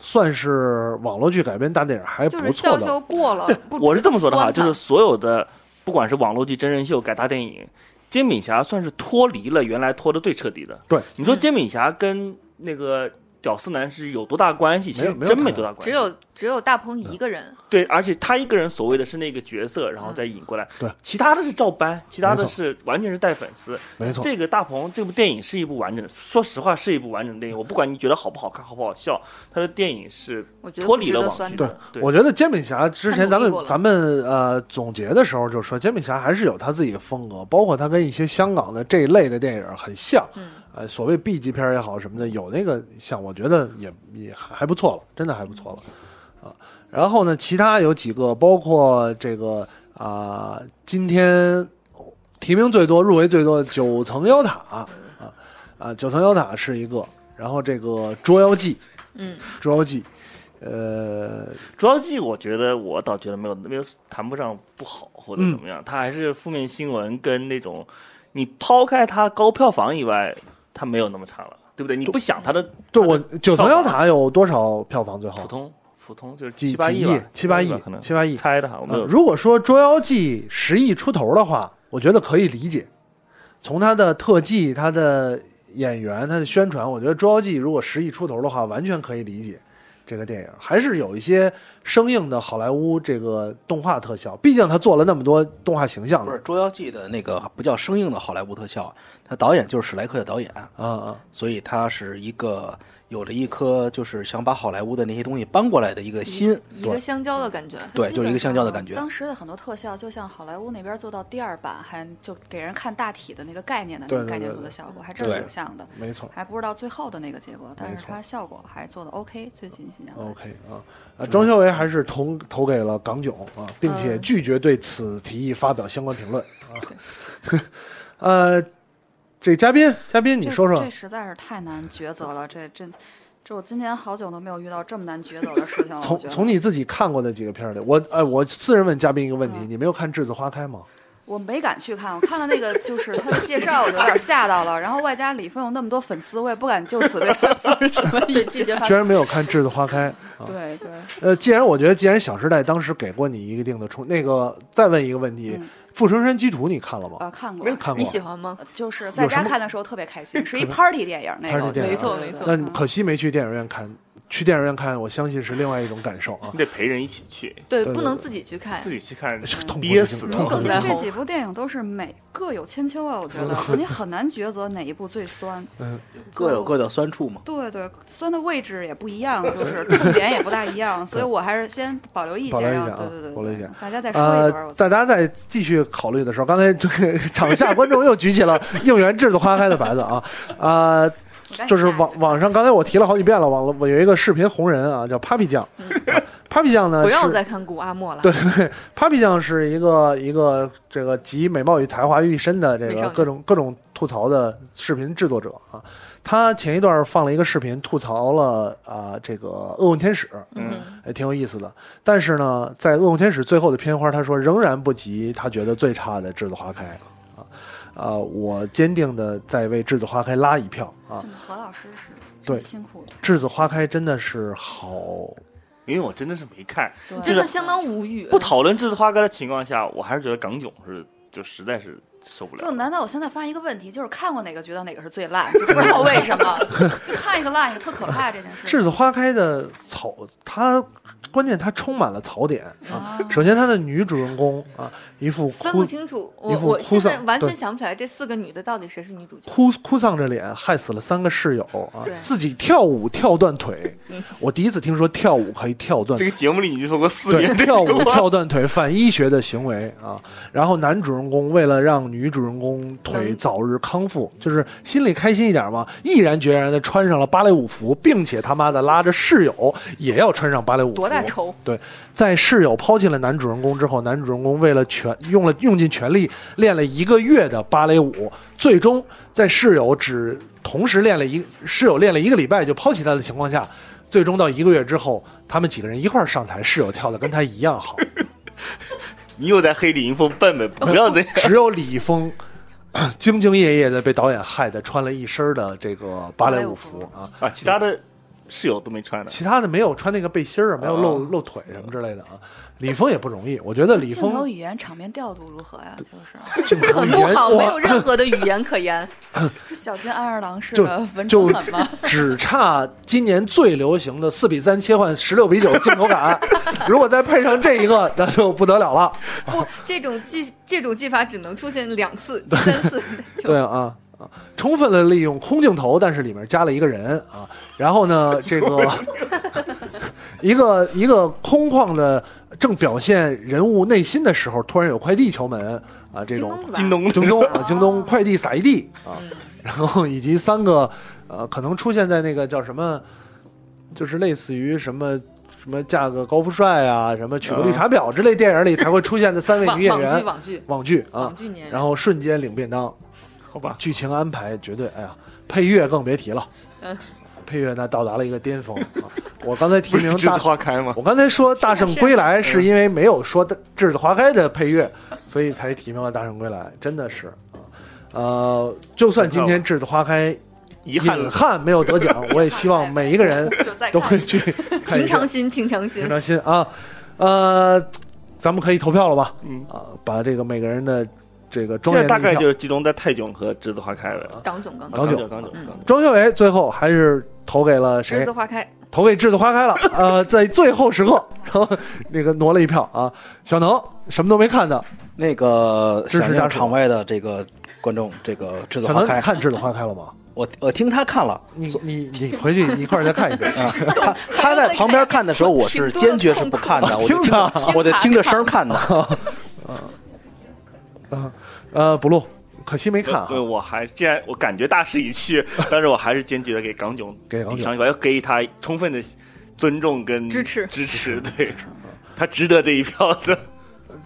算是网络剧改编大电影还
就
不
是
错
笑
的。
笑过了，不
我是这么说的哈，
酸它
就是所有的不管是网络剧、真人秀改大电影，煎饼侠算是脱离了原来脱的最彻底的。
对，
你说
嗯
煎饼侠跟那个屌丝男是有多大关系？其
没
实
有没有
真
太
没
大
多大关
只
系。
有只有大鹏一个人，
对，而且他一个人所谓的是那个角色，然后再引过来。
对，
其他的是照搬，其他
没
的
错
是完全是带粉丝。
没错，
这个大鹏这部电影是一部完整的，说实话是一部完整的电影。我不管你觉得好不好看、好不好笑，他的电影是
我觉得
脱离了
不值得
网
酸
剧
它
的。对，
我觉得煎饼侠之前
他
咱
努力
们
过了
咱们呃总结的时候就说，煎饼侠还是有他自己的风格，包括他跟一些香港的这一类的电影很像，
嗯，
呃，所谓 B 级片儿也好什么的，有那个像，我觉得也也还还不错了，真的还不错了啊。然后呢，其他有几个，包括这个啊、今天提名最多、入围最多的《九层妖塔》啊啊，《九层妖塔》是一个，然后这个《捉妖记》，
嗯，
《捉妖记》，呃，
捉妖记，我觉得我倒觉得没有没有谈不上不好或
嗯
者怎么样，它还是负面新闻跟那种你抛开它高票房以外，它没有那么差了，对不对？你不想它的
对
它
我
的
《九层妖塔》有多少票房？最后
普通普通就是
几
七八
几
亿吧，
七八亿
吧可，能
七八亿，
猜的哈，我没
呃
有。
如果说《捉妖记》十亿出头的话，我觉得可以理解。从它的特技、它的演员、它的宣传，我觉得《捉妖记》如果十亿出头的话，完全可以理解这个电影。还是有一些生硬的好莱坞这个动画特效，毕竟他做了那么多动画形象
不是《捉妖记》的那个不叫生硬的好莱坞特效，他导演就是史莱克的导演，
啊啊，
所以他是一个有着一颗就是想把好莱坞的那些东西搬过来的一个心。
一个
对，
香蕉的
(laughs)
感觉。
对就是一个香蕉的感觉
嗯呃当时的很多特效，就像好莱坞那边做到第二版，还就给人看大体的那个概念的那
对
个
对
概念
对
图的
对
效果，还真是
对
有像的，
没错。
还不知道最后的那个结果，但
没
是
错
它效果还做的 OK。最近几年来
OK 啊，呃，庄修为还是投投给了港囧啊，并且
嗯
拒绝对此提议发表相关评论啊
对。
(laughs) 呃，这嘉宾，嘉宾，你
这
说说
这，实在是太难抉择了。这这这，我今年好久都没有遇到这么难抉择的事情
哦
了。
从
我觉得
从你自己看过的几个片儿里，我哎，我私人问嘉宾一个问
嗯
题，你没有看《栀子花开》吗？
我没敢去看，我看了那个就是他的介绍，我就有点吓到了。然后外加李峰有那么多粉丝，我也不敢就
(laughs)
此对他有什么
对
意
拒
见
绝
(laughs)
发
居然没有看《栀子
(laughs)
花开》啊？
对对，
呃，既然我觉得，既然《小时代》当时给过你一定的冲，那个再问一个问题，
嗯
《富春山居图》你看了吗？
(laughs) 呃，看过
没，看
你
过。
喜欢吗？
就是在家看的时候特别开心，是一 party 电影那
party
个，
电影
对对
没错
对
没
但啊可惜没去电影院看，去电影院看，我相信是另外一种感受啊
你。得陪人一起去，
对，
对
不
对
能
对
自己去看
自。己去看
是，痛苦
憋
的啊
死
经历
了
更
就
在
这
乎
几部电影都是每各有千秋啊，
(laughs)
我觉得你很难抉择哪一部最酸。
嗯
各有各的酸处嘛。
对对，酸的位置也不一样，就是痛点也不大一样，所以我还是先保留意
保留
见，
意
然
见
后
啊
对对
保留
对
意见
对，大家再说一会儿。
呃
我，再
大家在继续考虑的时候，刚才这个 (laughs) 场下观众又举起了应援栀子花开的牌子啊，呃，
我
哎
赶紧
就是
下一个
网网上刚才我提了好几遍了，网我有一个视频红人啊，叫 Papi 酱、啊 (laughs) Papi 酱呢，
嗯不要
是
再看古阿莫
(laughs)
了。
对 Papi 酱是一个一个这个集美貌与才华于一身的这
美少
个
女
各种各种吐槽的视频制作者啊。他前一段放了一个视频，吐槽了啊、这个《恶棍天使》，
嗯，
也挺有意思的。但是呢，在《恶棍天使》最后的片花，他说仍然不及他觉得最差的《栀子花开》啊啊、我坚定的在为《栀子花开》拉一票啊，
这么何老师是这
对
么辛苦的，
《栀子花开》真的是好，
因为我真的是没看。
对
真的相当无语。
不讨论《栀子花开》的情况下，我还是觉得港囧是就实在是受
(laughs)
不
就
了。
难道我现在发现一个问题，就是看过哪个觉得哪个是最烂，就不知
(laughs)
道为什么， (laughs) 就看一个烂一个，特可怕这件
《栀
事。
子花开》的草，它关键它充满了槽点啊。
啊
首先，她的女主人公啊，一副
分不
哭
清楚，
一
我
副
我
哭
现在
丧
完
对
全想不起来这四个女的到底谁是女主角。
哭哭丧着脸，害死了三个室友啊
对，
自己跳舞跳断腿。我第一次听说跳舞可以跳断
这个节目里你就说过四
对
遍，
跳舞跳断腿，反医学的行为啊。然后男主人公为了让女主人公腿
能
早日康复，就是心里开心一点嘛，毅然决然的穿上了芭蕾舞服，并且他妈的拉着室友也要穿上芭蕾舞服。
多大仇？
对，在室友抛弃了男主人公之后，男主人公为了全用了用尽全力练了一个月的芭蕾舞，最终在室友只同时练了一室友练了一个礼拜就抛弃他的情况下，最终到一个月之后，他们几个人一块儿上台，室友跳的跟他一样 (laughs) 好，
你又在黑李云峰笨
(laughs)
笨，不要这样。
只有李易峰。兢兢业业的被导演害的，穿了一身的这个芭蕾舞服啊，
啊，其他的室友都没穿的。
其他的没有穿那个背心儿啊，没有露
啊
露腿什么之类的啊。李易峰也不容易，我觉得李易
镜头
峰
语言、场面调度如何呀？就是 (laughs)
镜头
很
语
不
言
好，
哇
没有任何的语言可言。
是小金安二郎式
就
的文
就
章很吗？
只差今年最流行的四比三切换十六比九镜头感，如果再配上这一个，那就不得了了。
不，这种技这种技法只能出现两次、第三次。就
对啊啊，充分的利用空镜头，但是里面加了一个人啊。然后呢，这个 (laughs) 一个一个空旷的，正表现人物内心的时候，突然有快递敲门啊，这种
吧
京东嗯
京东啊，京
(laughs)
东快递撒一地啊，然后以及三个呃，可能出现在那个叫什么，就是类似于什么。什么嫁个高富帅啊，什么娶个绿茶婊之类电影里才会出现的三位
网
女演
网剧
员，
网剧
网剧啊
网，剧年，
然后瞬间领便当，
好吧，
剧情安排绝对，哎呀，配乐更别提了，配乐那到达了一个巅峰。 (laughs) 啊我刚才提
不是
名
栀子
大
花开吗？
我刚才说《大圣归来》是因为没有说的《栀子花开》的配乐， (laughs) 所以才提名了《大圣归来》，真的是啊。呃，就算今天《栀子花开》
遗憾
隐
了，
憾没有得奖，我也希望每一个人
就再
都
看
会
(laughs) 一
去看一
平
下
常心，平常心
平。常心啊。呃，咱们可以投票了吧？
嗯，
啊，把这个每个人的这个
现
庄
在
严的
大
一
概
票
就是集中在泰囧和
啊
栀子花开了。
啊
港总，港总，
港囧
港囧，港囧。
庄秀伟最后还是投给了
栀
谁
子？花开，
投给栀子花开了，呃，在最后时刻，然后那个挪了一票啊。小能什么都没看的，
那个
支
响
持张
应
楚
场外的这个观众，这个栀子
小
花
能
开
你，看栀子花开了吗？
我我听他看了，
你你你回去一块儿再看一遍。
啊，他他在旁边看的时候，我是坚决是不看的，我就
挺多的痛
着我就听着声儿看的。
啊，呃，不录，可惜没看啊
对，。我还既然我感觉大势已去，但是我还是坚决的给港囧
给港囧
顶上一票，要给予他充分的尊重跟
支持
支持，对，他值得这一票的。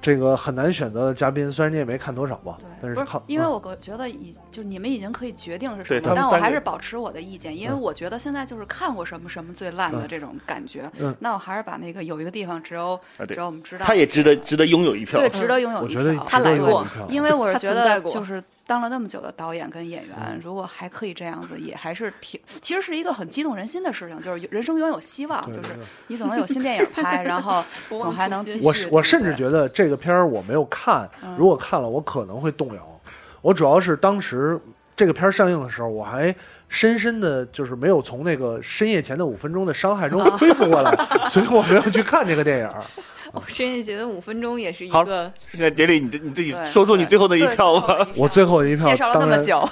这个很难选择的嘉宾，虽然你也没看多少吧，但是
不是
看，
因为
嗯
我个觉得已就你们已经可以决定是
对
什
他
么，
们
但我
三个
还是保持我的意见，因为
嗯
我觉得现在就是看过什么什么最烂的这种感觉
嗯，
那我还是把那个有一个地方只有
啊对
只有我们知道，
他也值得值得拥有一票
对，值得拥有
我
一
觉得
票
值得
来
有
过
一票
因为我是
他
觉
存在
得，
过
就是当了那么久的导演跟演员，如果还可以这样子，也还是挺，其实是一个很激动人心的事情，就是人生永远有希望，
对
就
对
是
对
你总能有新电影拍，然后
(laughs) 不忘
总还
初
能
心
继续。
我
对
是
不
我甚至
对
觉得这个片儿我没有看，
嗯
如果看了我可能会动摇。我主要是当时这个片儿上映的时候，我还深深的就是没有从那个深夜前的五分钟的伤害
(laughs)
中恢复过来，所以我没有去看这个电影儿。
我哦深夜觉得五分钟也是一
好
个
现在杰里，你你自己
对
说出你最后的一
对
票吧。，
我最后一票
(laughs) 介绍了那
当
么
然
久，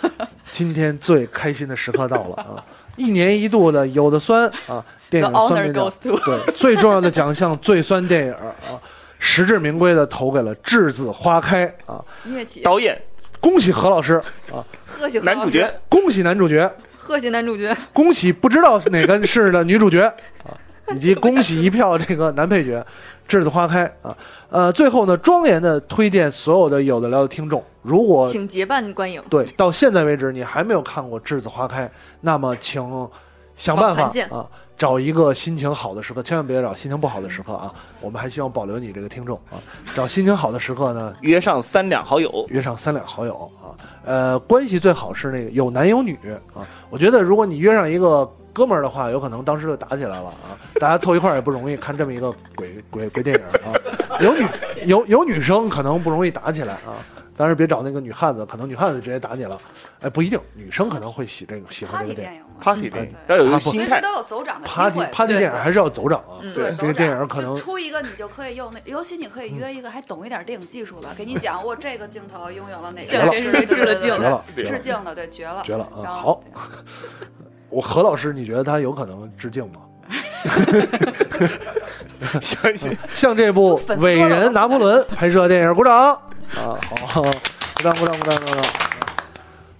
今天最开心的时刻到了啊！一年一度的有的酸啊，电影
(laughs) The honor
酸面奖
goes，to-
对最重要的奖项最酸电影啊，实至名归的投给了《栀子花开》啊！
音乐节，
导演、
恭喜何老师啊！
贺喜
男主角，
恭喜男主角，
贺喜男主角，
恭喜不知道哪个是的女主角啊，以及恭喜一票这个男配角，栀子花开啊。呃，最后呢，庄严的推荐所有的有的聊的听众，如果
请结伴观影。
对到现在为止你还没有看过《栀子花开》，那么请想办
网
法
团建
啊。找一个心情好的时刻，千万别找心情不好的时刻啊！我们还希望保留你这个听众啊。找心情好的时刻呢，
约上三两好友，
约上三两好友啊，呃，关系最好是那个有男有女啊。我觉得如果你约上一个哥们儿的话，有可能当时就打起来了啊。大家凑一块儿也不容易，看这么一个鬼鬼鬼电影啊，有女有有女生可能不容易打起来啊。当然别找那个女汉子，可能女汉子直接打你了。哎，不一定，女生可能会喜这个喜欢这
party
个电
电
影。
影嘛，
party
嗯
要有一个
他不
心
随
态
时。都有走涨的机会
party。party
对嗯
电影还是要走涨啊，
对
这个电影可能
就出一个你就可以用那，尤其你可以约一个还懂一点电影技术的，给你讲我这个镜头拥有了哪个
绝了
老师，对对对对
绝
了
对
绝了
致敬了，对，绝了，
绝了啊
然后
好我何老师，你觉得他有可能致敬 (laughs) 吗？
相信
(laughs) 像这部
粉
《
丝多
伟
了
人拿破仑》拍摄电影，鼓掌啊！好，鼓掌，鼓掌，鼓掌，鼓掌。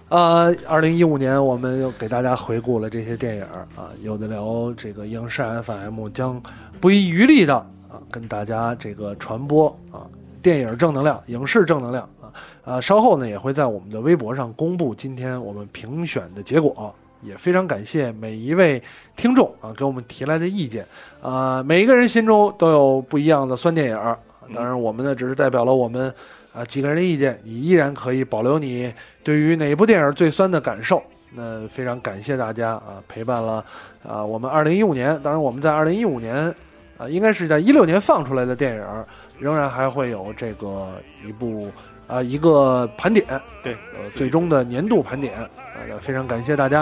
呃，二零一五年，我们又给大家回顾了这些电影啊，有的聊这个央视 FM 将不遗余力的啊，跟大家这个传播啊，电影正能量，影视正能量啊。啊，稍后呢也会在我们的微博上公布今天我们评选的结果啊、也非常感谢每一位听众啊给我们提来的意见。啊，每一个人心中都有不一样的酸电影儿。
嗯
当然，我们呢只是代表了我们啊几个人的意见，你依然可以保留你对于哪部电影最酸的感受。那非常感谢大家啊，陪伴了啊我们二零一五年。当然，我们在二零一五年啊，应该是在一六年放出来的电影儿，仍然还会有这个一部啊一个盘点，
对
呃，最终的年度盘点。啊，那非常感谢大家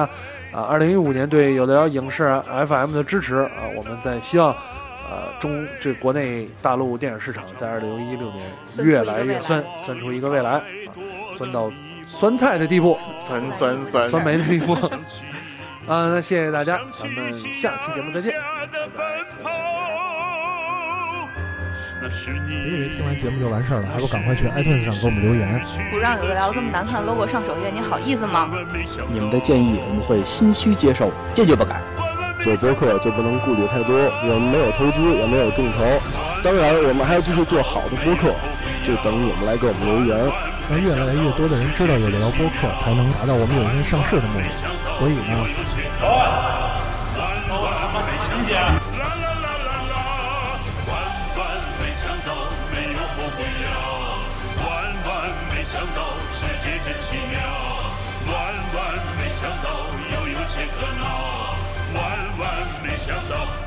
啊！二零一五年对有的聊影视 FM 的支持啊，我们在希望啊中这国内大陆电影市场在二零一六年越来越酸，酸出一个未来啊，酸到酸菜的地步，
酸酸酸
酸梅的
(laughs)
地步。啊，那谢谢大家，咱们下期节目再见。
那是
别以为
你
听完节目就完事儿了，还不赶快去 iTunes 上给我们留言。
不让有的聊这么难看 logo 上首页，你好意思吗？
你们的建议我们会心虚接受，坚决不改。
做播客就不能顾虑太多，我们没有投资，也没有众筹，当然我们还要继续做好的播客，就等你们来给我们留言。
让越来越多的人知道有的聊播客，才能达到我们有一天上市的目的。所以呢，
万万没想到有一个切克闹，万万没想到。